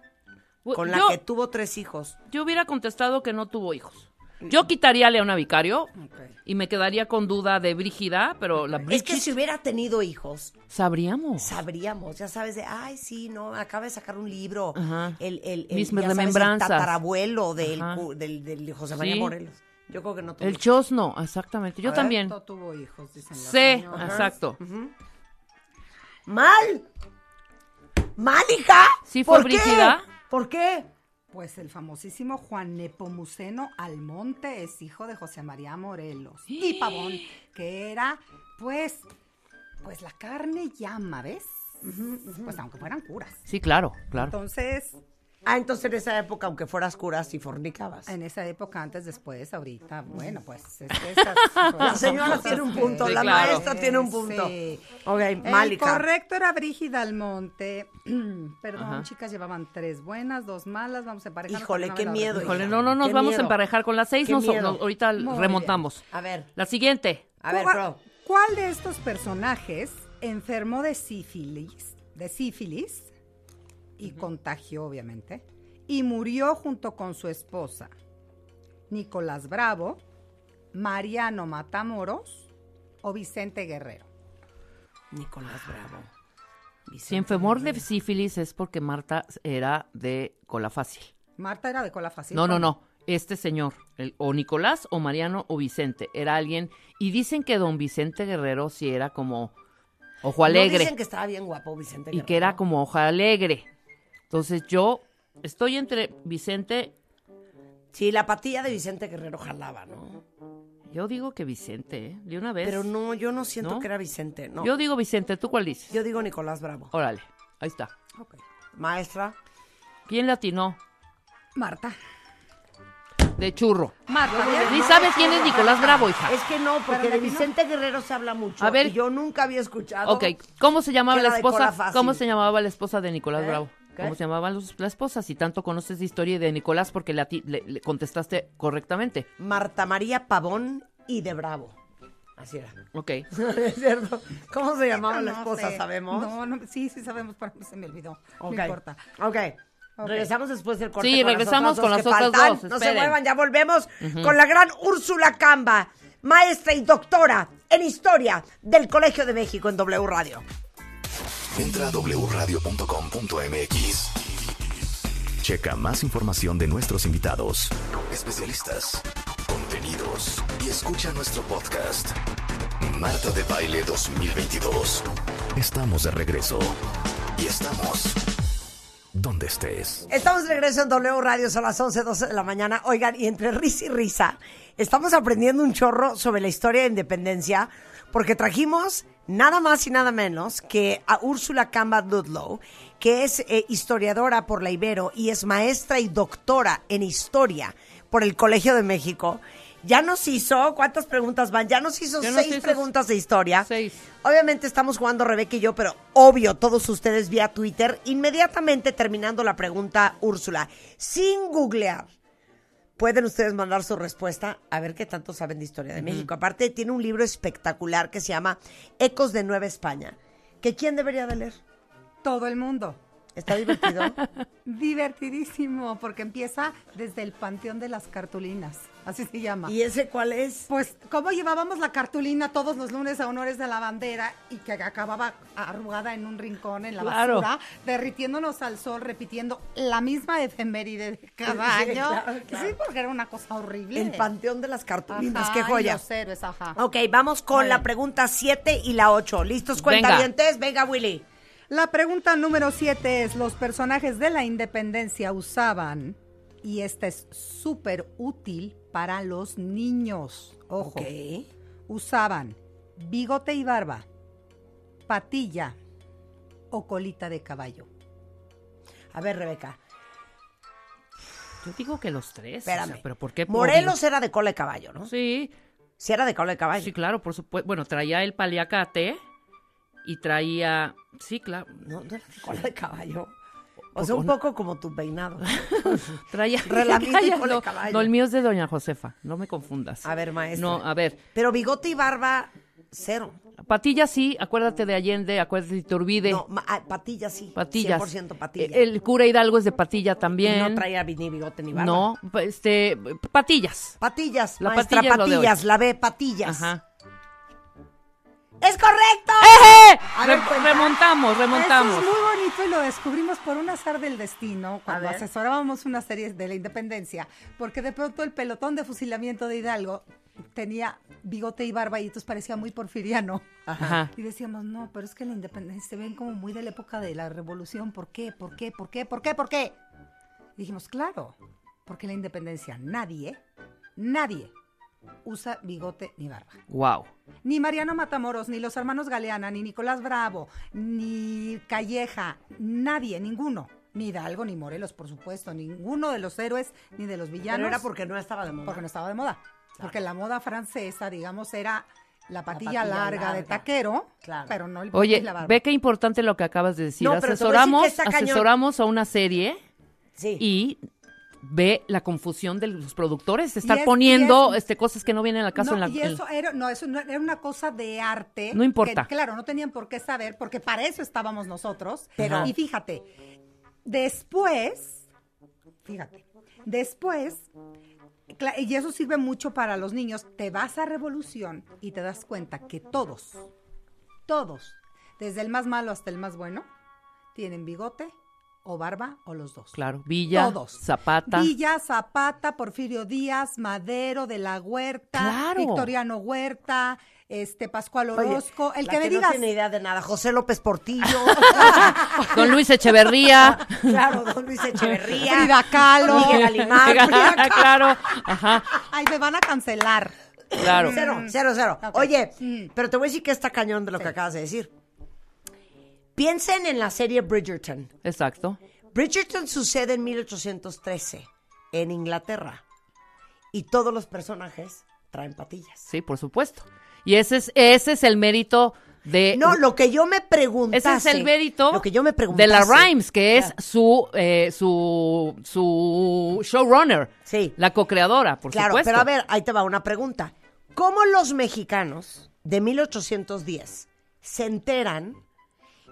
Bu- Con la yo, que tuvo tres hijos. yo hubiera contestado que no tuvo hijos. Yo quitaría a Leona Vicario Ok. y me quedaría con duda de Brígida, pero la Es Brígida que si hubiera tenido hijos, sabríamos. sabríamos, ya sabes, de, ay, sí, no, acaba de sacar un libro. Ajá. El, el, el, Mis ya sabes, el remembranzas. tatarabuelo del, Ajá. cu- del, del José María Sí. Morelos. Yo creo que no tuvo. El chosno, exactamente. Yo también. Alberto tuvo hijos, dicen las Sí, señoras. exacto. ¡Mal! ¡Mal, hija! ¿Sí fue ¿Por qué? Brígida? ¿Por qué? Pues el famosísimo Juan Nepomuceno Almonte es hijo de José María Morelos y Pavón, que era, pues, pues la carne llama, ¿ves? Pues aunque fueran curas. Sí, claro, claro. Entonces, Ah, entonces en esa época, aunque fueras curas, sí fornicabas. en esa época, antes, después, ahorita, bueno, pues. es- La esas- señora cosas tiene un que- punto, Sí, la claro. maestra tiene un punto. Sí. Ok, El mal, hija. correcto era Brígida Almonte. Perdón, Ajá. chicas, llevaban tres buenas, dos malas, vamos a emparejar. Híjole, qué miedo. Híjole, hija. no, no nos Qué vamos miedo. a emparejar con las seis. Qué nos- miedo. nos- ahorita Muy bien. remontamos. A ver, La siguiente. a ver, ¿Cuál- pro. ¿Cuál de estos personajes enfermó de sífilis? De sífilis y contagió, obviamente. Y murió junto con su esposa. Nicolás Bravo, Mariano Matamoros o Vicente Guerrero. Nicolás Bravo. Si enfermor de sífilis es porque Marta era de cola fácil. Marta era de cola fácil. No, no, no. Este señor, el- o Nicolás, o Mariano, o Vicente, era alguien. Y dicen que don Vicente Guerrero sí era como ojo ¿No alegre. dicen que estaba bien guapo Vicente y que era Guerrero? como ojo alegre. Entonces yo estoy entre Vicente, Sí, la patilla de Vicente Guerrero jalaba, ¿no? yo digo que Vicente, ¿eh? de una vez. Pero no, yo no siento ¿No? que era Vicente, no. Yo Yo, digo Vicente, ¿tú cuál dices? digo Nicolás Bravo. Órale, ahí está. Ok. Maestra. ¿Quién le atinó? Marta. De churro. Marta. Yo- Ni sabes quién es Nicolás Bravo, hija. Es que no, porque de Vicente Guerrero se habla mucho. A ver. y yo nunca había escuchado. Ok, ¿cómo se llamaba que era la de cola esposa? fácil. ¿Cómo se llamaba la esposa de Nicolás ¿Eh? Bravo? ¿Qué? ¿Cómo se llamaban los- la esposa? Si tanto conoces de historia y de Nicolás, porque le, ati- le- le contestaste correctamente. Marta María Pavón y de Bravo. Así era. Ok. ¿Es cierto? ¿Cómo se llamaba la No esposa? sé. ¿Sabemos? No, no, sí, sí sabemos, pero se me olvidó. Ok. No importa. Ok. Regresamos después del corte. Sí, con regresamos las con las otras que otras faltan. dos, No se esperen. muevan, ya volvemos con la gran Úrsula Camba, maestra y doctora en historia del Colegio de México en W Radio. Entra a wradio.com.mx. Checa más información de nuestros invitados, especialistas, contenidos y escucha nuestro podcast. Marta de Baile 2022. Estamos de regreso. Y estamos donde estés. Estamos de regreso en W Radio, son las 11, 12 de la mañana. Oigan, y entre risa y risa, estamos aprendiendo un chorro sobre la historia de independencia, porque trajimos nada más y nada menos que a Úrsula Camba Ludlow, que es eh, historiadora por la Ibero y es maestra y doctora en historia por el Colegio de México. Ya nos hizo, ¿cuántas preguntas van? Ya nos hizo Ya nos seis hizo preguntas de historia. seis. Obviamente estamos jugando Rebeca y yo, pero obvio, todos ustedes vía Twitter, inmediatamente terminando la pregunta, Úrsula, sin googlear. Pueden ustedes mandar su respuesta a ver qué tanto saben de historia de México. Aparte, tiene un libro espectacular que se llama Ecos de Nueva España, que quién debería de leer. Todo el mundo. Está divertido. Divertidísimo, porque empieza desde el Panteón de las Cartulinas, así se llama. ¿Y ese cuál es? pues, ¿cómo llevábamos la cartulina todos los lunes a honores de la bandera y que acababa arrugada en un rincón en la Claro. basura, derritiéndonos al sol, repitiendo la misma efeméride de cada Sí, año? claro, claro. Sí, porque era una cosa horrible. El Panteón de las Cartulinas, Ajá, qué y joya. los héroes, ajá. Ok, vamos con la pregunta 7 y la 8. ¿Listos, Venga. cuentavientes? Venga, Willy. La pregunta número siete es, ¿los personajes de la independencia usaban, y esta es súper útil para los niños, ojo, Ok. usaban bigote y barba, patilla o colita de caballo? A ver, Rebeca. Yo digo que los tres. o Espérame. sea, pero ¿por qué? Morelos era de cola de caballo, ¿no? Sí. Sí, era de cola de caballo. Sí, claro, por supuesto. Bueno, traía el paliacate y traía. Sí, claro. No, no era de cola de caballo. O sea, un poco como tu peinado. Traía. Relamido y Cállate, cola de no, caballo. No, el mío es de Doña Josefa. No me confundas. A ver, maestra. No, a ver. Pero bigote y barba, cero. Patilla sí, acuérdate de Allende, acuérdate de Iturbide. No, ma- ah, patilla sí. patillas. 100% patilla. Eh, El cura Hidalgo es de patilla Y también. no traía bi- ni bigote ni barba. No, pa- este, patillas. Patillas, La maestra, patilla es lo de hoy. patillas, la B, patillas. Ajá. ¡Es correcto! ¡Eh! A ver, Re- cuenta. remontamos, Eso remontamos. es muy bonito y lo descubrimos por un azar del destino cuando ver. asesorábamos una serie de la independencia, porque de pronto el pelotón de fusilamiento de Hidalgo tenía bigote y barba y entonces parecía muy porfiriano. Ajá. Y decíamos, no, pero es que la independencia se ven como muy de la época de la revolución. ¿Por qué? ¿Por qué? ¿Por qué? ¿Por qué? ¿Por qué? Y dijimos, claro, porque la independencia nadie, nadie usa bigote ni barba. Wow. Ni Mariano Matamoros, ni los hermanos Galeana, ni Nicolás Bravo, ni Calleja, nadie, ninguno. Ni Hidalgo, ni Morelos, por supuesto, ninguno de los héroes, ni de los villanos. Pero era porque no estaba de moda. porque no estaba de moda. Porque la moda francesa, digamos, era la patilla, patilla larga, de larga. taquero, Claro. pero no el Oye, y la barba. ve qué importante lo que acabas de decir. No, pero te voy a decir asesoramos, que está cañón. asesoramos a una serie Sí. y ve la confusión de los productores de estar es- y poniendo es- este cosas que no vienen al caso no, en la y en- eso era, no, eso no- era una cosa de arte. No importa. que, claro, no tenían por qué saber, porque para eso estábamos nosotros. Pero- y fíjate, después, fíjate, después, cla- y eso sirve mucho para los niños, te vas a Revolución y te das cuenta que todos, todos, desde el más malo hasta el más bueno, tienen bigote o barba o los dos. Claro, Villa, Zapata. Villa, Zapata, Porfirio Díaz, Madero de la Huerta, Claro. Victoriano Huerta, este Pascual Oye, Orozco, el la que me digas. No tiene idea de nada. José López Portillo. Don Luis Echeverría. claro, don Luis Echeverría. Frida Kahlo. Miguel Alimán. Frida Kahlo. claro, ajá, Ay, me van a cancelar. claro. Mm. Cero, cero, cero. Ok. Oye, Mm. pero te voy a decir que está cañón de lo que acabas de decir. Piensen en la serie Bridgerton. Exacto. Bridgerton sucede en 1813, en Inglaterra. Y todos los personajes traen patillas. Sí, por supuesto. Y ese es, ese es el mérito de. No, lo que yo me preguntase. ese es el mérito Lo que yo me preguntase. de la Rhymes, que es Claro. su, eh, su, su showrunner. Sí. La co-creadora, por claro, supuesto. pero a ver, ahí te va una pregunta. ¿Cómo los mexicanos de 1810 se enteran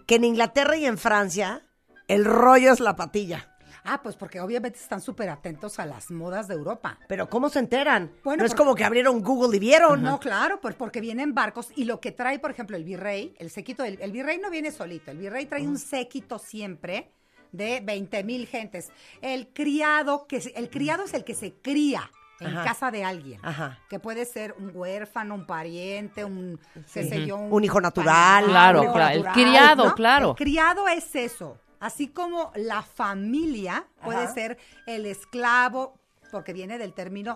que en Inglaterra y en Francia el rollo es la patilla? Ah, pues porque obviamente están súper atentos a las modas de Europa. Pero ¿cómo se enteran? Bueno, no es porque- como que abrieron Google y vieron. No, claro, pues porque vienen barcos y lo que trae, por ejemplo, el virrey, el séquito, del- el, virrey no viene solito, el virrey trae un séquito siempre de 20 mil gentes. El criado, que se- el criado es el que se cría en Ajá. casa de alguien, Ajá. que puede ser un huérfano, un pariente, un, qué sé yo, Un hijo natural. pariente, Claro, un hijo claro, el criado, claro. El criado es eso, así como la familia puede Ajá. ser el esclavo, porque viene del término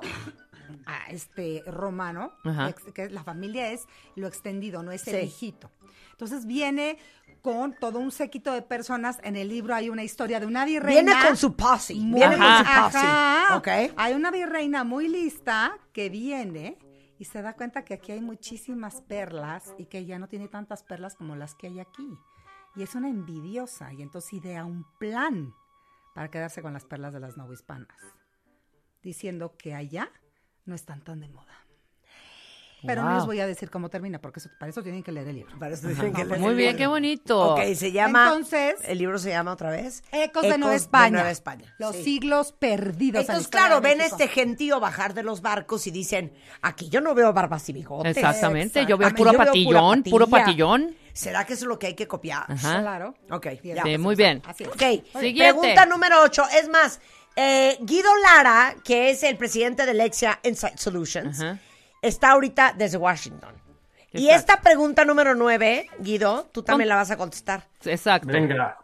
ah, este romano, Ajá. ex- que la familia es lo extendido, no es el Sí. hijito. Entonces viene con todo un séquito de personas. En el libro hay una historia de una virreina. Viene con su posse. muy- Viene con su Ajá. posse. Ajá. ¿Ok? Hay una virreina muy lista que viene y se da cuenta que aquí hay muchísimas perlas y que ya no tiene tantas perlas como las que hay aquí. Y es una envidiosa y entonces idea un plan para quedarse con las perlas de las novohispanas, diciendo que allá no están tan de moda. Pero no Wow. les voy a decir cómo termina, porque eso- para eso tienen que leer el libro. Para eso dicen que les- Muy bien, qué bonito. Ok, se llama. Entonces- El libro se llama otra vez. Ecos, de Nueva España. Nueva España. Los Sí. siglos perdidos. en la Entonces, historia claro, de ven a México. este gentío bajar de los barcos y dicen: aquí yo no veo barbas y bigotes. Exactamente, yo veo Aquí puro yo veo pura patillón, puro patilla. patillón. ¿Será que eso es lo que hay que copiar? Ajá. Claro. Ok, Bien. ya. Sí, muy bien. Así es. Ok, Siguiente. pregunta número 8. Es más, eh, Guido Lara, que es el presidente de Lexia Insight Solutions, Ajá. está ahorita desde Washington. Y Exacto. esta pregunta número 9, Guido, tú también Con- la vas a contestar. Exacto.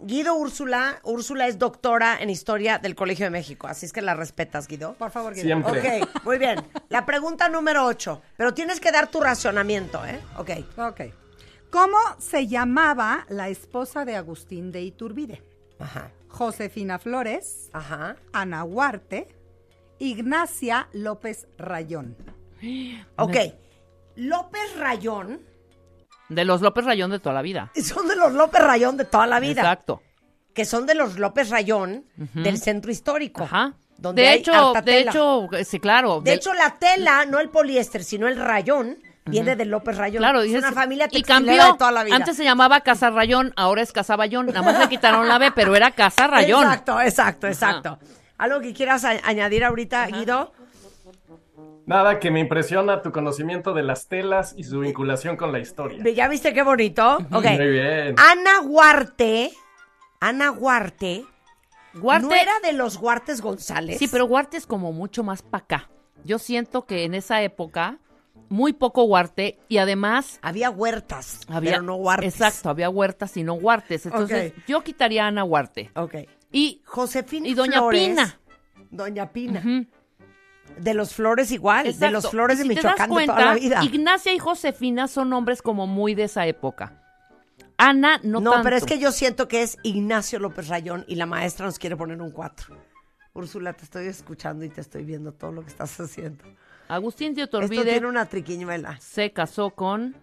Guido Úrsula, Úrsula es doctora en historia del Colegio de México, así es que la respetas, Guido. Por favor, Guido. Ok, muy bien. La pregunta número 8, pero tienes que dar tu racionamiento, ¿eh? Ok. Ok. ¿Cómo se llamaba la esposa de Agustín de Iturbide? Ajá. Josefina Flores, Ajá. Ana Huarte, Ignacia López Rayón. Ok. López Rayón. De los López Rayón de toda la vida. Son de los López Rayón de toda la vida. Exacto. Que son de los López Rayón del centro histórico. Ajá. Donde De hay hecho, harta de tela. hecho, sí, claro. De del- hecho, la tela, no el poliéster, sino el rayón, viene de López Rayón. Claro, es dices, una familia y textilera cambió. de toda la vida. Antes se llamaba Casa Rayón, ahora es Casa Bayón. Nada más le quitaron la B, pero era Casa Rayón. Exacto, exacto, exacto. ¿Algo que quieras a- añadir ahorita, Guido? Nada que me impresiona tu conocimiento de las telas y su vinculación con la historia. Ve- ¿Ya viste qué bonito? Ok. Ah, Muy bien. Ana Huarte, Ana Huarte, Huarte- ¿no era de los Huartes González? Sí, pero Huarte es como mucho más para acá. Yo siento que en esa época, muy poco Huarte y además. Había huertas, pero no Huartes. Exacto, había huertas y no Huartes. Entonces, Ok. yo quitaría a Ana Huarte. Ok. Y Josefina Y Doña Flores. Pina. Doña Pina. De los flores igual, de Exacto. los flores Y de si te das Michoacán de toda la vida. Ignacia y Josefina son nombres como muy de esa época. Ana no No, pero tanto. es que yo siento que es Ignacio López Rayón y la maestra nos quiere poner un 4. Úrsula, te estoy escuchando y te estoy viendo todo lo que estás haciendo. Agustín de Esto tiene una triquiñuela. se casó con...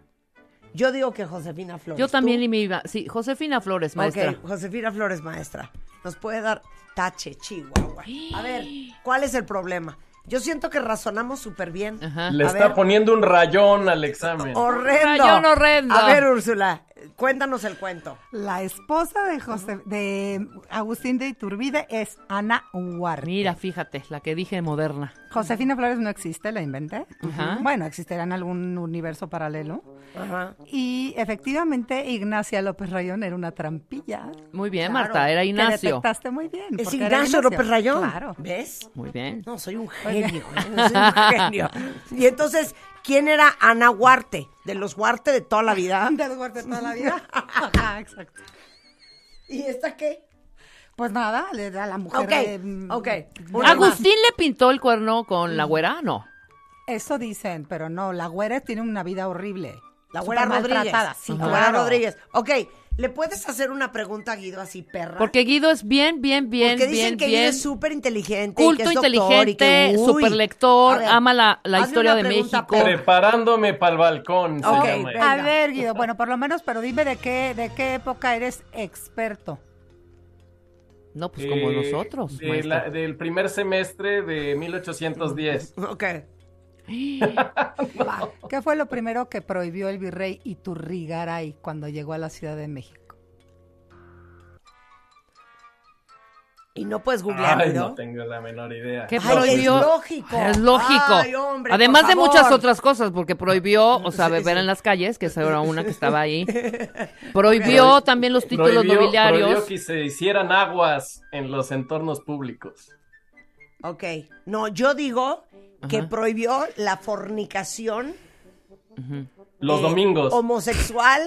Yo digo que Josefina Flores. Yo ¿tú? también y me iba... Sí, Josefina Flores, maestra. Ok, Josefina Flores, maestra. Nos puede dar tache, Chihuahua. A ver, ¿cuál es el problema? Yo siento que razonamos súper bien. Le A está ver, poniendo un rayón al examen. Ah, horrendo. Rayón horrendo. A ver, Úrsula, cuéntanos el cuento. La esposa de José, de Agustín de Iturbide es Ana Huarte. Mira, fíjate, la que dije moderna. Josefina Flores no existe, la inventé. Ajá. Bueno, existirá en algún universo paralelo. Ajá. Y efectivamente, Ignacia López Rayón era una trampilla. Muy bien, Claro, Marta, era que Ignacio. detectaste muy bien. Es porque era Ignacio López Rayón. Claro. ¿Ves? Muy bien. No, soy un genio. ¿eh? Soy un genio. Y entonces, ¿quién era Ana Huarte? De los Huarte de toda la vida. De los Huarte de toda la vida. Ajá, exacto. ¿Y esta qué? Pues nada, le da a la mujer. Ok, de, mm, ok. de más. ¿Agustín le pintó el cuerno con Mm. la güera? No. Eso dicen, pero no, la güera tiene una vida horrible. La abuela Súper Rodríguez. maltratada, Sí, la abuela claro. Rodríguez. Ok, ¿le puedes hacer una pregunta a Guido así, perra? Porque Guido es bien, bien, bien, Porque dicen bien, que Guido bien... es súper inteligente. y que Culto, es doctor y que, inteligente, uy. superlector, A ver, ama la, la hazme historia una de pregunta, México. Preparándome para el balcón. se Ok, llama a ver, Guido, bueno, por lo menos, pero dime de qué, de qué época eres experto. No, pues Eh, como nosotros. de maestra. la- del primer semestre de 1810. Ok. Va, ¿Qué fue lo primero que prohibió el virrey Iturrigaray cuando llegó a la Ciudad de México? Y no puedes googlear, Ay, Guido. no tengo la menor idea. ¿Qué Ay, prohibió? es lógico. Es lógico. Ay, hombre, Además por de favor. muchas otras cosas, porque prohibió, o sea, Sí, beber sí. en las calles, que esa era una que estaba ahí. Prohibió también los títulos Prohibió- nobiliarios. prohibió que se hicieran aguas en los entornos públicos. Ok. No, yo digo que Ajá. prohibió la fornicación Los eh, domingos. homosexual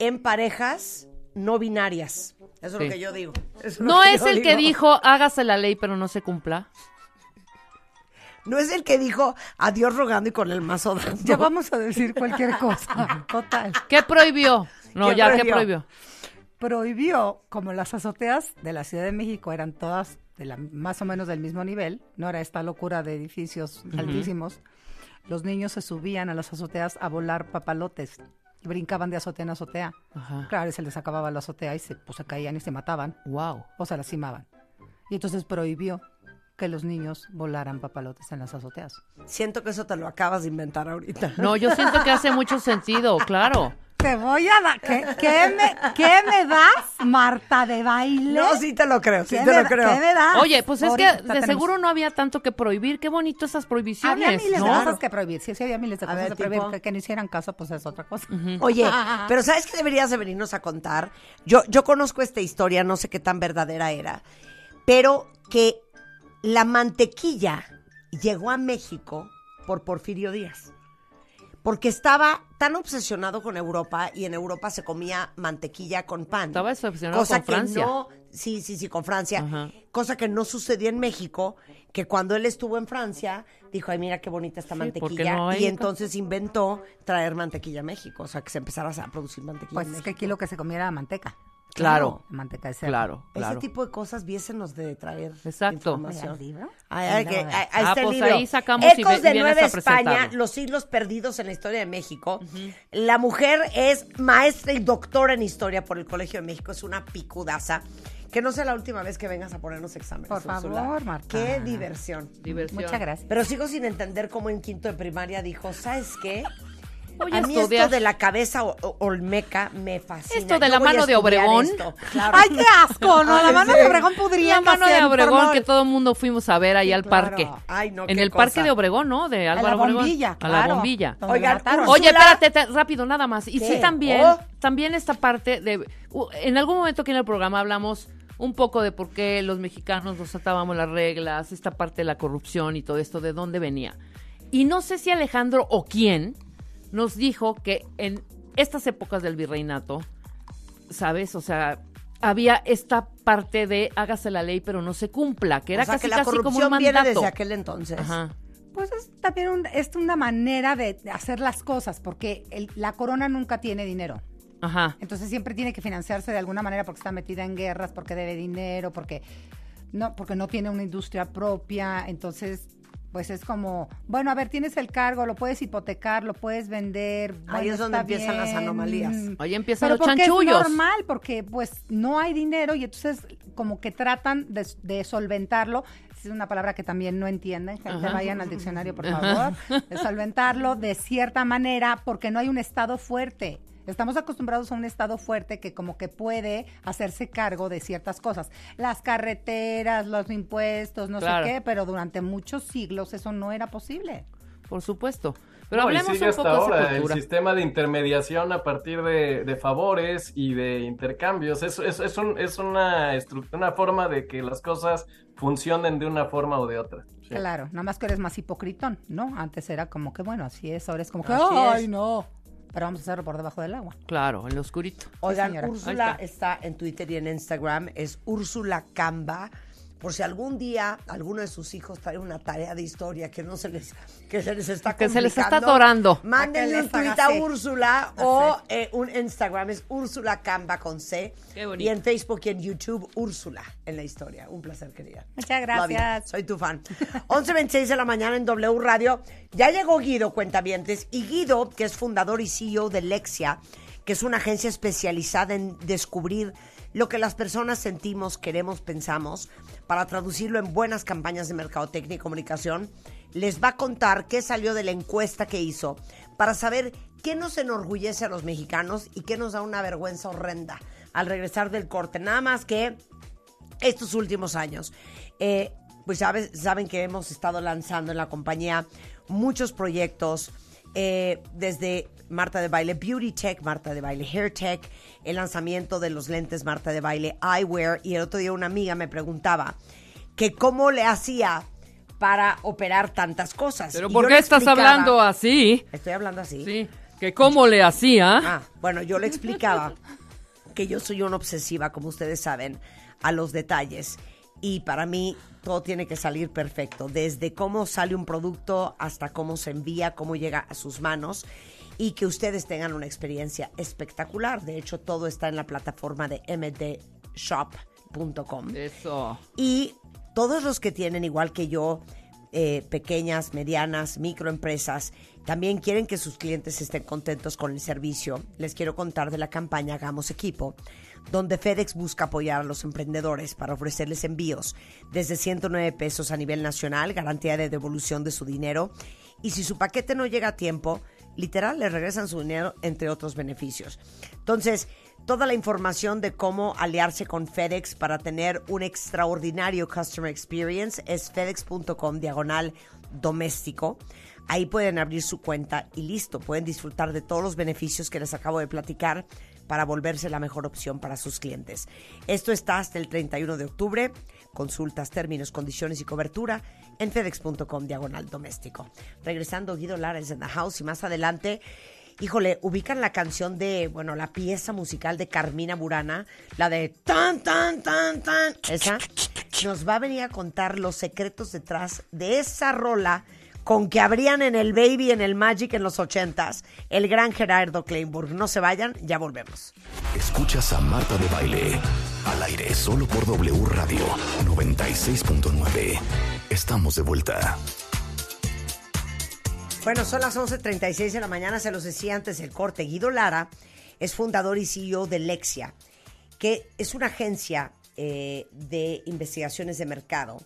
en parejas no binarias. Eso es Sí. lo que yo digo. Eso es lo No que es yo el que digo. dijo, hágase la ley, pero no se cumpla. No es el que dijo adiós rogando y con el mazo dando. Ya vamos a decir cualquier cosa, total. ¿Qué prohibió? No, ¿Qué ya, ¿qué prohibió? prohibió? Prohibió, como las azoteas de la Ciudad de México eran todas de la- más o menos del mismo nivel, no era esta locura de edificios altísimos, los niños se subían a las azoteas a volar papalotes y brincaban de azotea en azotea. Ajá. Claro, y se les acababa la azotea y se, pues, se caían y se mataban Wow. o se lastimaban. Y entonces prohibió que los niños volaran papalotes en las azoteas. Siento que eso te lo acabas de inventar ahorita. No, yo siento que hace mucho sentido, claro. Te voy a dar. ¿Qué, qué me, qué me das, Marta de baile? No, sí te lo creo, sí ¿Qué te me lo da- creo. qué me das? Oye, pues es que Ahorita de tenemos- seguro no había tanto que prohibir. Qué bonito esas prohibiciones. Había miles ¿no? de cosas que prohibir. Sí, sí, había miles de A cosas ver, que prohibir. tipo. Que, que no hicieran caso, pues es otra cosa. Oye, pero ¿sabes qué deberías de venirnos a contar? Yo, yo conozco esta historia, no sé qué tan verdadera era, pero que la mantequilla llegó a México por Porfirio Díaz. Porque estaba tan obsesionado con Europa y en Europa se comía mantequilla con pan. Estaba obsesionado cosa con Francia. Que no, sí, sí, sí, con Francia. Ajá. Cosa que no sucedió en México, que cuando él estuvo en Francia, dijo, ay, mira qué bonita esta Sí, porque mantequilla. no eh? hay- y entonces inventó traer mantequilla a México, o sea, que se empezara a producir mantequilla Pues en es México. que aquí lo que se comiera era manteca. Claro. La manteca de cerdo. Claro, claro. Ese tipo de cosas viésenos de traer Exacto. información. ¿El libro? Ay, ay, No, que- eh. ay, ahí Ah, está el pues libro. ahí sacamos y Ecos ve- de vienes Nueva a España, presentarlo. los siglos perdidos en la historia de México. La mujer es maestra y doctora en historia por el Colegio de México. Es una picudaza. Que no sea la última vez que vengas a ponernos exámenes. Por Úrsula. favor, Marta. Qué diversión. Diversión. Muchas gracias. Pero sigo sin entender cómo en quinto de primaria dijo, ¿sabes qué? Voy a a mí estudiar". esto de la cabeza o- o- olmeca me fascina. Esto de Yo la voy a mano de estudiar Obregón. esto. Ay, qué asco, ¿no? La Ay, mano sí. de Obregón podría La mano de nacer por Obregón mol. que todo el mundo fuimos a ver ahí al parque. Ay, no, en qué el parque cosa. de Obregón, ¿no? De A la Álvaro Obregón. bombilla, A claro. la bombilla. Donde Oigan, la mataron. oye, Úrsula. espérate, te- rápido, nada más. Y ¿Qué? sí, también, Oh. también esta parte de. u- en algún momento aquí en el programa hablamos un poco de por qué los mexicanos nos atábamos las reglas, esta parte de la corrupción y todo esto, de dónde venía. Y no sé si Alejandro o quién nos dijo que en estas épocas del virreinato, ¿sabes? O sea, había esta parte de hágase la ley pero no se cumpla, que era o sea, casi, que la casi como un corrupción viene mandato. desde aquel entonces. Ajá. Pues es también un- es una manera de de hacer las cosas, porque el- la corona nunca tiene dinero. Ajá. Entonces siempre tiene que financiarse de alguna manera porque está metida en guerras, porque debe dinero, porque no, porque no tiene una industria propia. Entonces, pues es como, bueno, a ver, tienes el cargo, lo puedes hipotecar, lo puedes vender. Ahí bueno, es donde está empiezan las bien. anomalías. Ahí empiezan Pero los porque es chanchullos. normal, porque pues no hay dinero y entonces como que tratan de, de solventarlo. Es una palabra que también no entienden, gente, Ajá. vayan al diccionario por Ajá. favor. De solventarlo de cierta manera porque no hay un estado fuerte. Estamos acostumbrados a un estado fuerte que como que puede hacerse cargo de ciertas cosas. Las carreteras, los impuestos, no Claro. sé qué, pero durante muchos siglos eso no era posible. Por supuesto. Pero No, y hablemos sigue un hasta poco de esa ahora el cultura. sistema de intermediación a partir de, de favores y de intercambios. Es, es, es, un- es una, estru- una forma de que las cosas funcionen de una forma o de otra. Sí. Claro, nada más que eres más hipocritón, ¿no? Antes era como que bueno, así es, ahora es como que Así es. ay, no. Pero vamos a hacerlo por debajo del agua. Claro, en lo oscurito. Oigan, señora. Úrsula Ahí está. en Twitter y en Instagram, es Úrsula Camba. Por si algún día alguno de sus hijos trae una tarea de historia que no se les, que se les está Que se les está complicando, atorando. A que Mándenle les un tweet haga a así. Úrsula o eh, un Instagram, es Úrsula Camba con C. Qué bonito. Y en Facebook y en YouTube, Úrsula en la historia. Un placer, querida. Muchas Love you. Soy tu fan. 11.26 de la mañana en W Radio. Ya llegó Guido Cuentavientes y Guido, que es fundador y CEO de Lexia, que es una agencia especializada en descubrir lo que las personas sentimos, queremos, pensamos, para traducirlo en buenas campañas de mercadotecnia y comunicación, les va a contar qué salió de la encuesta que hizo para saber qué nos enorgullece a los mexicanos y qué nos da una vergüenza horrenda al regresar del corte. Nada más que estos últimos años. Eh, pues sabes, saben que hemos estado lanzando en la compañía muchos proyectos, eh, desde Marta de Baile Beauty Tech, Marta de Baile Hair Tech, el lanzamiento de los lentes Marta de Baile Eyewear. Y el otro día una amiga me preguntaba que cómo le hacía para operar tantas cosas. Pero Y ¿por yo qué le estás explicaba- hablando así? Estoy hablando así. Sí. Que cómo le hacía. Ah, bueno, yo le explicaba que yo soy una obsesiva, como ustedes saben, a los detalles. Y para mí todo tiene que salir perfecto, desde cómo sale un producto hasta cómo se envía, cómo llega a sus manos y que ustedes tengan una experiencia espectacular. De hecho, todo está en la plataforma de mdshop.com. Eso. Y todos los que tienen, igual que yo, eh, pequeñas, medianas, microempresas, también quieren que sus clientes estén contentos con el servicio. Les quiero contar de la campaña Hagamos Equipo, donde FedEx busca apoyar a los emprendedores para ofrecerles envíos desde 109 pesos a nivel nacional, garantía de devolución de su dinero. Y si su paquete no llega a tiempo, literal, le regresan su dinero, entre otros beneficios. Entonces, toda la información de cómo aliarse con FedEx para tener un extraordinario customer experience es fedex.com diagonal doméstico. Ahí pueden abrir su cuenta y listo, pueden disfrutar de todos los beneficios que les acabo de platicar para volverse la mejor opción para sus clientes. Esto está hasta el 31 de octubre. Consultas, términos, condiciones y cobertura en fedex.com diagonal doméstico. Regresando, Guido Lara es en The House y más adelante Híjole, ubican la canción de, bueno, la pieza musical de Carmina Burana, la de tan, tan, tan, tan. Esa nos va a venir a contar los secretos detrás de esa rola, con que abrían en el Baby, en el Magic en los ochentas, el gran Gerardo Kleinburg. No se vayan, ya volvemos. Escuchas a Marta de Baile al aire solo por W Radio 96.9. Estamos de vuelta. Bueno, son las 11.36 de la mañana, se los decía antes el corte. Guido Lara es fundador y CEO de Lexia, que es una agencia eh, de investigaciones de mercado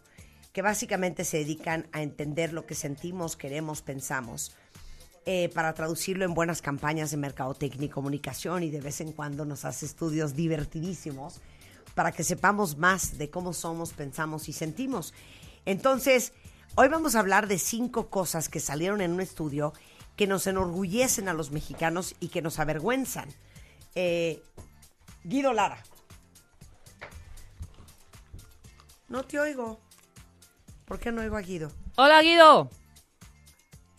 que básicamente se dedican a entender lo que sentimos, queremos, pensamos, eh, para traducirlo en buenas campañas de mercadotecnia y comunicación y de vez en cuando nos hace estudios divertidísimos para que sepamos más de cómo somos, pensamos y sentimos. Entonces, hoy vamos a hablar de cinco cosas que salieron en un estudio que nos enorgullecen a los mexicanos y que nos avergüenzan. Eh, Guido Lara. No te oigo. ¿Por qué no oigo a Guido? Hola, Guido.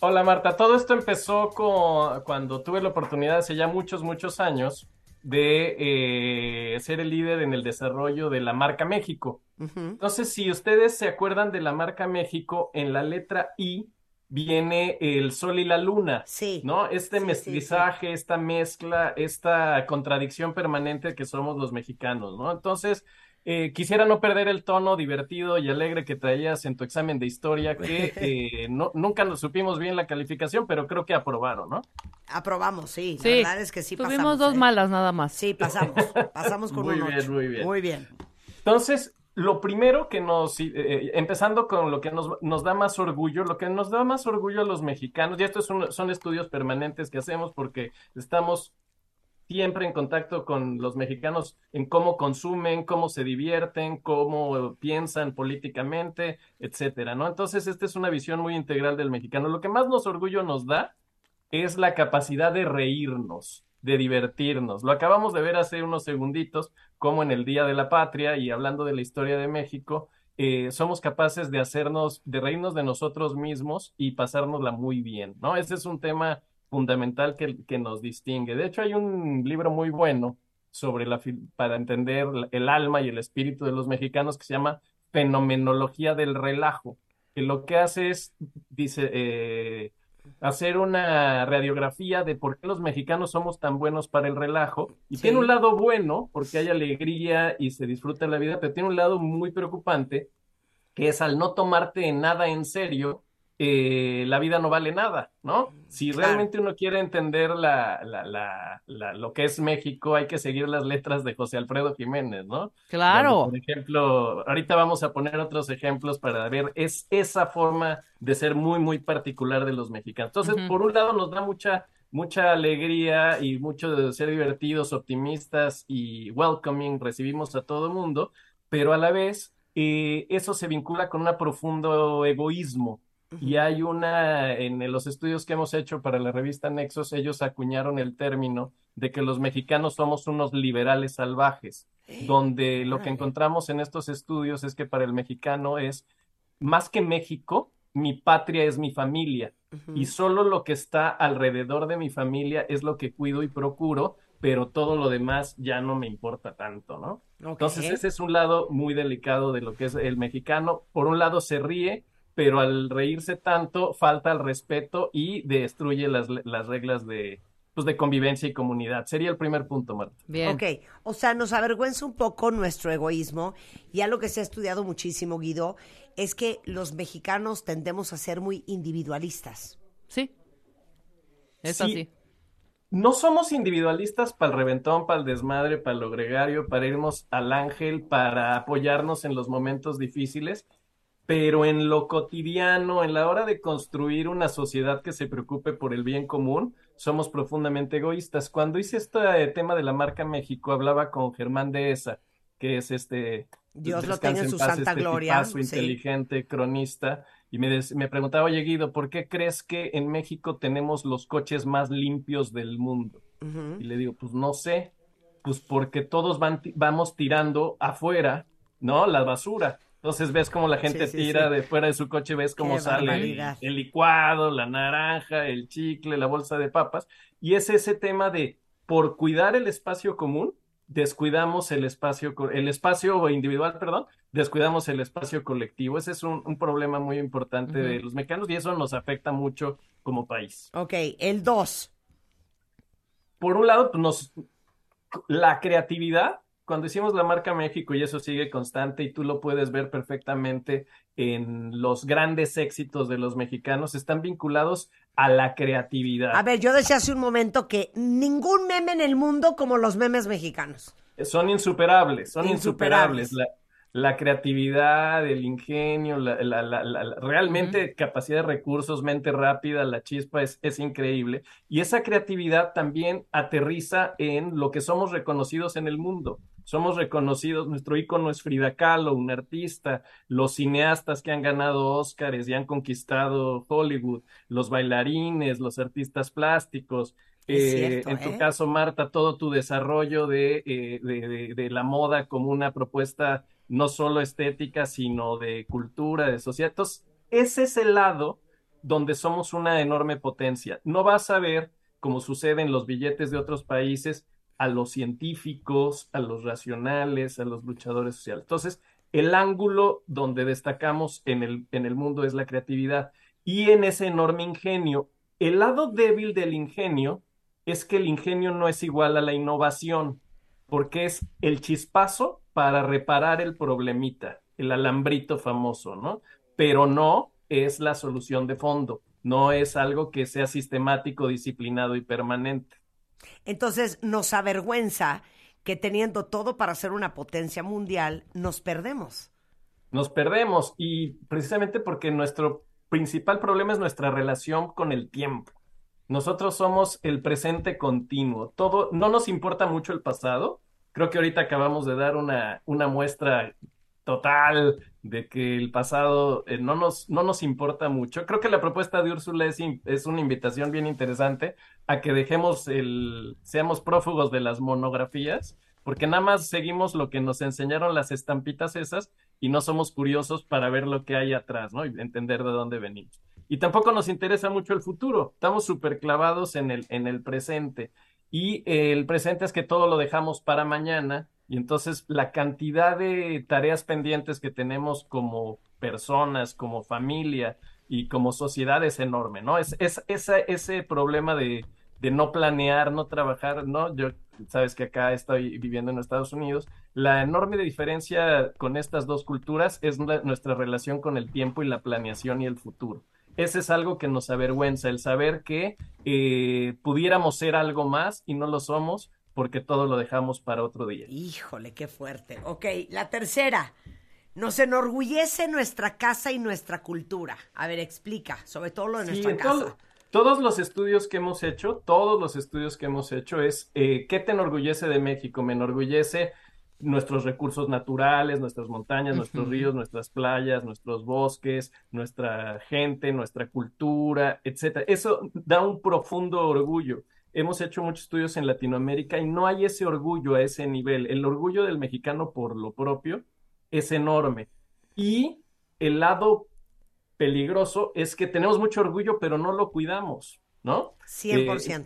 Hola Marta, todo esto empezó con, cuando tuve la oportunidad hace ya muchos, muchos años de eh, ser el líder en el desarrollo de la marca México. Entonces, si ustedes se acuerdan de la marca México, en la letra I viene el sol y la luna. Sí. ¿No? Este mestizaje, esta mezcla, esta contradicción permanente que somos los mexicanos, ¿no? Entonces, eh, quisiera no perder el tono divertido y alegre que traías en tu examen de historia, que eh, no, nunca nos supimos bien la calificación, pero creo que aprobaron, ¿no? Aprobamos, sí. Sí. La verdad es que sí Tuvimos pasamos. ¿eh? dos malas nada más. Sí, pasamos. Pasamos con Muy un bien, ocho. muy bien. Muy bien. Entonces, lo primero que nos, eh, eh, empezando con lo que nos, nos da más orgullo, lo que nos da más orgullo a los mexicanos, y estos son, son estudios permanentes que hacemos porque estamos siempre en contacto con los mexicanos en cómo consumen, cómo se divierten, cómo piensan políticamente, etcétera, ¿no? Entonces, esta es una visión muy integral del mexicano. Lo que más nos orgullo nos da es la capacidad de reírnos, de divertirnos. Lo acabamos de ver hace unos segunditos, como en el Día de la Patria y hablando de la historia de México, eh, somos capaces de hacernos, de reírnos de nosotros mismos y pasárnosla muy bien, ¿no? Ese es un tema fundamental que, que nos distingue. De hecho, hay un libro muy bueno sobre la, fil- para entender el alma y el espíritu de los mexicanos que se llama Fenomenología del Relajo, que lo que hace es, dice, eh, hacer una radiografía de por qué los mexicanos somos tan buenos para el relajo. Y Sí. tiene un lado bueno, porque hay alegría y se disfruta la vida, pero tiene un lado muy preocupante, que es al no tomarte nada en serio, eh, la vida no vale nada, ¿no? Si realmente uno quiere entender la, la- la- la- lo que es México, hay que seguir las letras de José Alfredo Jiménez, ¿no? Claro. Donde, por ejemplo, ahorita vamos a poner otros ejemplos para ver es esa forma de ser muy, muy particular de los mexicanos. Entonces, Ujú. por un lado, nos da mucha, mucha alegría y mucho de ser divertidos, optimistas y welcoming, recibimos a todo mundo, pero a la vez eh, eso se vincula con un profundo egoísmo. Y hay una, en los estudios que hemos hecho para la revista Nexos, ellos acuñaron el término de que los mexicanos somos unos liberales salvajes, Eh. donde lo que encontramos en estos estudios es que para el mexicano es, más que México, mi patria es mi familia y solo lo que está alrededor de mi familia es lo que cuido y procuro, pero todo lo demás ya no me importa tanto, ¿no? Entonces ese es un lado muy delicado de lo que es el mexicano. Por un lado se ríe, pero al reírse tanto falta al respeto y destruye las, le- las reglas de, pues, de convivencia y comunidad. Sería el primer punto, Marta. Ok, o sea, nos avergüenza un poco nuestro egoísmo. Ya lo que se ha estudiado muchísimo, Guido, es que los mexicanos tendemos a ser muy individualistas. Sí. Es Sí, así. No somos individualistas para el reventón, para el desmadre, para lo gregario, para irnos al ángel, para apoyarnos en los momentos difíciles, pero en lo cotidiano, en la hora de construir una sociedad que se preocupe por el bien común, somos profundamente egoístas. Cuando hice este eh, tema de la marca México, hablaba con Germán Dehesa, que es este, Dios lo descanse tenga en su santa este gloria, tipazo sí. inteligente, cronista, y me, des- me preguntaba, oye Guido, ¿por qué crees que en México tenemos los coches más limpios del mundo? Ujú. Y le digo, pues no sé, pues porque todos van, ti- vamos tirando afuera, ¿no? La basura. Entonces ves cómo la gente sí, tira sí. de fuera de su coche, ves cómo Qué sale el, barbaridad. el licuado, la naranja, el chicle, la bolsa de papas. Y es ese tema de, por cuidar el espacio común, descuidamos el espacio, co- el espacio individual, perdón, descuidamos el espacio colectivo. Ese es un, un problema muy importante de Ujú. los mexicanos y eso nos afecta mucho como país. Ok, el 2. Por un lado, pues, nos, la creatividad, cuando hicimos la marca México y eso sigue constante y tú lo puedes ver perfectamente en los grandes éxitos de los mexicanos, están vinculados a la creatividad. A ver, yo decía hace un momento que ningún meme en el mundo como los memes mexicanos. Son insuperables, son Insuperables. insuperables. La, la creatividad, el ingenio, la, la- la- la- la- realmente capacidad de recursos, mente rápida, la chispa es, es increíble. Y esa creatividad también aterriza en lo que somos reconocidos en el mundo. Somos reconocidos, nuestro ícono es Frida Kahlo, un artista, los cineastas que han ganado Óscares y han conquistado Hollywood, los bailarines, los artistas plásticos. Es Eh, cierto, en tu ¿eh? caso, Marta, todo tu desarrollo de, eh, de, de- de la moda como una propuesta no solo estética, sino de cultura, de sociedad. Entonces, ese es el lado donde somos una enorme potencia. No vas a ver, como sucede en los billetes de otros países, a los científicos, a los racionales, a los luchadores sociales. Entonces, el ángulo donde destacamos en el, en el mundo es la creatividad y en ese enorme ingenio. El lado débil del ingenio es que el ingenio no es igual a la innovación, porque es el chispazo para reparar el problemita, el alambrito famoso, ¿no? Pero no es la solución de fondo, no es algo que sea sistemático, disciplinado y permanente. Entonces nos avergüenza que teniendo todo para ser una potencia mundial, nos perdemos. Nos perdemos y precisamente porque nuestro principal problema es nuestra relación con el tiempo. Nosotros somos el presente continuo. Todo, no nos importa mucho el pasado. Creo que ahorita acabamos de dar una, una muestra total de que el pasado eh, no nos, no nos importa mucho. Creo que la propuesta de Úrsula es, in- es una invitación bien interesante a que dejemos el, seamos prófugos de las monografías, porque nada más seguimos lo que nos enseñaron las estampitas esas y no somos curiosos para ver lo que hay atrás, ¿no? Y entender de dónde venimos. Y tampoco nos interesa mucho el futuro. Estamos súper clavados en el, en el presente. Y eh, el presente es que todo lo dejamos para mañana. Y entonces la cantidad de tareas pendientes que tenemos como personas, como familia y como sociedad es enorme, ¿no? Es, es, esa- ese problema de, de no planear, no trabajar, ¿no? Yo, sabes que acá estoy viviendo en Estados Unidos. La enorme diferencia con estas dos culturas es la- nuestra relación con el tiempo y la planeación y el futuro. Ese es algo que nos avergüenza, el saber que eh, pudiéramos ser algo más y no lo somos porque todo lo dejamos para otro día. Híjole, qué fuerte. Ok, la tercera. Nos enorgullece nuestra casa y nuestra cultura. A ver, explica, sobre todo lo de Sí, nuestra en casa. todo- todos los estudios que hemos hecho, todos los estudios que hemos hecho es eh, ¿qué te enorgullece de México? Me enorgullece nuestros recursos naturales, nuestras montañas, nuestros Ujú. ríos, nuestras playas, nuestros bosques, nuestra gente, nuestra cultura, etcétera. Eso da un profundo orgullo. Hemos hecho muchos estudios en Latinoamérica y no hay ese orgullo a ese nivel. El orgullo del mexicano por lo propio es enorme. Y el lado peligroso es que tenemos mucho orgullo, pero no lo cuidamos, ¿no? Eh, 100%.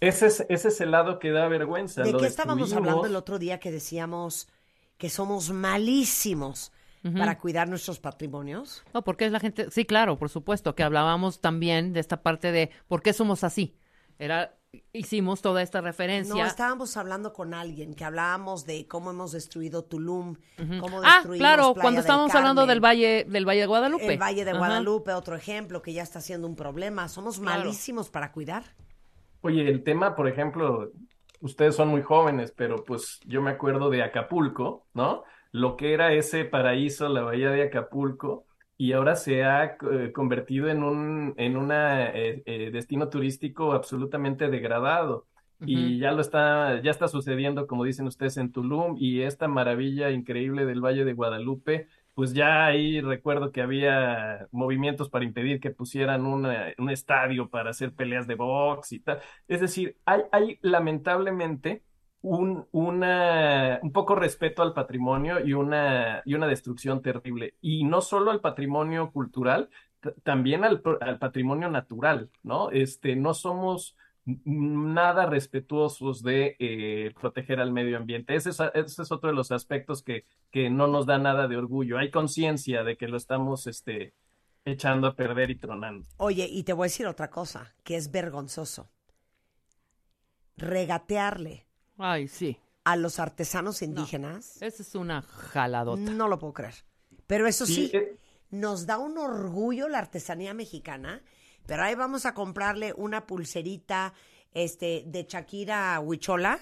ese es, ese es el lado que da vergüenza. ¿De lo qué estábamos hablando el descuidamos. otro día que decíamos que somos malísimos Ujú. para cuidar nuestros patrimonios? No, porque es la gente, sí, claro, por supuesto, que hablábamos también de esta parte de por qué somos así. Era, hicimos toda esta referencia. No, estábamos hablando con alguien que hablábamos de cómo hemos destruido Tulum, cómo Ah, destruimos claro, Playa cuando del estábamos hablando Carmen. del valle, del valle de Guadalupe. El Valle de Ajá. Guadalupe, otro ejemplo que ya está siendo un problema. Somos Claro. malísimos para cuidar. Oye, el tema, por ejemplo, ustedes son muy jóvenes, pero pues yo me acuerdo de Acapulco, ¿no? Lo que era ese paraíso, la bahía de Acapulco, y ahora se ha eh, convertido en un en una, eh, eh, destino turístico absolutamente degradado. Y ya lo está, ya está sucediendo, como dicen ustedes, en Tulum, y esta maravilla increíble del Valle de Guadalupe, pues ya ahí recuerdo que había movimientos para impedir que pusieran una- un estadio para hacer peleas de box y tal. Es decir, hay, hay lamentablemente un, una, un poco respeto al patrimonio y una, y una destrucción terrible. Y no solo al patrimonio cultural, t- también al, pro- al patrimonio natural, ¿no? Este, no somos nada respetuosos de eh, proteger al medio ambiente. Ese es, ese es otro de los aspectos que, que no nos da nada de orgullo. Hay conciencia de que lo estamos este, echando a perder y tronando. Oye, y te voy a decir otra cosa que es vergonzoso. Regatearle Ay, sí. a los artesanos indígenas. Esa es una jaladota. No lo puedo creer. Pero eso sí, Sí, eh. nos da un orgullo la artesanía mexicana. Pero ahí vamos a comprarle una pulserita este, de Shakira Huichola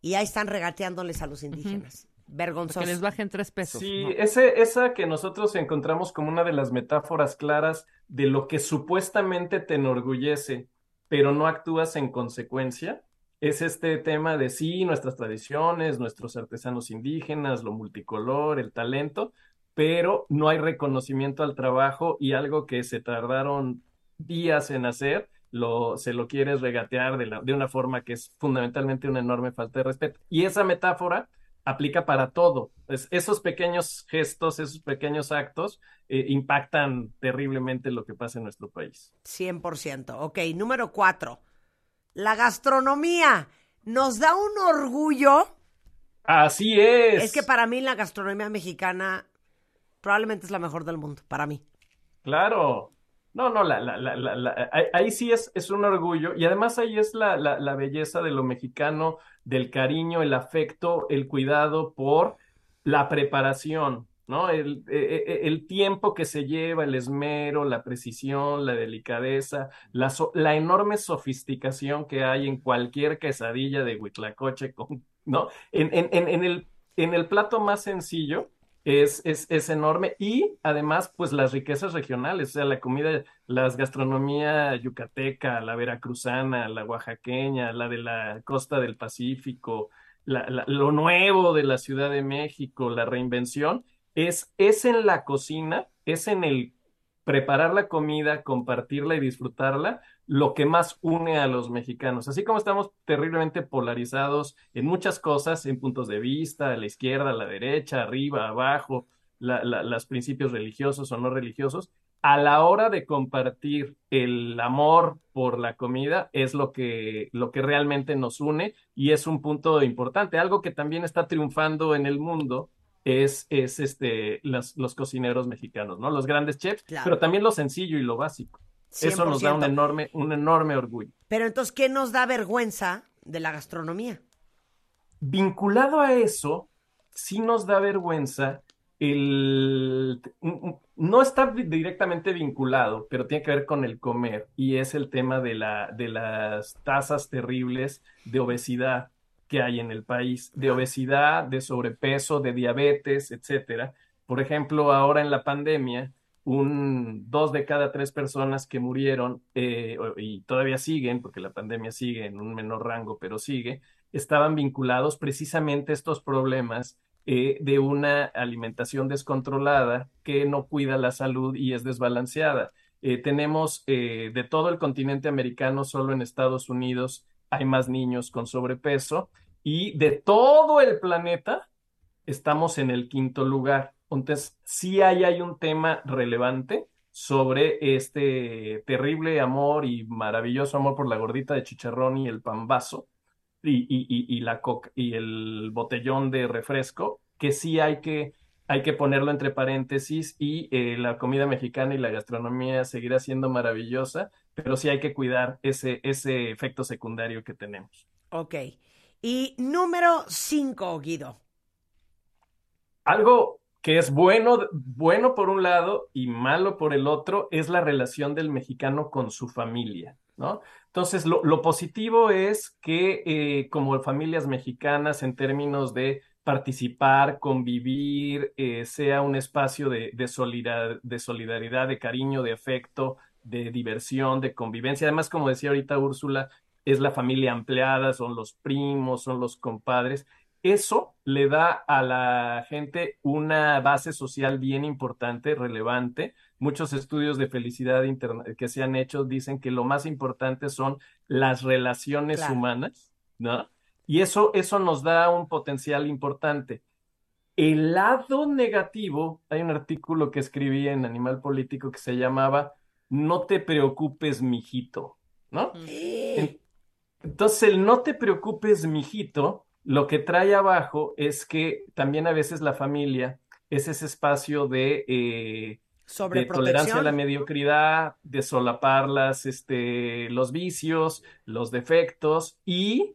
y ahí están regateándoles a los indígenas. Vergonzoso. Que les bajen tres pesos. Sí, ¿no? ese, esa que nosotros encontramos como una de las metáforas claras de lo que supuestamente te enorgullece, pero no actúas en consecuencia, es este tema de sí, nuestras tradiciones, nuestros artesanos indígenas, lo multicolor, el talento, pero no hay reconocimiento al trabajo y algo que se tardaron días en hacer, lo, se lo quieres regatear de, la- de una forma que es fundamentalmente una enorme falta de respeto. Y esa metáfora aplica para todo. Es- esos pequeños gestos, esos pequeños actos eh, impactan terriblemente lo que pasa en nuestro país. 100%. Ok, número cuatro. La gastronomía nos da un orgullo. Así es. Es que para mí la gastronomía mexicana probablemente es la mejor del mundo, para mí. Claro. No, no, la, la, la, la- la- ahí, ahí sí es, es un orgullo y además ahí es la, la, la belleza de lo mexicano, del cariño, el afecto, el cuidado por la preparación, ¿no? El, eh, eh, el tiempo que se lleva, el esmero, la precisión, la delicadeza, la, so- la enorme sofisticación que hay en cualquier quesadilla de huitlacoche, con, ¿no? En, en, en, en el, en el plato más sencillo es, es, es enorme y además pues las riquezas regionales, o sea, la comida, las gastronomía yucateca, la veracruzana, la oaxaqueña, la de la costa del Pacífico, la- la- lo nuevo de la Ciudad de México, la reinvención, es, es en la cocina, es en el preparar la comida, compartirla y disfrutarla, lo que más une a los mexicanos. Así como estamos terriblemente polarizados en muchas cosas, en puntos de vista, a la izquierda, a la derecha, arriba, abajo, la- la- los principios religiosos o no religiosos, a la hora de compartir el amor por la comida es lo que, lo que realmente nos une y es un punto importante. Algo que también está triunfando en el mundo es, es este, las- los cocineros mexicanos, ¿no? Los grandes chefs, Claro. pero también lo sencillo y lo básico. Eso nos da un 100%. enorme, un enorme orgullo. Pero entonces, ¿qué nos da vergüenza de la gastronomía? vinculado a eso, sí nos da vergüenza el... No está vi- directamente vinculado, pero tiene que ver con el comer y es el tema de la, de las tasas terribles de obesidad que hay en el país, de obesidad, de sobrepeso, de diabetes, etcétera. Por ejemplo, ahora en la pandemia, un, dos de cada tres personas que murieron eh, o- y todavía siguen, porque la pandemia sigue en un menor rango, pero sigue, estaban vinculados precisamente a estos problemas eh, de una alimentación descontrolada que no cuida la salud y es desbalanceada. Eh, tenemos eh, de todo el continente americano, solo en Estados Unidos hay más niños con sobrepeso y de todo el planeta estamos en el quinto lugar. Entonces, sí hay, hay un tema relevante sobre este terrible amor y maravilloso amor por la gordita de chicharrón y el pambazo y, y, y, y la coca y el botellón de refresco, que sí hay que, hay que ponerlo entre paréntesis y eh, la comida mexicana y la gastronomía seguirá siendo maravillosa, pero sí hay que cuidar ese, ese efecto secundario que tenemos. Ok. Y número cinco, Guido. Algo que es bueno, bueno por un lado y malo por el otro es la relación del mexicano con su familia, ¿no? Entonces, lo, lo positivo es que eh, como familias mexicanas en términos de participar, convivir, eh, sea un espacio de, de solidar- de solidaridad, de cariño, de afecto, de diversión, de convivencia. Además, como decía ahorita Úrsula, es la familia ampliada, son los primos, son los compadres. Eso le da a la gente una base social bien importante, relevante. Muchos estudios de felicidad interna- que se han hecho dicen que lo más importante son las relaciones Claro. humanas, ¿no? Y eso, eso nos da un potencial importante. El lado negativo, hay un artículo que escribí en Animal Político que se llamaba No te preocupes, mijito, ¿no? En- Entonces, el no te preocupes, mijito, lo que trae abajo es que también a veces la familia es ese espacio de, eh, de Sobreprotección. tolerancia a la mediocridad, de solapar las, este, los vicios, los defectos y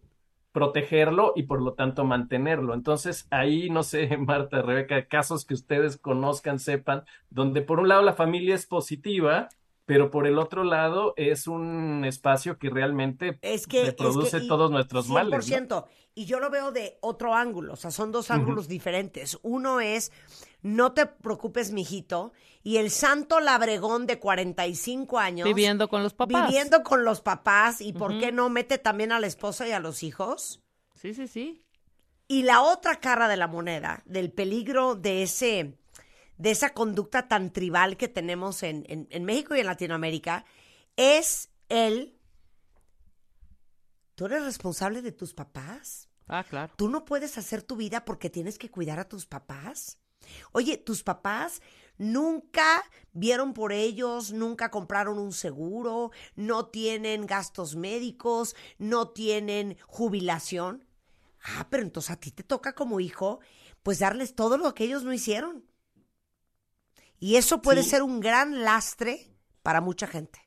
protegerlo y por lo tanto mantenerlo. Entonces ahí, no sé, Marta, Rebeca, casos que ustedes conozcan, sepan, donde por un lado la familia es positiva, pero por el otro lado es un espacio que realmente Es que- es que- reproduce y todos nuestros males. ¿no? 100%. Y yo lo veo de otro ángulo, o sea, son dos ángulos diferentes. Uno es, no te preocupes, mijito, y el santo labregón de 45 años. Viviendo con los papás. Viviendo con los papás, y por qué no mete también a la esposa y a los hijos. Sí, sí, sí. Y la otra cara de la moneda, del peligro de ese, de esa conducta tan tribal que tenemos en, en- en México y en Latinoamérica, es el tú eres responsable de tus papás. Ah, claro. Tú no puedes hacer tu vida porque tienes que cuidar a tus papás. Oye, tus papás nunca vieron por ellos, nunca compraron un seguro, no tienen gastos médicos, no tienen jubilación. Ah, pero entonces a ti te toca como hijo, pues darles todo lo que ellos no hicieron. Y eso puede Sí. ser un gran lastre para mucha gente.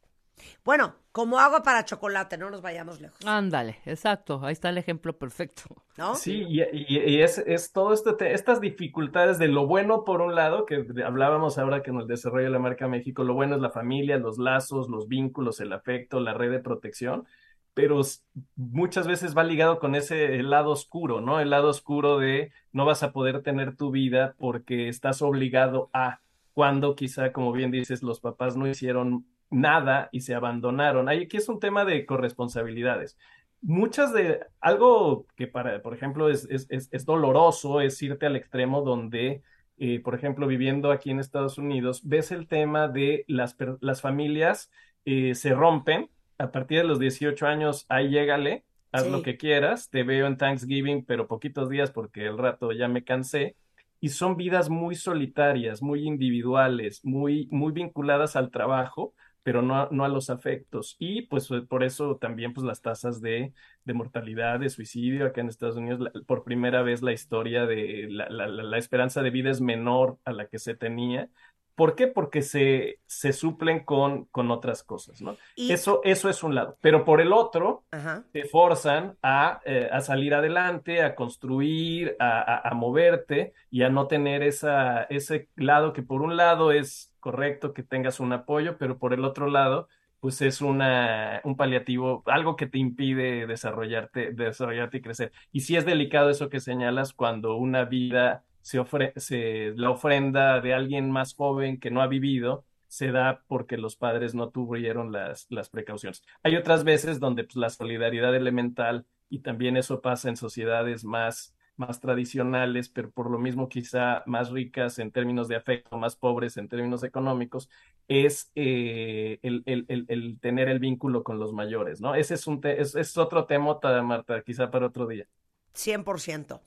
Bueno, como agua para chocolate, no nos vayamos lejos. Ándale, exacto. Ahí está el ejemplo perfecto. ¿No? Sí, y, y- y es, es todo este te- estas dificultades de lo bueno por un lado, que hablábamos ahora que en el desarrollo de la marca México, lo bueno es la familia, los lazos, los vínculos, el afecto, la red de protección, pero s- muchas veces va ligado con ese lado oscuro, ¿no? El lado oscuro de no vas a poder tener tu vida porque estás obligado a, cuando quizá, como bien dices, los papás no hicieron nada y se abandonaron. Ahí aquí es un tema de corresponsabilidades muchas de algo que para, por ejemplo, es, es, es, es doloroso es irte al extremo donde, eh, por ejemplo, viviendo aquí en Estados Unidos, ves el tema de las, per- las familias eh, se rompen a partir de los 18 años, ahí llégale, haz lo Sí. que quieras, te veo en Thanksgiving, pero poquitos días porque el rato ya me cansé. Y son vidas muy solitarias, muy individuales, muy, muy vinculadas al trabajo, pero no, a- no a los afectos. Y pues eh, por eso también pues las tasas de, de mortalidad, de suicidio acá en Estados Unidos, la- por primera vez la historia de la, la- la- la esperanza de vida es menor a la que se tenía. ¿Por qué? Porque se, se suplen con, con otras cosas, ¿no? Y- Eso, eso es un lado. Pero por el otro, Ajá. te forzan a, eh, a salir adelante, a construir, a, a- a moverte y a no tener esa, ese lado que por un lado es correcto que tengas un apoyo, pero por el otro lado, pues es una, un paliativo, algo que te impide desarrollarte, desarrollarte y crecer. Y sí es delicado eso que señalas cuando una vida se ofre- se, la ofrenda de alguien más joven que no ha vivido se da porque los padres no tuvieron las, las precauciones. Hay otras veces donde pues, la solidaridad elemental y también eso pasa en sociedades más, más tradicionales, pero por lo mismo quizá más ricas en términos de afecto, más pobres en términos económicos, es eh, el, el- el- el tener el vínculo con los mayores, ¿no? Ese es, un te- es, es otro tema, Marta, quizá para otro día. 100%.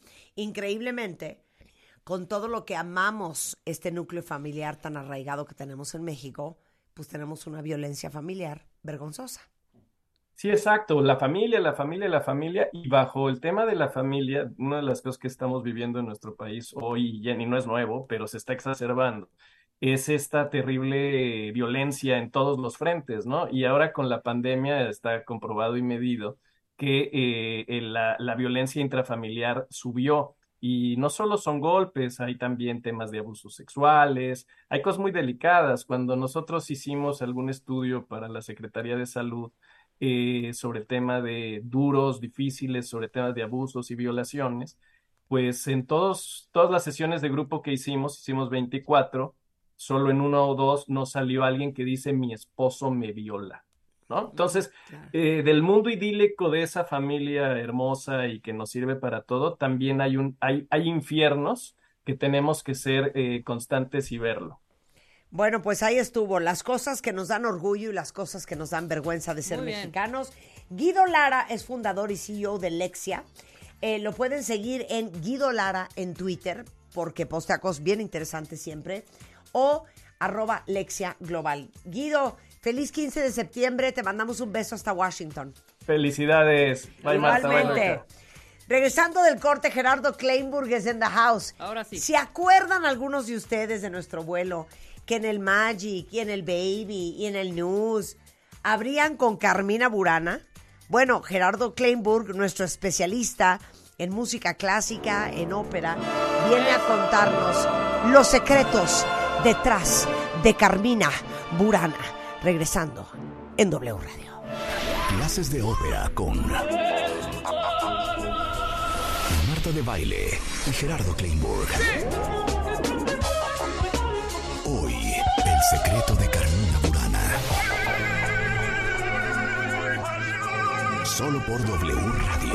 Increíblemente, con todo lo que amamos este núcleo familiar tan arraigado que tenemos en México, pues tenemos una violencia familiar vergonzosa. Sí, exacto. La familia, la familia, la familia. Y bajo el tema de la familia, una de las cosas que estamos viviendo en nuestro país hoy, y y no es nuevo, pero se está exacerbando, es esta terrible eh, violencia en todos los frentes, ¿no? Y ahora con la pandemia está comprobado y medido que eh, eh, la, la violencia intrafamiliar subió. Y no solo son golpes, hay también temas de abusos sexuales, hay cosas muy delicadas. Cuando nosotros hicimos algún estudio para la Secretaría de Salud, eh, sobre el tema de duros, difíciles, sobre temas de abusos y violaciones, pues en todos, todas las sesiones de grupo que hicimos, hicimos 24, solo en uno o dos no salió alguien que dice mi esposo me viola, ¿no? Entonces, eh, del mundo idílico de esa familia hermosa y que nos sirve para todo, también hay un, hay, hay infiernos que tenemos que ser eh, constantes y verlo. Bueno, pues ahí estuvo las cosas que nos dan orgullo y las cosas que nos dan vergüenza de ser Muy bien. mexicanos. Guido Lara es fundador y CEO de Lexia. Eh, lo pueden seguir en Guido Lara en Twitter porque postea cosas bien interesantes siempre. O arroba Lexia Global. Guido, feliz 15 de septiembre, te mandamos un beso hasta Washington. Felicidades. Bye, Marta, bye, Igualmente. Luca. Regresando del corte, Gerardo Kleinburg es en the house. Ahora sí. ¿Se acuerdan algunos de ustedes de nuestro vuelo que en el Magic y en el Baby y en el News abrían con Carmina Burana? Bueno, Gerardo Kleinburg, nuestro especialista en música clásica, en ópera, viene a contarnos los secretos detrás de Carmina Burana. Regresando en W Radio. Clases de ópera con Marta de Baile y Gerardo Kleinburg. Hoy, el secreto de Carmina Burana. Solo por W Radio.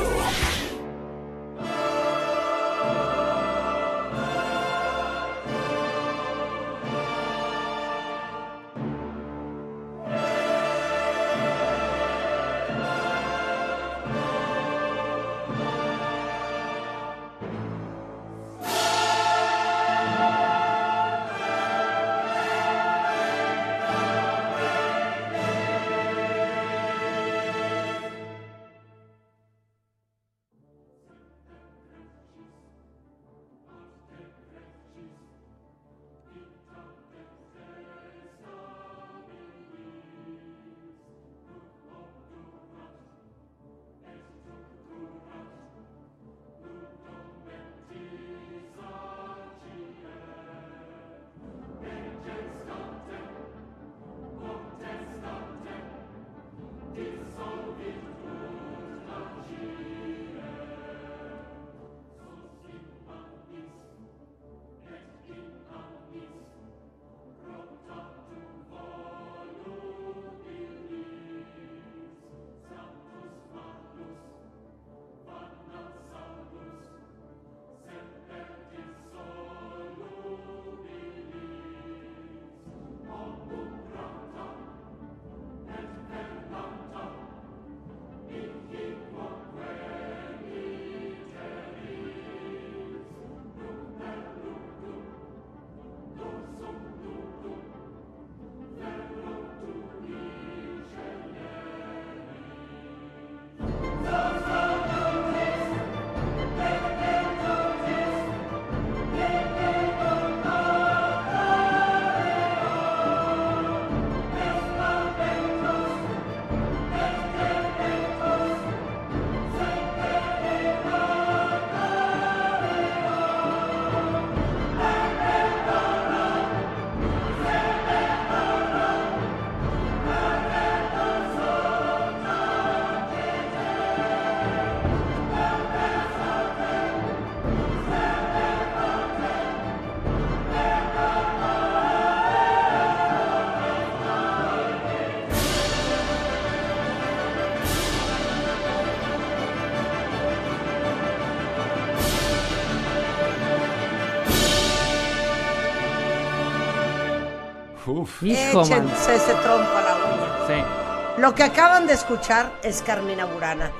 Uf. Hijo, Échense man. ese trompo a la uña. Sí. Lo que acaban de escuchar es Carmina Burana.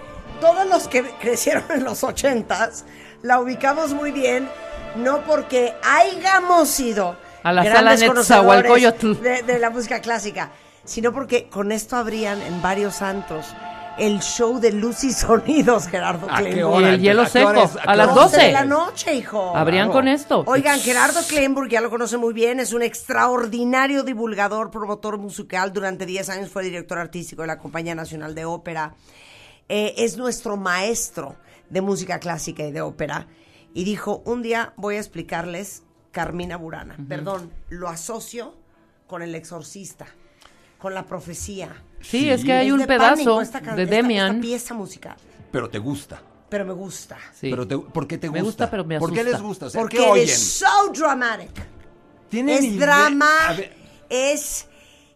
Todos los que crecieron en los ochentas la ubicamos muy bien, no porque hayamos ido A la grandes sala conocedores Netzahualcóyotl. de, de la música clásica, sino porque con esto abrían en varios santos el show de luz y sonidos, Gerardo ¿A qué Kleinburg. hora? Y el hielo ¿A qué hora es? seco, ¿A a qué las hora es? 12 de la noche, hijo. Abrían Claro. con esto. Oigan, Gerardo Kleinburg ya lo conoce muy bien, es un extraordinario divulgador, promotor musical. Durante 10 años fue director artístico de la Compañía Nacional de Ópera. Eh, es nuestro maestro de música clásica y de ópera. Y dijo, un día voy a explicarles Carmina Burana. Perdón, lo asocio con el exorcista, con la profecía. Sí, es que hay un de pedazo pánico esta can- de esta- Demian. esta pieza musical, Pero te gusta. pero me gusta. Pero te- ¿Por qué te gusta? Me gusta, pero me ¿Por qué asusta. les gusta? O sea, Porque ¿qué eres oyen? so dramatic. ¿Tienen es idea? drama, A ver. es,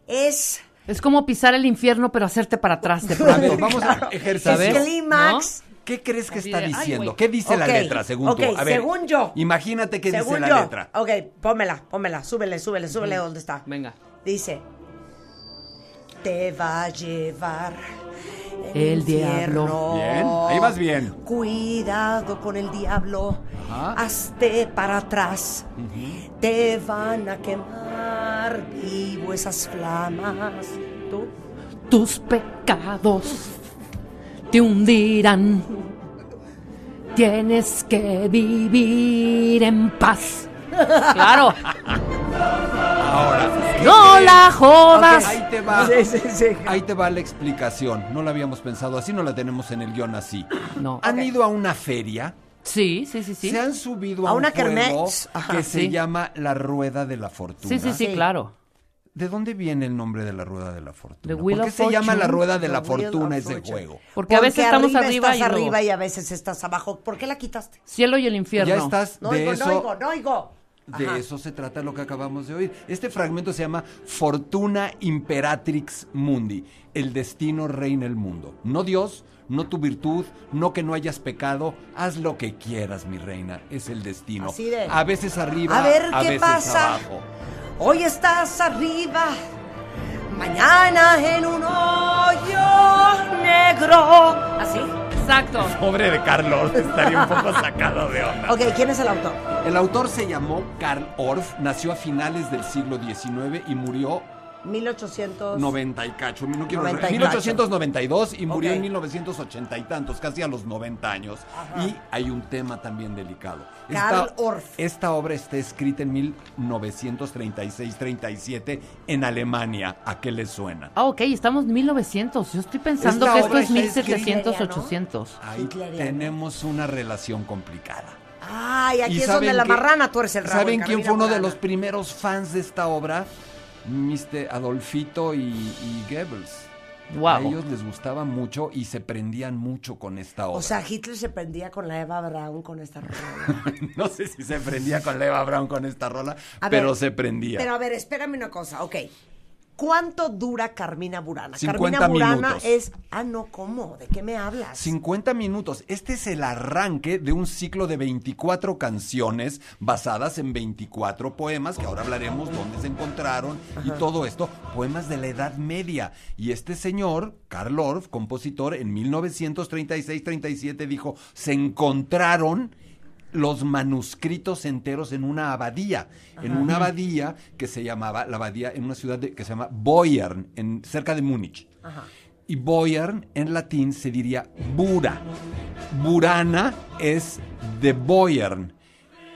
es, Es como pisar el infierno, pero hacerte para atrás de A pronto. ver, vamos a ejercicio. ¿Sabes? clímax. ¿Qué crees que Así está de, ay, diciendo? güey. ¿Qué dice la Ok, letra, según tú? ok, A ver, según yo. Imagínate qué Según dice la yo. letra. Ok, pónmela, pónmela, súbele, súbele, súbele, ¿dónde está? Venga. Dice, te va a llevar el, El infierno. diablo. Bien, ahí vas bien. Cuidado con el diablo, hazte para atrás, te van a quemar. quemar vivo esas flamas. ¿Tú? Tus pecados te hundirán. Tienes que vivir en paz. Claro. Ahora. ¿qué No creen? la jodas. Ok, Ahí te va. Sí, Ahí te va la explicación. No la habíamos pensado así, no la tenemos en el guión así. No. ¿Han ido a una feria? Sí, sí, sí, sí. Se han subido A a, una un juego kermés. Ajá. que se Sí. llama la rueda de la fortuna. Sí, sí, sí, claro. ¿De dónde viene el nombre de la rueda de la fortuna? The Wheel ¿Por qué of se llama la Fortune? rueda de The la Wheel of fortuna ese Fortune. juego? Porque a veces estamos arriba estás y luego- arriba y a veces estás abajo. ¿Por qué la quitaste? Cielo y el infierno. Ya estás No de oigo, eso. no oigo, no oigo. De Ajá. eso se trata lo que acabamos de oír. Este fragmento se llama Fortuna Imperatrix Mundi. El destino reina el mundo. No Dios, no tu virtud, no que no hayas pecado. Haz lo que quieras, mi reina. Es el destino. Así de- A veces arriba, A ver qué veces pasa. abajo. Hoy estás arriba, mañana en un hoyo negro. ¿Así? Exacto. Pobre de Carlos, estaría un poco sacado de onda. Ok, ¿quién es el autor? El autor se llamó Karl Orff, nació a finales del siglo XIX y murió 1800. 90 y cacho, no quiero- 90 y 1892 y murió Ok. en 1980 y tantos, casi a los 90 años. Ajá. Y hay un tema también delicado. Karl esta, Orff. esta obra está escrita en 1936-37 en Alemania. ¿A qué le suena? Ah, ok, estamos en 1900. Yo estoy pensando Esta que esto obra es está 1700, escrita- 800. Ahí tenemos una relación complicada. Ay, ¿Y aquí es saben donde la qué? marrana tuerce el rabo. ¿Saben en quién Carolina fue uno de Marrana? los primeros fans de esta obra? Mr. Adolfito y, y Goebbels. A Guau. ellos les gustaba mucho y se prendían mucho con esta obra. O sea, Hitler se prendía con la Eva Braun con esta rola. no sé si se prendía con Leva Brown con esta rola, A pero ver, se prendía. Pero a ver, espérame una cosa, ok. ¿Cuánto dura Carmina Burana? 50 Carmina Burana minutos. es. Ah, no, ¿cómo? ¿De qué me hablas? 50 minutos. Este es el arranque de un ciclo de 24 canciones basadas en 24 poemas, que ahora hablaremos dónde se encontraron y Ajá. todo esto, poemas de la Edad Media. Y este señor, Karl Orff, compositor, en 1936-37 dijo, se encontraron los manuscritos enteros en una abadía, en Ajá. una abadía que se llamaba, la abadía en una ciudad de- que se llama Boyern, en, cerca de Múnich. Ajá. Y Boyern en latín se diría Bura. Burana es de Boyern.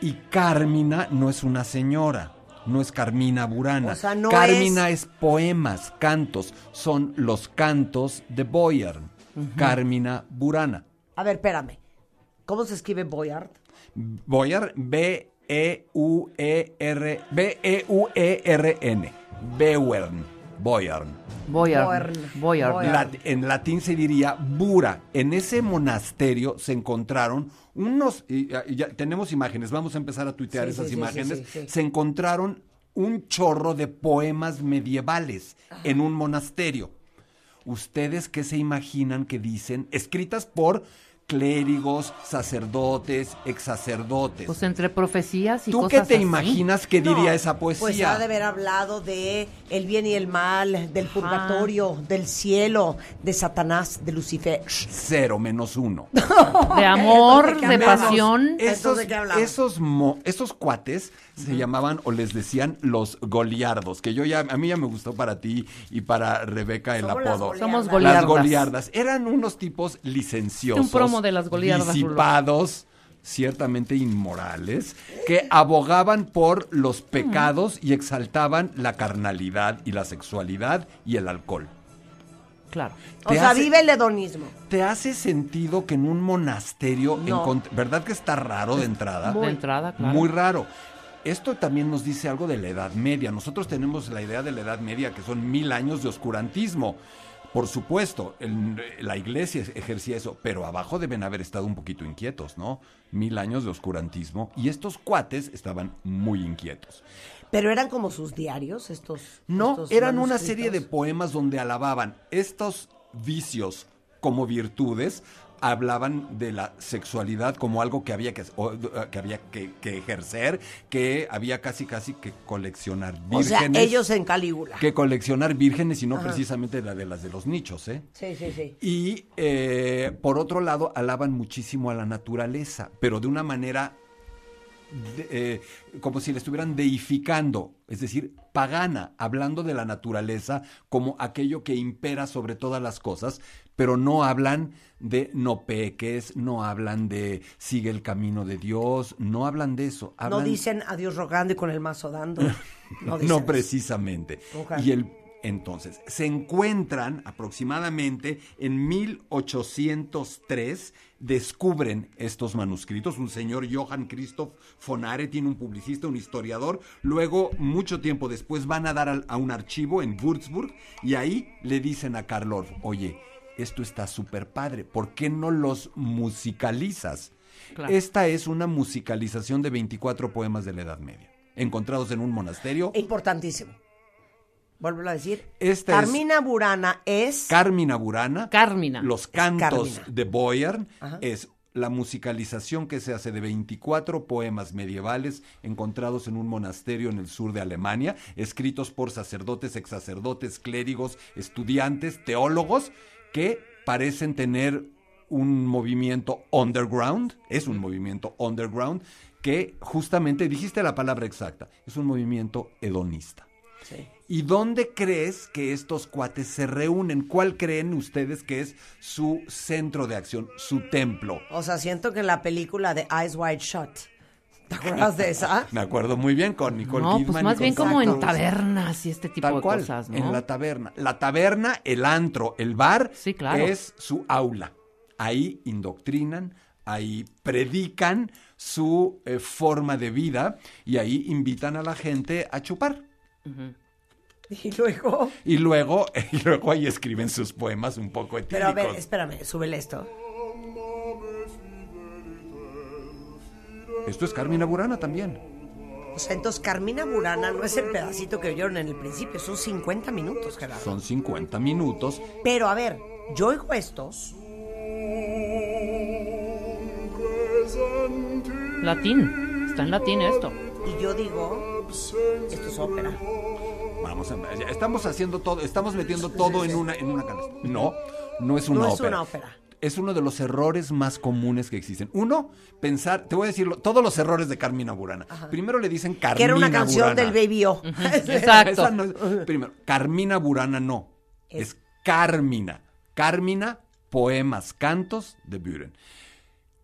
Y Carmina no es una señora, no es Carmina Burana. O sea, no Carmina es... poemas, cantos, son los cantos de Boyern. Carmina Burana. A ver, espérame. ¿Cómo se escribe Boyard? Boyern, B E U E R B E U E R N. Beuern, Boyern. Boyard. Boyard. Boyard. Lat- en latín se diría Bura. En ese monasterio se encontraron unos, y, ah, y ya tenemos imágenes, vamos a empezar a tuitear Sí, esas sí, sí, imágenes, sí, sí, sí. se encontraron un chorro de poemas medievales en un monasterio. ¿Ustedes qué se imaginan que dicen? Escritas por clérigos, sacerdotes, ex sacerdotes. Pues entre profecías y ¿Tú cosas qué te así. imaginas que diría esa poesía? Pues ha de haber hablado de el bien y el mal, del purgatorio, del cielo, de Satanás, de Lucifer. Cero menos uno. De amor, Entonces, de ¿qué pasión. hablamos? Esos, Entonces, ¿de qué hablamos? esos, mo- esos cuates se llamaban o les decían los goliardos, que yo ya, a mí ya me gustó para ti y para Rebeca el Somos las apodo. goliardas. Somos Las goliardas. goliardas. Eran unos tipos licenciosos. Un promo de las goliardas, Rulo. Disipados, ciertamente inmorales, que abogaban por los pecados y exaltaban la carnalidad y la sexualidad y el alcohol. Claro. O sea, vive el hedonismo. ¿Te hace sentido que en un monasterio No. encont- ¿Verdad que está raro de entrada? Muy. De entrada, claro. Muy raro. Esto también nos dice algo de la Edad Media. Nosotros tenemos la idea de la Edad Media que son mil años de oscurantismo. Por supuesto, el- la iglesia ejercía eso, pero abajo deben haber estado un poquito inquietos, ¿no? Mil años de oscurantismo y estos cuates estaban muy inquietos. Pero eran como sus diarios estos. No, estos eran una manuscritos. serie de poemas donde alababan estos vicios como virtudes, hablaban de la sexualidad como algo que había que, o, eh, que había que, que ejercer, que había casi casi que coleccionar O vírgenes. sea, ellos en Calígula. que coleccionar vírgenes y no Ajá. precisamente la de las de los nichos, ¿eh? Sí, sí, sí. Y eh, por otro lado, alaban muchísimo a la naturaleza, pero de una manera de- eh, como si le estuvieran deificando, es decir, pagana, hablando de la naturaleza como aquello que impera sobre todas las cosas, pero no hablan de no peques, no hablan de sigue el camino de Dios, no hablan de eso. No hablan- dicen adiós rogando y con el mazo dando. No no, dicen. precisamente. Ok. Y el entonces se encuentran aproximadamente en 1803 descubren estos manuscritos un señor Johann Christoph von Aretin un publicista un historiador luego mucho tiempo después van a dar al- a un archivo en Würzburg y ahí le dicen a Karl Orff oye esto está súper padre ¿por qué no los musicalizas? Claro. Esta es una musicalización de 24 poemas de la Edad Media, encontrados en un monasterio. Importantísimo. Vuelvo a decir. Esta Carmina Burana es. es Carmina Burana. Carmina. Los cantos Carmina. de Boyern Ajá. es la musicalización que se hace de 24 poemas medievales encontrados en un monasterio en el sur de Alemania, escritos por sacerdotes, exsacerdotes, clérigos, estudiantes, teólogos, que parecen tener un movimiento underground, es un movimiento underground, que justamente, dijiste la palabra exacta, es un movimiento hedonista. ¿Y dónde crees que estos cuates se reúnen? ¿Cuál creen ustedes que es su centro de acción, su templo? O sea, siento que la película de Eyes Wide Shut. ¿Te acuerdas de esa? Me acuerdo muy bien con Nicole No, Kidman pues y más con bien como Tom en Cruise. tabernas y este tipo Tal de cual, cosas, ¿no? En la taberna. La taberna, el antro, el bar claro. es su aula. Ahí indoctrinan, ahí predican su eh, forma de vida y ahí invitan a la gente a chupar. Y luego. Y luego, y luego ahí escriben sus poemas un poco Pero etílicos. a ver, espérame, súbele esto. Esto es Carmina Burana también. O sea, entonces Carmina Burana no es el pedacito que oyeron en el principio, son 50 minutos, Gerardo. Son 50 minutos. Pero a ver, yo oigo estos. Latín. Está en latín esto. Y yo digo, esto es ópera. Vamos a ya estamos haciendo todo, estamos metiendo todo en una en una canasta. No, no es una no ópera. es una ópera. Es uno de los errores más comunes que existen. Uno, pensar, te voy a decir lo- todos los errores de Carmina Burana. Primero le dicen Carmina que era una canción Burana. del Baby O. Esa no es- primero, Carmina Burana no. Es Carmina. Carmina, poemas, cantos de Buren.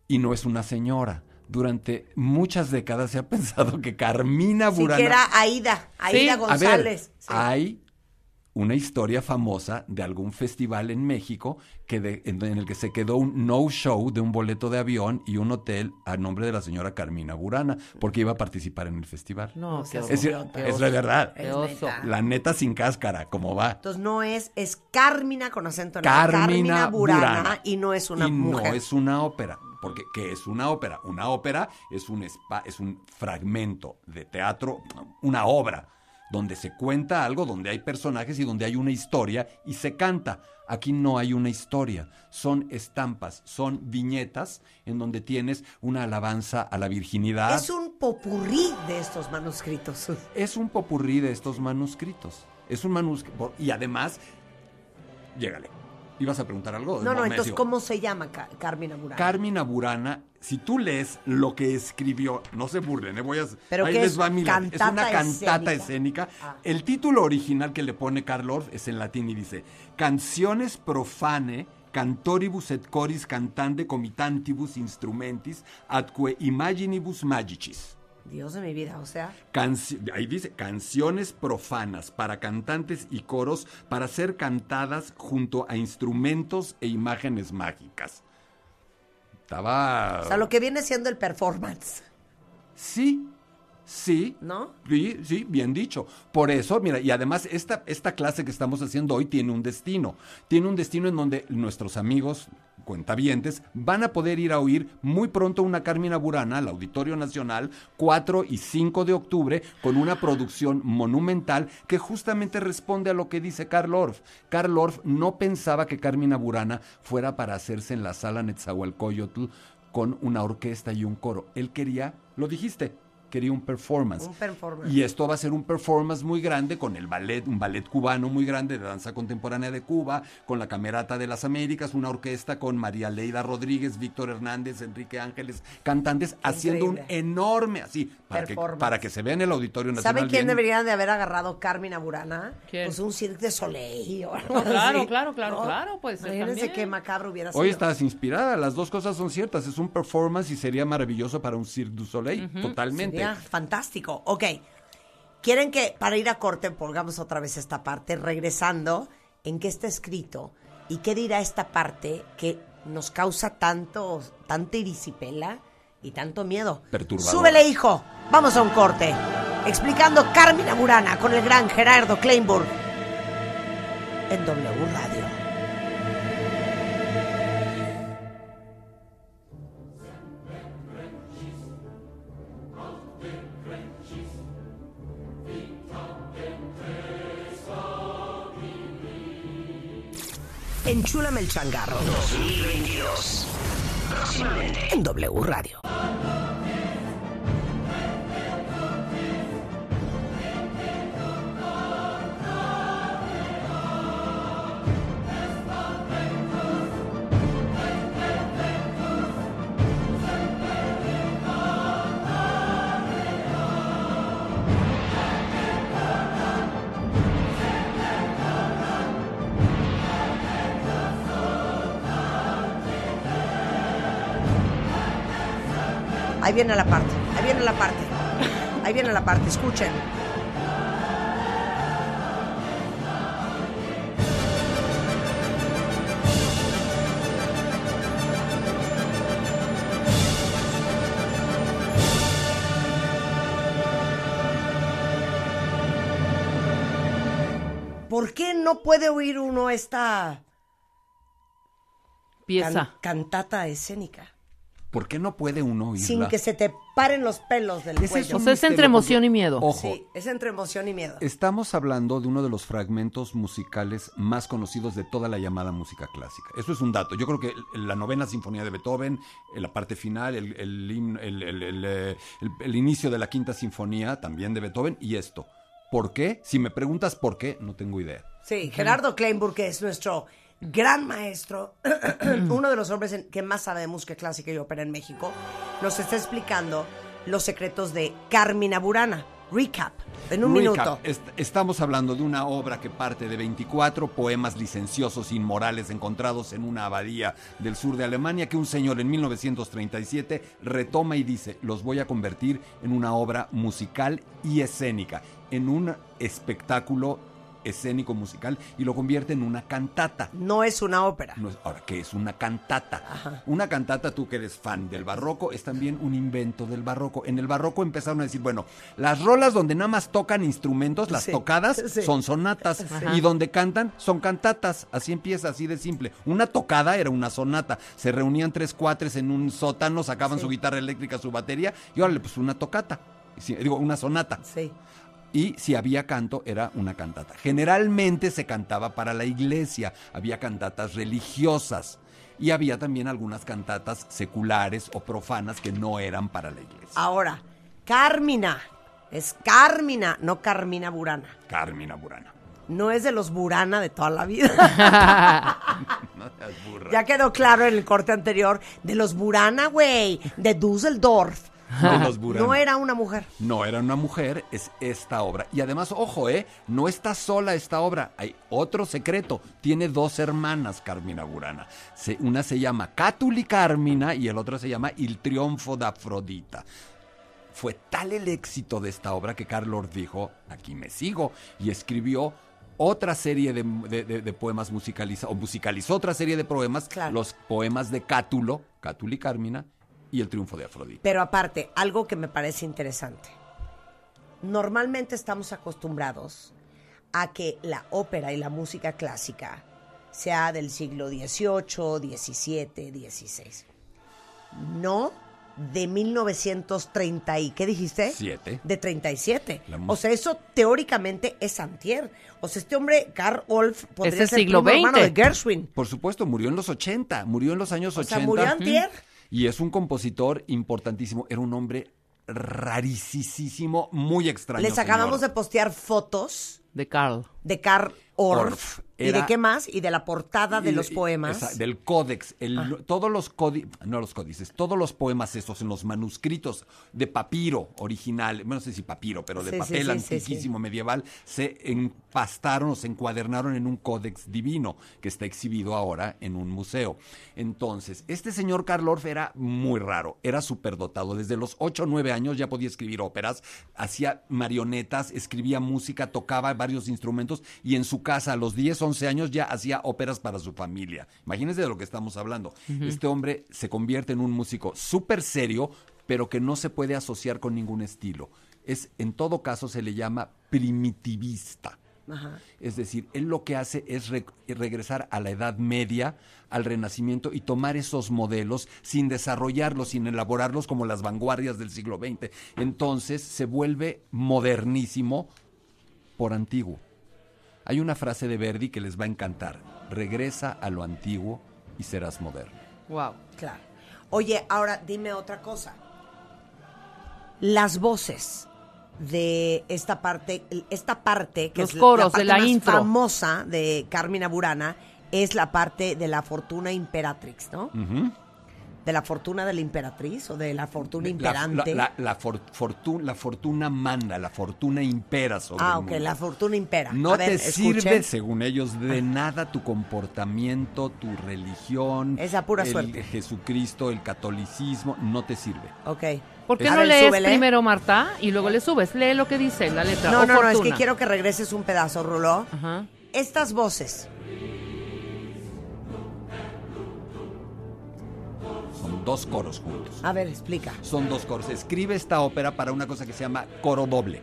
Y no es una señora. Durante muchas décadas se ha pensado que Carmina Sí, Burana. que era Aida, Aida A ver, González. Hay una historia famosa de algún festival en México que de- en, en el que se quedó un no-show de un boleto de avión y un hotel a nombre de la señora Carmina Burana, porque iba a participar en el festival. No, qué es decir, oso. es la verdad. Qué oso. La neta sin cáscara, como va. Entonces no es, es Carmina con acento en la- Carmina Burana, Burana. y no es una y mujer. no es una ópera. Porque, ¿qué es una ópera? Una ópera es un, espa- es un fragmento de teatro, una obra, donde se cuenta algo, donde hay personajes y donde hay una historia y se canta. Aquí no hay una historia, son estampas, son viñetas en donde tienes una alabanza a la virginidad. Es un popurrí de estos manuscritos. Es un popurrí de estos manuscritos. Es un manuscrito. Y además, llégale. ¿Ibas a preguntar algo? No, no, Me entonces, sigo. ¿cómo se llama Ca- Carmina Burana? Carmina Burana, si tú lees lo que escribió, no se burlen, ¿eh? Voy a- ¿Pero ahí qué les es? va mi la- Es una ¿Cantata escénica? cantata escénica. Ah. El título original que le pone Karl Orff es en latín y dice: Canciones profane. Cantoribus et coris cantande comitantibus instrumentis atque imaginibus magicis. Dios de mi vida, o sea, Canci- ahí dice, canciones profanas para cantantes y coros para ser cantadas junto a instrumentos e imágenes mágicas. Estaba... o sea, lo que viene siendo el performance, Sí, sí. ¿no? Sí, sí, bien dicho. Por eso, mira, y además esta, esta clase que estamos haciendo hoy tiene un destino. Tiene un destino en donde nuestros amigos cuentavientes van a poder ir a oír muy pronto una Carmina Burana al Auditorio Nacional 4 y 5 de octubre con una producción monumental que justamente responde a lo que dice Karl Orff. Karl Orff no pensaba que Carmina Burana fuera para hacerse en la sala Netzahualcoyotl con una orquesta y un coro. Él quería, lo dijiste, quería un performance. Un performance. Y esto va a ser un performance muy grande con el ballet, un ballet cubano muy grande de danza contemporánea de Cuba, con la Camerata de las Américas, una orquesta con María Leida Rodríguez, Víctor Hernández, Enrique Ángeles, cantantes, haciendo un increíble. enorme así, para que, Performance. para que se vea en el Auditorio Nacional. ¿Saben quién bien. debería de haber agarrado Carmina Burana? Pues un Cirque de Soleil. o algo No, claro, así, claro, claro, ¿no? claro, pues, eh, Imagínense también. qué macabro hubiera sido. Hoy estás inspirada, las dos cosas son ciertas, es un performance y sería maravilloso para un Cirque du Soleil, totalmente. Sería fantástico. Ok. Quieren que para ir a corte pongamos otra vez esta parte, regresando en qué está escrito y qué dirá esta parte que nos causa tanto, tanta irisipela y tanto miedo. Perturbador. Súbele, hijo. Vamos a un corte. Explicando Carmina Burana con el gran Gerardo Kleinburg en W Radio. Enchúlame el changarro. 2022. Próximamente. En W Radio. Ahí viene la parte, ahí viene la parte. Ahí viene la parte, escuchen. ¿Por qué no puede oír uno esta Pieza. can- cantata escénica? ¿Por qué no puede uno oírla? Sin que se te paren los pelos del Ese es cuello. un O sea, Pues es misterio, entre emoción porque- y miedo. Ojo. Sí, es entre emoción y miedo. Estamos hablando de uno de los fragmentos musicales más conocidos de toda la llamada música clásica. Eso es un dato. Yo creo que la novena sinfonía de Beethoven, eh, la parte final, el, el himno- el- el- el, eh, el- el inicio de la quinta sinfonía también de Beethoven y esto. ¿Por qué? Si me preguntas por qué, no tengo idea. Sí, Gerardo Kleinburg, que es nuestro gran maestro, uno de los hombres en- que más sabe de música clásica y ópera en México, nos está explicando los secretos de Carmina Burana. Recap, en un Recap. minuto. Est- estamos hablando de una obra que parte de 24 poemas licenciosos inmorales encontrados en una abadía del sur de Alemania que un señor en 1937 retoma y dice, los voy a convertir en una obra musical y escénica, en un espectáculo escénico musical y lo convierte en una cantata. No es una ópera. ahora, ¿qué es una cantata? Una cantata, tú que eres fan del barroco, es también un invento del barroco. En el barroco empezaron a decir, bueno, las rolas donde nada más tocan instrumentos, las Sí, tocadas sí. son sonatas Ajá. y donde cantan son cantatas. Así empieza, así de simple. Una tocada era una sonata. Se reunían tres cuatres en un sótano, sacaban su guitarra eléctrica, su batería y órale, pues una tocata. Sí, digo, una sonata. Sí. Y si había canto, era una cantata. Generalmente se cantaba para la iglesia, había cantatas religiosas y había también algunas cantatas seculares o profanas que no eran para la iglesia. Ahora, Carmina, es Carmina, no Carmina Burana. Carmina Burana. No es de los Burana de toda la vida. No seas burra. ya quedó claro en el corte anterior, de los Burana, güey, de Düsseldorf. De los Burana. No era una mujer. No era una mujer, es esta obra. Y además, ojo, ¿eh? No está sola esta obra. Hay otro secreto. Tiene dos hermanas, Carmina Burana. Se- una se llama Cátuli Carmina y el otro se llama Il Triunfo de Afrodita. Fue tal el éxito de esta obra que Carlos dijo, aquí me sigo, y escribió otra serie de, de- de- de poemas musicalizados, o musicalizó otra serie de poemas, los poemas de Cátulo, Cátuli Carmina, y El Triunfo de Afrodita. Pero aparte, algo que me parece interesante. Normalmente estamos acostumbrados a que la ópera y la música clásica sea del siglo XVIII, XVII, XVI. No de 1930 y, ¿qué dijiste? Siete. De 37. La mu- O sea, eso teóricamente es antier. O sea, este hombre, Karl Wolf, podría ser primo hermano de Gershwin. Por supuesto, murió en los 80, murió en los años O sea, 80. murió antier. Y es un compositor importantísimo. Era un hombre rarísimo, muy extraño. Les acabamos señor. de postear fotos de Carl. De Carl Orff. Orff. ¿Y Era- de qué más? Y de la portada de Y- los y- poemas. Ah. esa- del códex. El- Todos los códices, no los códices, todos los poemas esos en los manuscritos de papiro original, bueno, no sé si papiro, pero de Sí, sí, sí, papel sí, antiquísimo medieval, se empastaron o se encuadernaron en un códex divino que está exhibido ahora en un museo. Entonces, este señor Karl Orff era muy raro, era superdotado. Desde los 8 o 9 años ya podía escribir óperas, hacía marionetas, escribía música, tocaba varios instrumentos y en su casa a los 10, 11 años ya hacía óperas para su familia. Imagínense de lo que estamos hablando. Ujú. Este hombre se convierte en un músico súper serio, pero que no se puede asociar con ningún estilo. Es, en todo caso, se le llama primitivista. Ajá. Es decir, él lo que hace es re- regresar a la Edad Media, al Renacimiento y tomar esos modelos sin desarrollarlos, sin elaborarlos como las vanguardias del siglo XX. Entonces se vuelve modernísimo por antiguo. Hay una frase de Verdi que les va a encantar. Regresa a lo antiguo y serás moderno. Wow. Claro. Oye, ahora dime otra cosa. Las voces de esta parte, esta parte que Los es coros la parte de la más intro. famosa de Carmina Burana es la parte de la fortuna imperatrix, ¿no? De la fortuna de la imperatriz o de la fortuna La- la- imperante. La, la for- fortu- la fortuna manda, la fortuna impera sobre ah, el ok, mundo. la fortuna impera. No A ver, te escuchen. sirve, según ellos, de nada tu comportamiento, tu religión. Esa pura el suerte. Jesucristo, el catolicismo, no te sirve. Ok. ¿Por qué A no ver, lees súbele. primero, Marta, y luego le subes? Lee lo que dice en la letra. No, o no, no, es que fortuna. quiero que regreses un pedazo, Rulo. Estas voces. Son dos coros juntos. A ver, explica. Son dos coros. Escribe esta ópera para una cosa que se llama coro doble,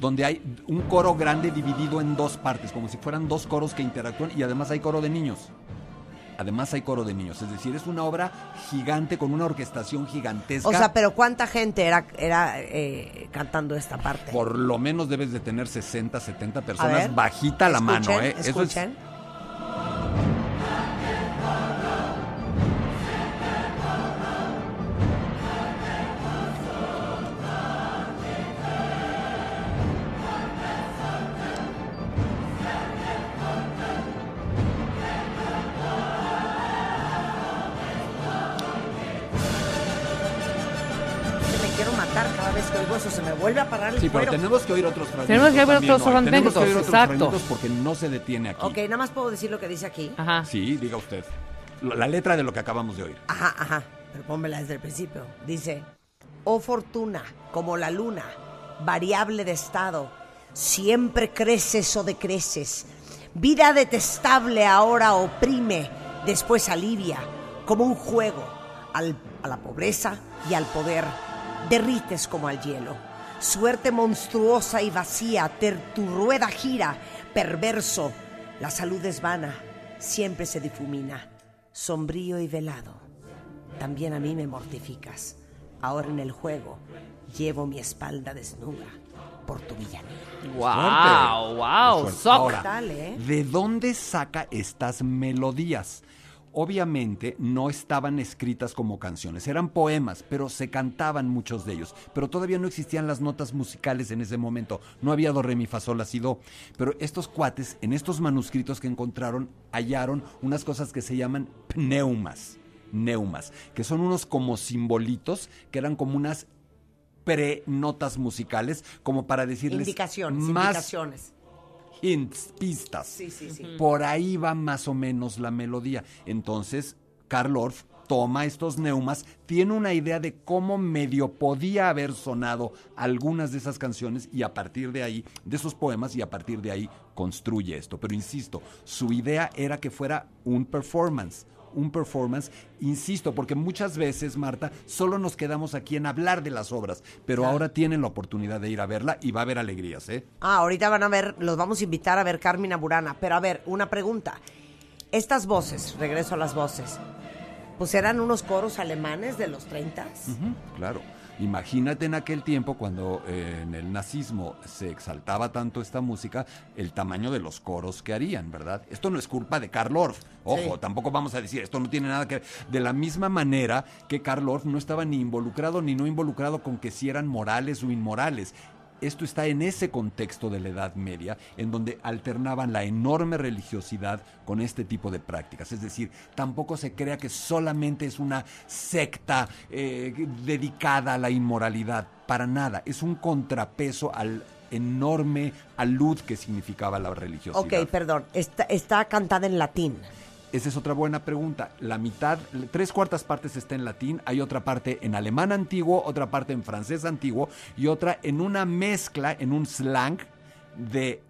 donde hay un coro grande dividido en dos partes, como si fueran dos coros que interactúan y además hay coro de niños. Además hay coro de niños, es decir, es una obra gigante con una orquestación gigantesca. O sea, pero ¿cuánta gente era, era eh, cantando esta parte? Por lo menos debes de tener 60, 70 A personas. ver, Bajita la mano, escuchen, ¿eh? Eso es escuchen. Que Me quiero matar cada vez que oigo eso, se me vuelve a parar el Sí, pero cuero. tenemos que oír otros fragmentos. Tenemos que oír también, otros ¿no? fragmentos, Tenemos que oír otros exacto. fragmentos porque no se detiene aquí. Ok, nada más puedo decir lo que dice aquí. Sí, diga usted. Lo- La letra de lo que acabamos de oír. Ajá, ajá. Pero pónmela desde el principio. Dice, oh fortuna, como la luna, variable de estado, siempre creces o decreces. Vida detestable ahora oprime, después alivia, como un juego, al- a la pobreza y al poder. Derrites como al hielo. Suerte monstruosa y vacía, ter- tu rueda gira, perverso. La salud es vana, siempre se difumina, sombrío y velado. También a mí me mortificas. Ahora en el juego llevo mi espalda desnuda por tu villanía. Wow, wow, Fuerte. soca. Ahora, Tal, ¿eh? ¿de dónde saca estas melodías? Obviamente no estaban escritas como canciones, eran poemas, pero se cantaban muchos de ellos. Pero todavía no existían las notas musicales en ese momento. No había do, re, mi, fa, sol, la, si, do. Pero estos cuates, en estos manuscritos que encontraron, hallaron unas cosas que se llaman pneumas. Neumas, que son unos como simbolitos que eran como unas pre-notas musicales, como para decirles Indicaciones, más indicaciones. hints, pistas. Sí, sí, sí. Ujú. Por ahí va más o menos la melodía. Entonces, Karl Orff toma estos neumas, tiene una idea de cómo medio podía haber sonado algunas de esas canciones y a partir de ahí, de esos poemas y a partir de ahí construye esto. Pero insisto, su idea era que fuera un performance. Un performance, insisto, porque muchas veces, Marta, solo nos quedamos aquí en hablar de las obras, pero ahora tienen la oportunidad de ir a verla y va a haber alegrías, ¿eh? Ah, ahorita van a ver, los vamos a invitar a ver Carmina Burana. Pero a ver, una pregunta. Estas voces, regreso a las voces, pues eran unos coros alemanes de los 30 Ujú, claro. Imagínate en aquel tiempo cuando eh, en el nazismo se exaltaba tanto esta música, el tamaño de los coros que harían, ¿verdad? Esto no es culpa de Karl Orff. Ojo, Sí. tampoco vamos a decir, esto no tiene nada que ver. De la misma manera que Karl Orff no estaba ni involucrado ni no involucrado con que si eran morales o inmorales. Esto está en ese contexto de la Edad Media, en donde alternaban la enorme religiosidad con este tipo de prácticas. Es decir, tampoco se crea que solamente es una secta eh, dedicada a la inmoralidad. Para nada. Es un contrapeso al enorme alud que significaba la religiosidad. Ok, perdón. Está, está cantada en latín. Esa es otra buena pregunta. La mitad, tres cuartas partes está en latín, hay otra parte en alemán antiguo, otra parte en francés antiguo y otra en una mezcla, en un slang de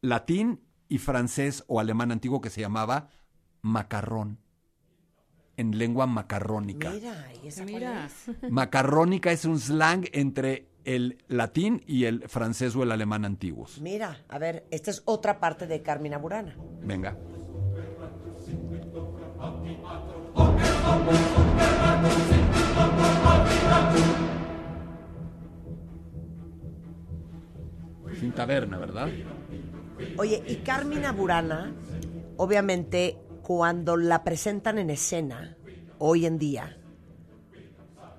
latín y francés o alemán antiguo que se llamaba macarrón, en lengua macarrónica. Mira, ¿y esa Mira. Macarrónica es un slang entre el latín y el francés o el alemán antiguos. Mira, a ver, esta es otra parte de Carmina Burana. Venga. Sin taberna, ¿verdad? Oye, y Carmina Burana, obviamente, cuando la presentan en escena, hoy en día,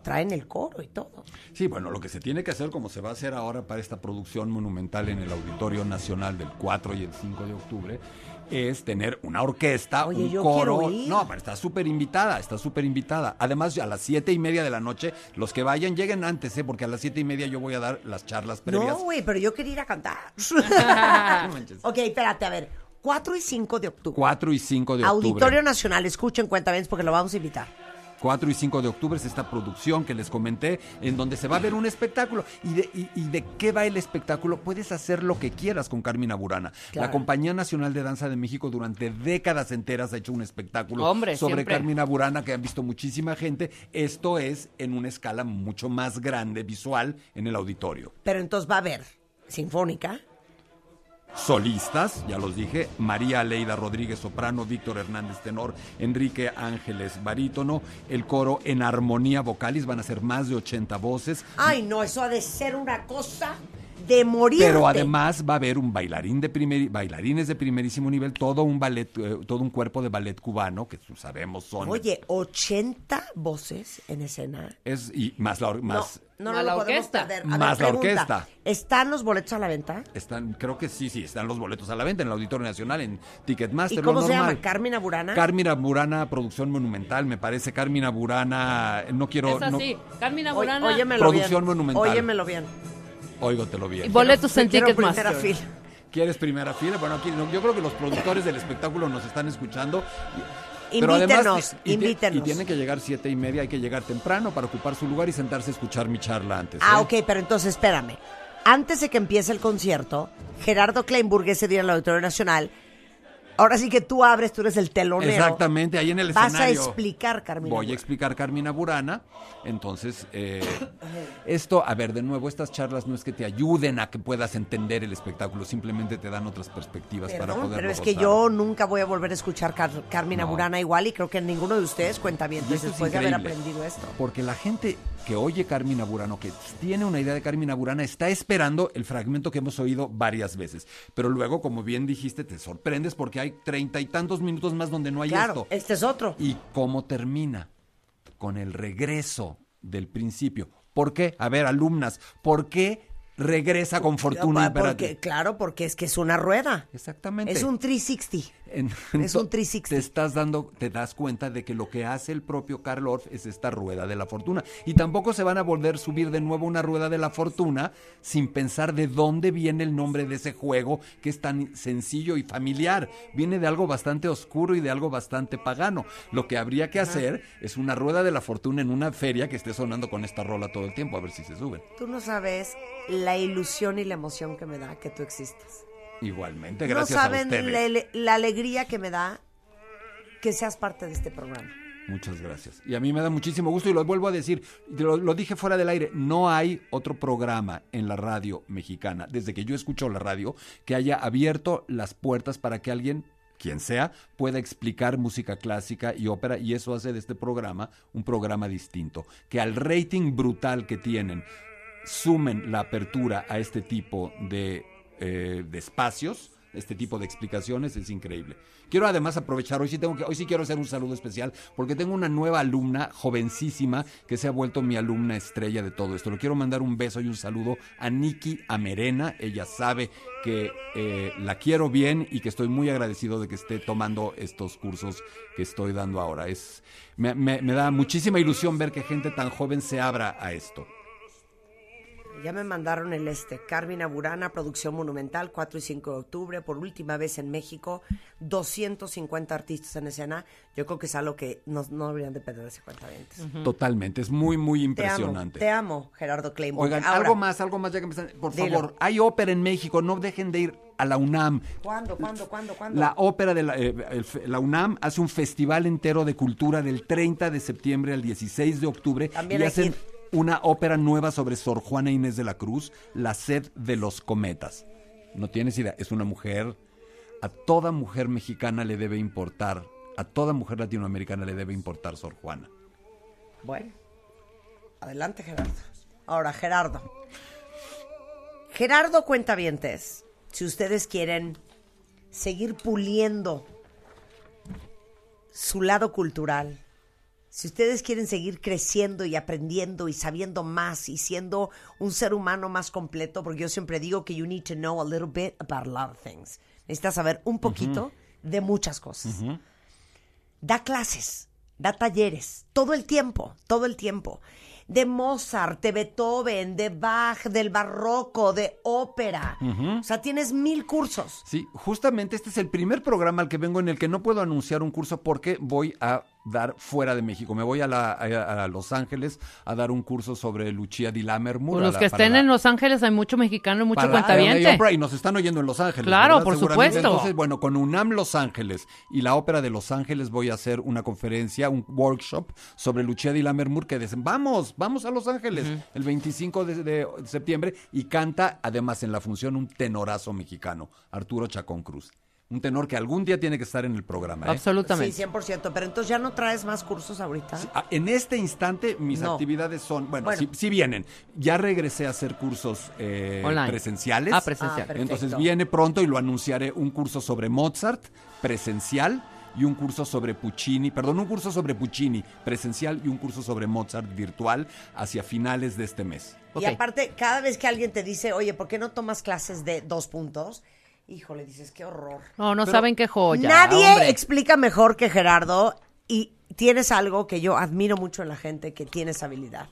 traen el coro y todo. Sí, bueno, lo que se tiene que hacer, como se va a hacer ahora para esta producción monumental en el Auditorio Nacional del 4 y el 5 de octubre, es tener una orquesta, Oye, un yo coro. quiero ir. No, pero está súper invitada, está súper invitada. Además, a las siete y media de la noche, los que vayan lleguen antes, ¿eh? porque a las siete y media yo voy a dar las charlas No, previas. güey, pero yo quería ir a cantar. ok, espérate, a ver. 4 y 5 de octubre. 4 y 5 de octubre. Auditorio Nacional, escuchen cuentamente porque lo vamos a invitar. 4 y 5 de octubre es esta producción que les comenté, en donde se va a ver un espectáculo. ¿Y de, y- y de qué va el espectáculo? Puedes hacer lo que quieras con Carmina Burana. Claro. La Compañía Nacional de Danza de México durante décadas enteras ha hecho un espectáculo Hombre, sobre siempre. Carmina Burana que han visto muchísima gente. Esto es en una escala mucho más grande, visual, en el auditorio. Pero entonces va a haber Sinfónica. Solistas, ya los dije, María Aleida Rodríguez Soprano, Víctor Hernández Tenor, Enrique Ángeles Barítono, el coro en armonía vocalis, van a ser más de 80 voces, Ay, no, eso ha de ser una cosa de morir. pero además va a haber un bailarín de primer, bailarines de primerísimo nivel, todo un ballet, eh, todo un cuerpo de ballet cubano, que sabemos son... Oye, 80 voces en escena. Es, y más la, or- más, No, no, Más la no lo podemos orquesta. perder. A Más la pregunta, orquesta. ¿Están los boletos a la venta? están, creo que sí, sí, están los boletos a la venta en el Auditorio Nacional, en Ticketmaster. ¿Y lo cómo se normal. llama? ¿Carmina Burana? Carmina Burana, producción monumental, me parece. Carmina Burana, no quiero. Es así. No, Carmina Oy- Burana. óyemelo Producción bien. monumental. Óyemelo bien. óigotelo bien. Y boletos en Quiero Ticketmaster. primera fila. ¿Quieres primera fila? Bueno, aquí, no, yo creo que los productores del espectáculo nos están escuchando. Y- Invítenos, y- y- invítenos. Y tienen que llegar siete y media, hay que llegar temprano para ocupar su lugar y sentarse a escuchar mi charla antes. Ah, ¿eh? ok, pero entonces espérame. Antes de que empiece el concierto, Gerardo Kleinburg ese día en el Auditorio Nacional. Ahora sí que tú abres, tú eres el telonero. Exactamente, ahí en el Vas escenario. a explicar, Carmina. Voy a explicar Carmina Burana. Entonces, eh, esto, a ver, de nuevo, estas charlas no es que te ayuden a que puedas entender el espectáculo, simplemente te dan otras perspectivas Perdón, para poder pero es que yo nunca voy a volver a escuchar Car- Carmina No. Burana igual y creo que ninguno de ustedes cuenta bien Y esto es después de haber increíble. aprendido esto. Porque la gente que oye Carmina Burano, que tiene una idea de Carmina Burana, está esperando el fragmento que hemos oído varias veces. Pero luego, como bien dijiste, te sorprendes porque hay treinta y tantos minutos más donde no hay Claro, esto. este es otro. ¿Y cómo termina? Con el regreso del principio. ¿Por qué? A ver, alumnas, ¿por qué regresa con fortuna Pa- porque, imperativa? Eh, claro, porque es que es una rueda. Exactamente. Es un 360. En- Es un ento- Te estás dando, te das cuenta de que lo que hace el propio Karl Orff es esta rueda de la fortuna. Y tampoco se van a volver a subir de nuevo una rueda de la fortuna sin pensar de dónde viene el nombre de ese juego que es tan sencillo y familiar. Viene de algo bastante oscuro y de algo bastante pagano. Lo que habría que hacer es una rueda de la fortuna en una feria que esté sonando con esta rola todo el tiempo, a ver si se suben. Tú no sabes la ilusión y la emoción que me da que tú existas. Igualmente, gracias no saben a ustedes. la, ele- la alegría que me da que seas parte de este programa. Muchas gracias. Y a mí me da muchísimo gusto y lo vuelvo a decir, y te lo, lo dije fuera del aire, no hay otro programa en la radio mexicana, desde que yo escucho la radio, que haya abierto las puertas para que alguien quien sea, pueda explicar música clásica y ópera y eso hace de este programa un programa distinto. Que al rating brutal que tienen sumen la apertura a este tipo de, eh, de espacios, este tipo de explicaciones, es increíble. Quiero además aprovechar, hoy sí, tengo que, hoy sí quiero hacer un saludo especial porque tengo una nueva alumna jovencísima que se ha vuelto mi alumna estrella de todo esto. Le quiero mandar un beso y un saludo a Nikki Amerena. Ella sabe que eh, la quiero bien y que estoy muy agradecido de que esté tomando estos cursos que estoy dando ahora. Es, me- me- me da muchísima ilusión ver que gente tan joven se abra a esto. Ya me mandaron el este. Carmina Burana, producción monumental, 4 y 5 de octubre, por última vez en México, 250 artistas en escena. Yo creo que es algo que no, no deberían de perderse cuenta Totalmente, es muy, muy Te amo, impresionante. te amo, Gerardo Claymore. Oigan, Ahora, algo más, algo más, ya que me están- Por Dilo. favor, hay ópera en México, no dejen de ir a la UNAM. ¿Cuándo, cuándo, cuándo, cuándo? La ópera de la, eh, el fe- la UNAM hace un festival entero de cultura del 30 de septiembre al 16 de octubre También y hay hacen hit. una ópera nueva sobre Sor Juana Inés de la Cruz, La sed de los cometas. No tienes idea, es una mujer, a toda mujer mexicana le debe importar, a toda mujer latinoamericana le debe importar Sor Juana. Bueno, adelante, Gerardo. Ahora, Gerardo. Gerardo Cuentavientes, si ustedes quieren seguir puliendo su lado cultural, si ustedes quieren seguir creciendo y aprendiendo y sabiendo más y siendo un ser humano más completo, porque yo siempre digo que you need to know a little bit about a lot of things. Necesitas saber un poquito de muchas cosas da clases, da talleres, todo el tiempo, todo el tiempo. De Mozart, de Beethoven, de Bach, del barroco, de ópera. O sea, tienes mil cursos. Sí, justamente este es el primer programa al que vengo en el que no puedo anunciar un curso porque voy a dar fuera de México. Me voy a, la- a- a Los Ángeles a dar un curso sobre Lucia di Lammermoor. Por a los la- que para estén la- en Los Ángeles hay mucho mexicano y mucho para la LA cuentaviente. Opera, y nos están oyendo en Los Ángeles. Claro, por Seguramente. supuesto. Entonces, bueno, con UNAM Los Ángeles y la Ópera de Los Ángeles voy a hacer una conferencia, un workshop sobre Lucia di Lammermoor que dicen, vamos, vamos a Los Ángeles el 25 de, de septiembre y canta además en la función un tenorazo mexicano, Arturo Chacón Cruz. Un tenor que algún día tiene que estar en el programa. ¿eh? Sí, 100%. Pero entonces ya no traes más cursos ahorita. Ah, En este instante mis No. actividades son, bueno, Bueno. si vienen. Ya regresé a hacer cursos eh, Online. presenciales. Ah, presencial. Ah, perfecto. Entonces viene pronto y lo anunciaré un curso sobre Mozart presencial y un curso sobre Puccini, perdón, un curso sobre Puccini presencial y un curso sobre Mozart virtual hacia finales de este mes. Y aparte, cada vez que alguien te dice, oye, ¿por qué no tomas clases de dos puntos? Híjole, dices, qué horror. No, no saben qué joya. Nadie hombre. explica mejor que Gerardo y tienes algo que yo admiro mucho en la gente que tienes habilidad.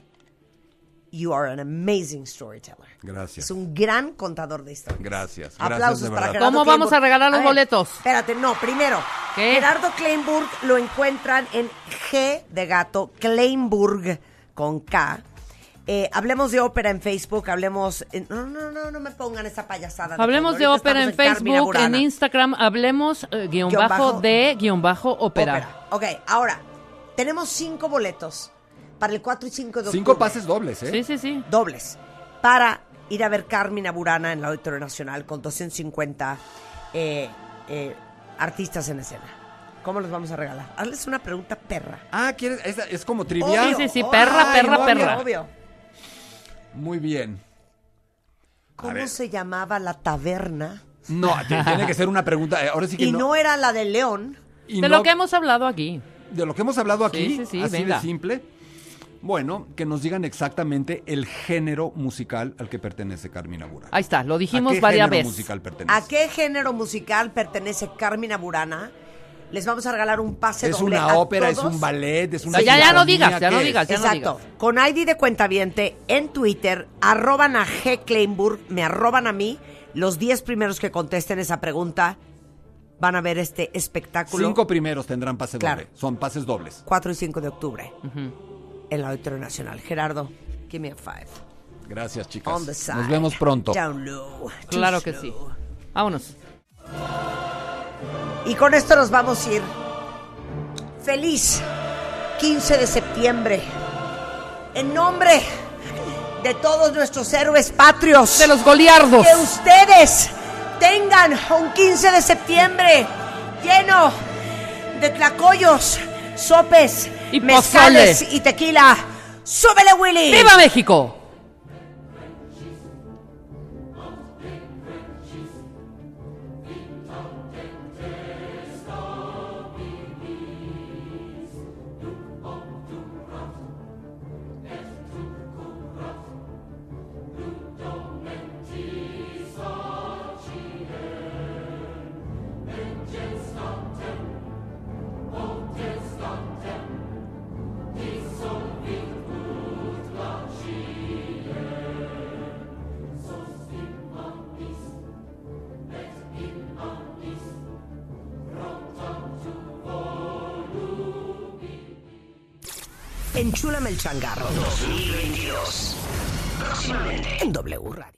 You are an amazing storyteller. Gracias. Es un gran contador de historias. Gracias. Aplausos gracias de para verdad. Gerardo. ¿Cómo vamos a regalar los ver, boletos? Espérate, no, primero. Gerardo Kleinburg lo encuentran en G de gato, Kleinburg con K. Eh, hablemos de ópera en Facebook, hablemos. en- no, no, no, no me pongan esa payasada. Hablemos de Facebook. Ahorita ópera en estamos Carmina Facebook, en Burana. Instagram, hablemos eh, guión, Guión bajo, bajo de guión bajo ópera. Ópera. Ok, ahora, tenemos cinco boletos para el 4 y 5 de octubre. Cinco pases dobles, ¿eh? Sí, sí, sí. Dobles. Para ir a ver Carmina Burana en la Auditorio Nacional con 250 eh, eh, artistas en escena. ¿Cómo los vamos a regalar? Hazles una pregunta perra. Ah, ¿quieres? Es, es como trivia. Obvio, obvio. Ay, obvio, obvio. Muy bien. ¿Cómo ver. se llamaba la taberna? No, t- tiene que ser una pregunta. eh, Ahora sí que Y no, era la de León. y de no- lo que hemos hablado aquí. de lo que hemos hablado aquí, Sí, sí, sí, así venga. de simple. Bueno, que nos digan exactamente el género musical al que pertenece Carmina Burana. Ahí está, lo dijimos ¿A qué varias género veces. musical pertenece? ¿A qué género musical pertenece Carmina Burana? Les vamos a regalar un pase Es doble una a ópera, es todos. un ballet, es una Ya, ya, ya no sinfonía, digas, ya ¿qué no es? digas, ya no Exacto. Con ID de cuentaviente en Twitter, arroban a G. Kleinburg, me arroban a mí. Los 10 primeros que contesten esa pregunta van a ver este espectáculo. Cinco primeros tendrán pase Claro. doble. Son pases dobles. 4 y 5 de octubre en la Auditorio Nacional. Gerardo, give me a five. Gracias, chicas. On the side. Nos vemos pronto. Down low. Too Claro que slow. sí. Vámonos. Y con esto nos vamos a ir. Feliz 15 de septiembre. En nombre de todos nuestros héroes patrios. De los goliardos. Que ustedes tengan un 15 de septiembre lleno de tlacoyos, sopes, Y mezcales pozole. y tequila. ¡Súbele, Willy! ¡Viva México! Enchúlame el changarro. 2022. Próximamente. En W Radio.